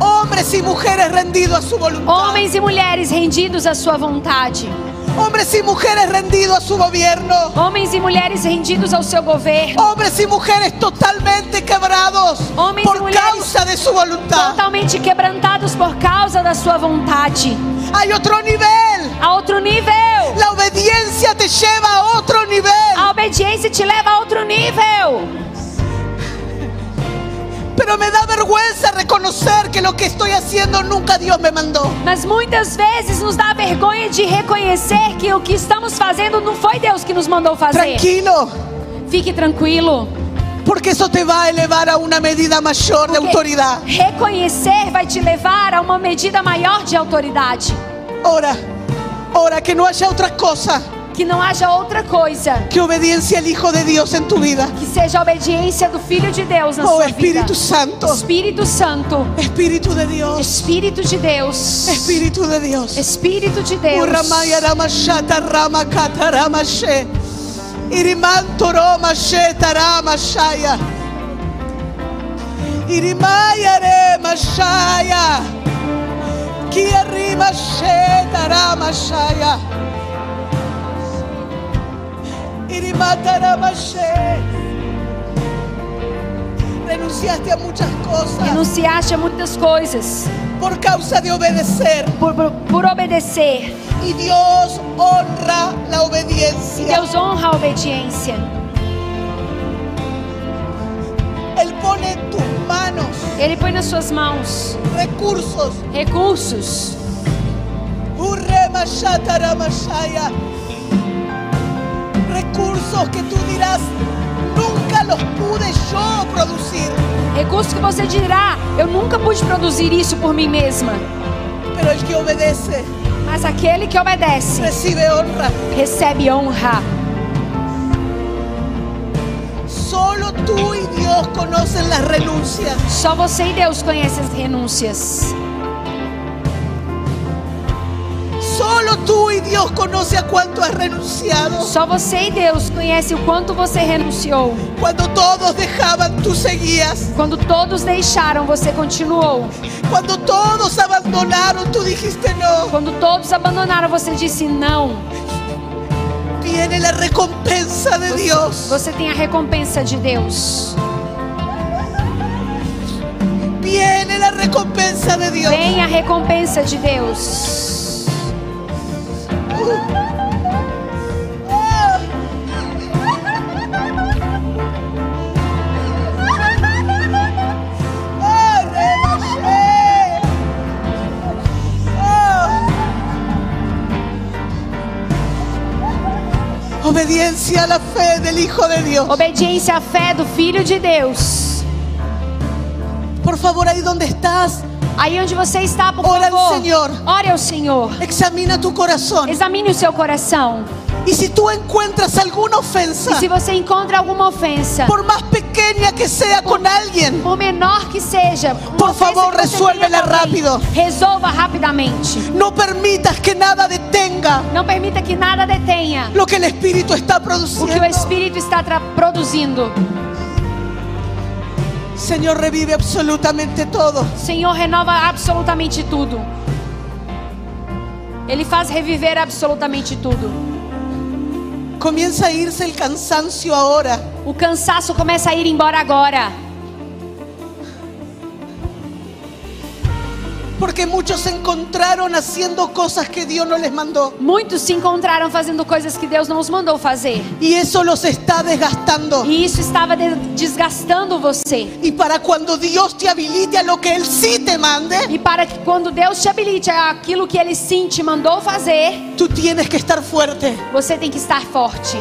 A: Hombres y mujeres rendidos a su voluntad.
B: Homens e mulheres rendidos à sua vontade.
A: Hombres y mujeres rendidos a su gobierno.
B: Homens e mulheres rendidos ao seu governo.
A: Hombres y mujeres totalmente quebrados
B: Hombres y
A: por
B: mujeres
A: causa de su voluntad.
B: Totalmente quebrantados por causa da sua vontade.
A: Hay otro nivel.
B: A outro nível.
A: La obediencia te lleva a otro nivel.
B: A obediência te leva a outro nível.
A: Pero me da vergüenza reconocer que lo que estoy haciendo nunca Dios me mandó.
B: Mas muitas vezes nos dá vergonha de reconhecer que o que estamos fazendo não foi Deus que nos mandou fazer.
A: Tranquilo,
B: Fique tranquilo.
A: porque eso te va a elevar a una medida mayor de
B: porque
A: autoridad.
B: Reconhecer vai te levar a uma medida maior de autoridade.
A: Ora, ora, que no haya otra cosa
B: Que não haja outra coisa
A: que obediencia al Hijo de Dios en tu vida.
B: que seja a obediência do Filho de Deus na
A: Oh
B: sua
A: Espíritu
B: vida.
A: Santo,
B: Espírito Santo,
A: Espíritu de Dios,
B: Espírito de Deus,
A: Espíritu de Dios.
B: Espírito de Deus.
A: Uramaya rama shata rama kata rama she. Irimanto roma sheta rama shaya. Irimaya rema shaya. Kia rima sheta rama shaya. Irimata rama she. Renunciaste a muchas cosas
B: Renunciaste a muitas coisas
A: por causa de obedecer.
B: por, por, por obedecer.
A: Y Dios honra la obediencia.
B: Deus honra a obediência.
A: Él pone en tus manos
B: Ele põe nas suas mãos
A: recursos.
B: recursos.
A: Urremashataramasaya. Recursos que tú dirás, nunca los pude yo producir.
B: Recursos que você dirá: Eu nunca pude produzir isso por mim mesma.
A: Pero el que obedece
B: Mas aquele que obedece
A: recibe honra.
B: recebe honra.
A: Solo tú y Dios conocen las renuncias.
B: Só você e Deus conhecem as renúncias.
A: Solo tú y Dios conoce a cuánto has renunciado.
B: Só você e Deus conhecem o quanto você renunciou.
A: Cuando todos dejaban, tú seguías.
B: Quando todos deixaram, você continuou.
A: Cuando todos abandonaron, tú dijiste no.
B: Quando todos abandonaram, você disse não.
A: viene la recompensa de Dios.
B: Você tem a recompensa de Deus.
A: Viene la recompensa de Dios.
B: Vem a recompensa de Deus.
A: Ah, ah, rebaixé. Ah. Obediencia a la fe del Hijo de Dios.
B: Obediência à fé do Filho de Deus.
A: Por favor, ahí donde estás,
B: Aí onde você está, por
A: Ora ao
B: favor,
A: Senhor.
B: ore ao Senhor.
A: examina tu corazón.
B: Examine o seu coração.
A: Y si tú encuentras alguna
B: E
A: ofensa,
B: se você encontra alguma ofensa,
A: Tá. por más pequeña que sea con alguien,
B: por menor que seja, uma
A: Por
B: ofensa
A: favor,
B: que você tenha
A: resuélvela
B: com alguém,
A: rápido.
B: Resolva rapidamente.
A: no permitas que nada detenga
B: Não permita que nada detenha
A: lo que el Espíritu está
B: o que o
A: produciendo.
B: Espírito está tra- produzindo.
A: Señor, revive absolutamente todo.
B: Senhor renova absolutamente tudo. Ele faz reviver absolutamente tudo.
A: Comienza a irse el cansancio ahora.
B: O cansaço começa a ir embora agora.
A: Porque muchos se encontraron haciendo cosas que Dios no les mandó.
B: Muitos se encontraram fazendo coisas que Deus não os mandou fazer.
A: Y eso los está desgastando.
B: E isso estava de- desgastando você.
A: Y para cuando Dios te habilite a lo que Él sí te mande,
B: E para que quando Deus te habilite aquilo que Ele sim te mandou fazer,
A: tú tienes que estar fuerte.
B: você tem que estar forte.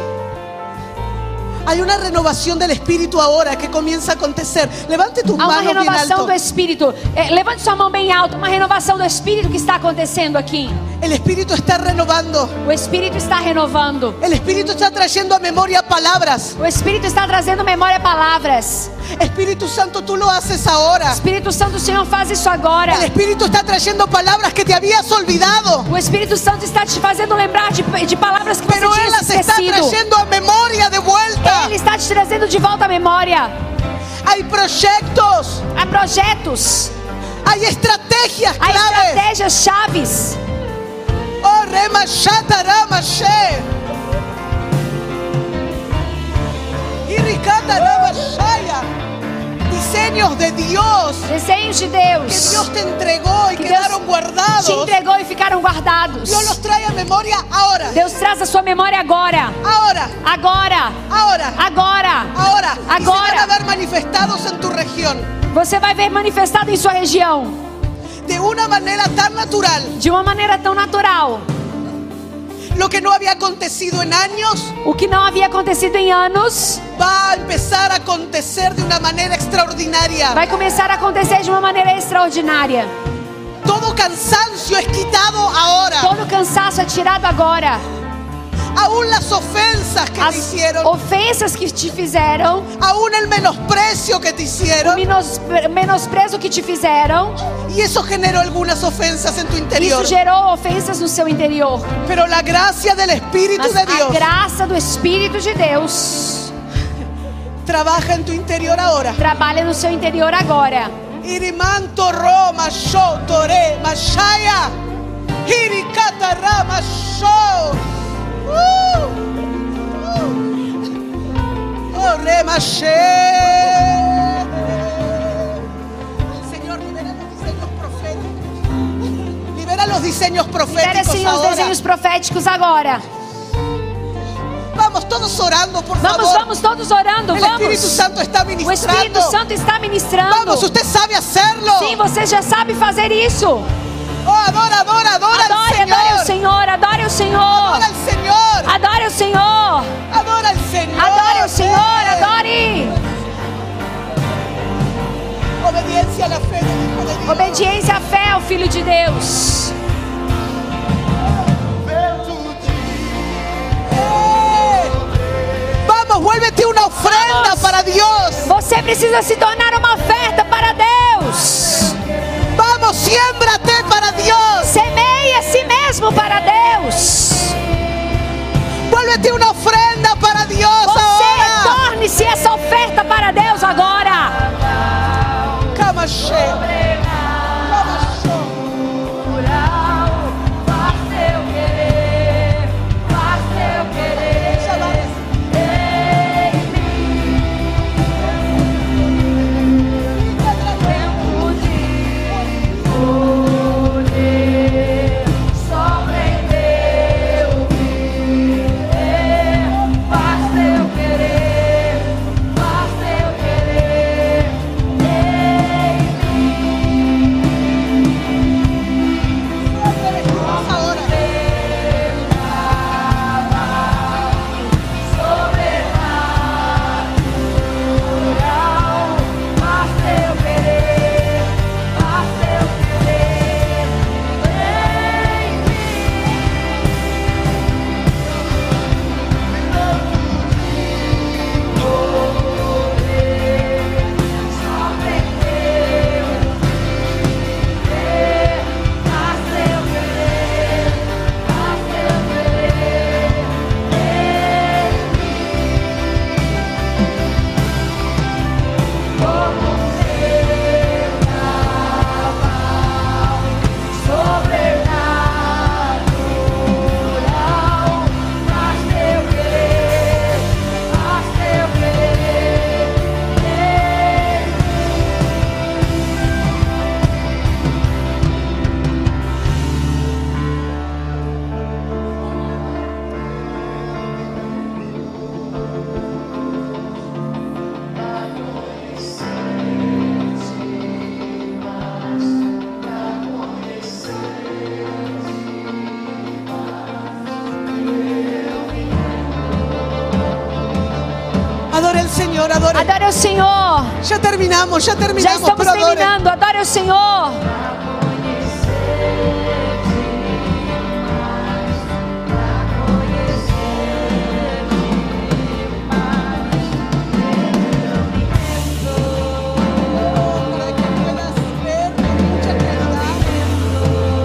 A: Hay una renovación del espíritu ahora que comienza a acontecer. Levante tus
B: Há uma
A: manos bien
B: renovação
A: alto.
B: do Espírito. É, levante sua mão bem alta. Uma renovação do Espírito que está acontecendo aqui.
A: El espíritu está renovando.
B: O Espírito está renovando.
A: El espíritu está trayendo a memoria palabras.
B: O Espírito está trazendo memória palavras.
A: Espíritu Santo, tú lo haces ahora.
B: Espírito Santo, o Senhor faz isso agora.
A: El espíritu está trayendo palabras que te habías olvidado,
B: O Espírito Santo está te fazendo lembrar de, de palavras que
A: pero
B: você
A: él
B: tinha
A: las está
B: esquecido.
A: trayendo a memoria de vuelta.
B: Ele está te trazendo de volta à memória.
A: Hay proyectos,
B: Há projetos.
A: hay estrategias
B: Há
A: claves.
B: estratégias chaves.
A: Oh, rema, shata, rama, she. Y ricata, rama, shaya. Diseños de Dios
B: Desenhos de
A: que
B: Deus.
A: Dios te entregou y
B: Que
A: quedaron
B: te
A: guardados.
B: entregou e ficaram guardados.
A: Dios los trae a memoria ahora.
B: Deus traz a sua memória agora.
A: Ahora,
B: Agora.
A: ahora,
B: Agora.
A: ahora. Y se van
B: Ahora.
A: a ver manifestados en tu región
B: Você vai ver manifestado em sua região.
A: de una manera tan natural.
B: De uma maneira tão natural.
A: Lo que no había acontecido en años
B: O que não havia acontecido em anos
A: va a empezar a acontecer de una manera extraordinaria.
B: vai começar a acontecer de uma maneira extraordinária.
A: Todo cansancio es quitado ahora.
B: Todo cansaço é tirado agora.
A: Aún las ofensas que te
B: As
A: hicieron,
B: ofensas que te fizeram,
A: aún el menosprecio que te
B: o
A: hicieron,
B: menos- menosprezo que te fizeram,
A: y eso generó algunas ofensas en tu interior.
B: isso gerou ofensas no seu interior.
A: Pero la gracia del Espíritu
B: Mas
A: de
B: a
A: Dios
B: graça do Espírito de Deus
A: trabaja en tu interior ahora.
B: trabalha no seu interior agora.
A: Irimanto Roma Show Tore Mashaya Irikata Rama Uh, Show uh. Ore Señor, libera los diseños proféticos. Libera los diseños
B: Libera,
A: proféticos
B: Senhor, os
A: ahora.
B: desenhos proféticos agora.
A: Vamos todos orando, por
B: Vamos,
A: favor.
B: vamos, todos orando,
A: El Espíritu
B: vamos.
A: Santo está
B: O Espírito
A: ministrando.
B: Santo está ministrando.
A: Vamos, usted sabe hacerlo.
B: Sim, você já sabe fazer isso.
A: Oh, adora, adora, adora al
B: Adore,
A: Señor.
B: adore o Senhor, adore o Senhor.
A: Adora al Señor.
B: Adore o Senhor.
A: Adora al Señor.
B: Adore o Senhor,
A: Eh,
B: adore.
A: Obediencia a la fe del Hijo de Dios.
B: Obediência à fé ao Filho de Deus.
A: Eh. Vamos, vuélvete una ofrenda
B: Vamos.
A: para Dios.
B: Você precisa se tornar uma oferta para Deus.
A: Vamos, siémbrate para Dios.
B: Semeie a si mesmo para Deus.
A: Vuélvete una ofrenda para Dios
B: Você
A: ahora.
B: torne-se essa oferta para Deus agora.
A: Camashe. Camashe.
D: Faz teu querer, faz teu querer. é,
A: Señor, adoren.
B: Adore o Senhor.
A: Ya terminamos, ya
B: Já
A: terminamos,
B: estamos
A: pero adoren.
B: terminando. Adore o Senhor.
A: Para que puedas ver con mucha claridad.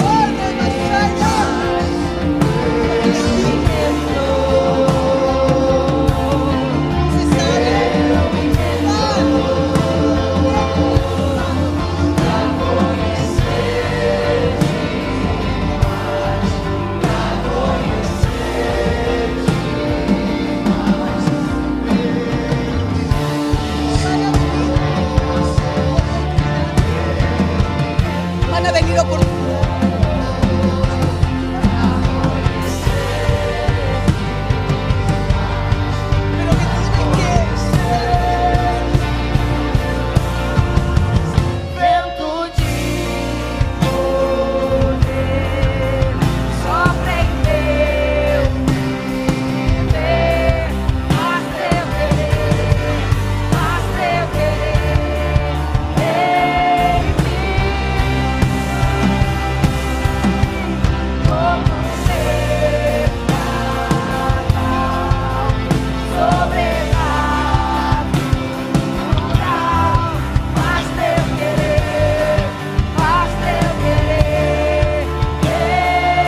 A: Corre más allá. Se sale. Vamos. Van a venir oportunidades. Pero que tienen que
D: Vento de poder sopra em meu viver. Faz teu querer, faz teu querer em mim. Como ser fatal, sobrenatural. Faz teu querer, faz teu querer,
C: poder,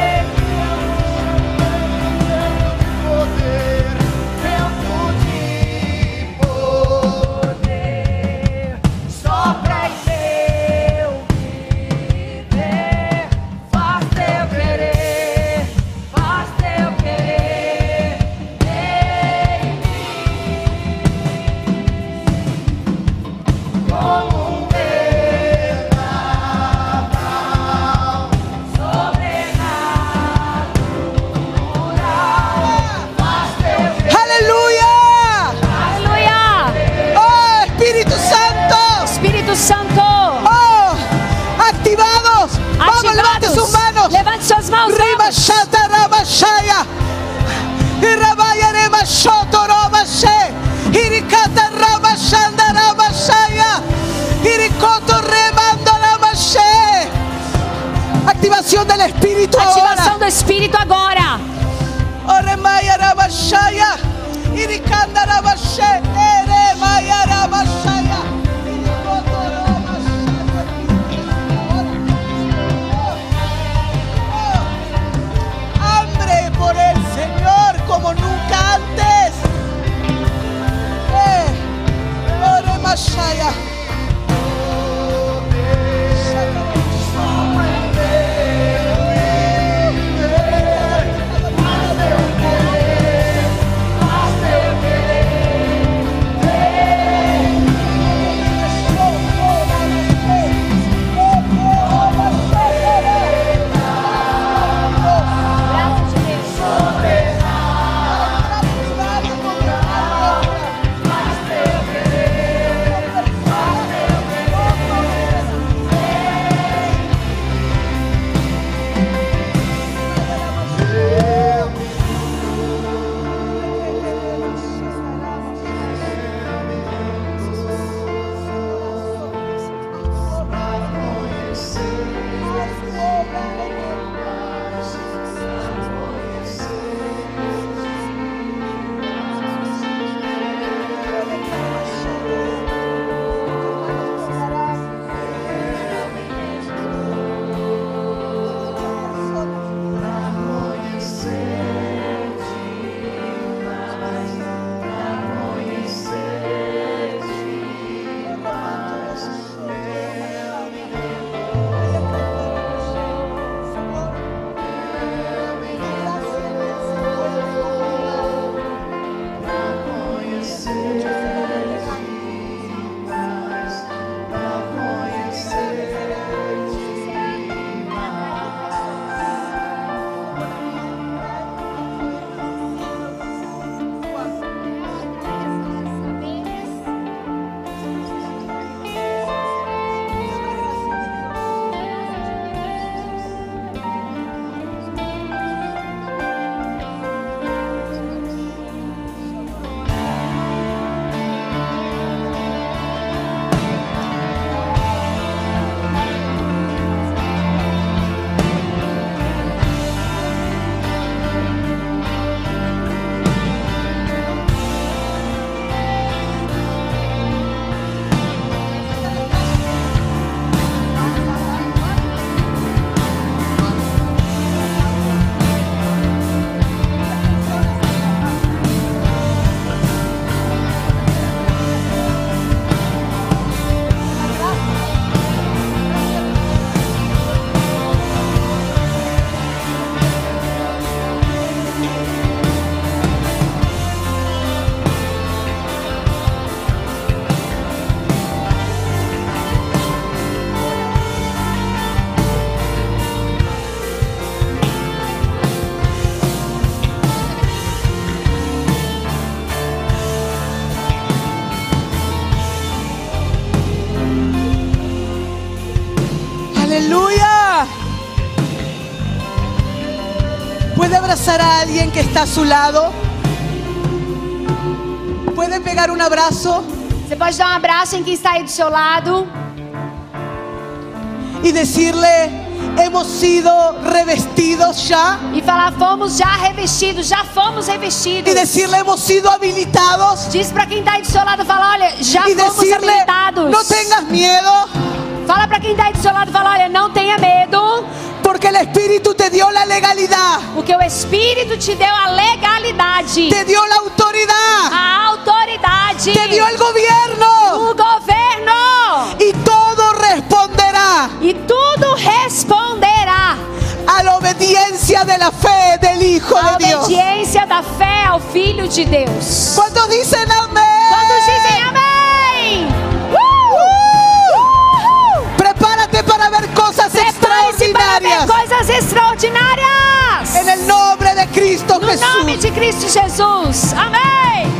C: vento de
D: poder sopra em meu viver. Faz teu querer, faz teu querer em mim. Como um vendaval sobrenatural. Faz teu querer.
A: ¡Aleluya!
B: Aleluia.
A: ¡Oh, Espíritu Santo!
B: Espírito Santo.
A: ¡Oh! ¡Activados! ¡Vamos, levante sus manos!
B: Ativados. Levante suas mãos.
A: Riba
B: Vamos.
A: shata raba shaya. Irabaya reba shoto roba she. Irikata raba shanda raba shaya. Irikoto remando raba she. Activación del Espíritu
B: Ativação
A: ahora.
B: do Espírito agora.
A: Oremaya raba shaya. Irikanda raba she. Eremaya raba shaya. Irikoto raba shaya. Oh, oh hambre por el Señor como nunca antes. Eh, ore Mashaya.
D: Faz teu querer,
A: abrazar a alguien que está a su lado? ¿Puede pegar un abrazo
B: Você pode dar um abraço em quem está aí do seu lado
A: y decirle, hemos sido revestidos ya?
B: e falar: fomos já revestidos, já fomos revestidos.
A: Y decirle, hemos sido habilitados.
B: Diz pra quem tá aí do seu lado, fala, olha, já
A: Y
B: fomos
A: decirle,
B: habilitados.
A: no tengas miedo,
B: Fala pra quem tá aí do seu lado, fala, olha, não tenha medo,
A: porque el Espíritu te dio la legalidad,
B: porque o Espírito te deu a legalidade,
A: te dio la autoridad,
B: a autoridade,
A: te dio el gobierno.
B: o governo.
A: Y todo responderá
B: E tudo responderá
A: a la obediencia de la fe del Hijo
B: à
A: de Dios.
B: obediência da fé ao Filho de Deus.
A: ¿Cuántos dicen amén?
B: Quantos dizem amém? Uh! Uhul!
A: Prepárate para ver cosas
B: Prepare-se para ver
A: extraordinarias.
B: coisas extraordinárias.
A: é En el nombre de Cristo
B: No nome
A: Jesús.
B: de Cristo Jesus. Amém.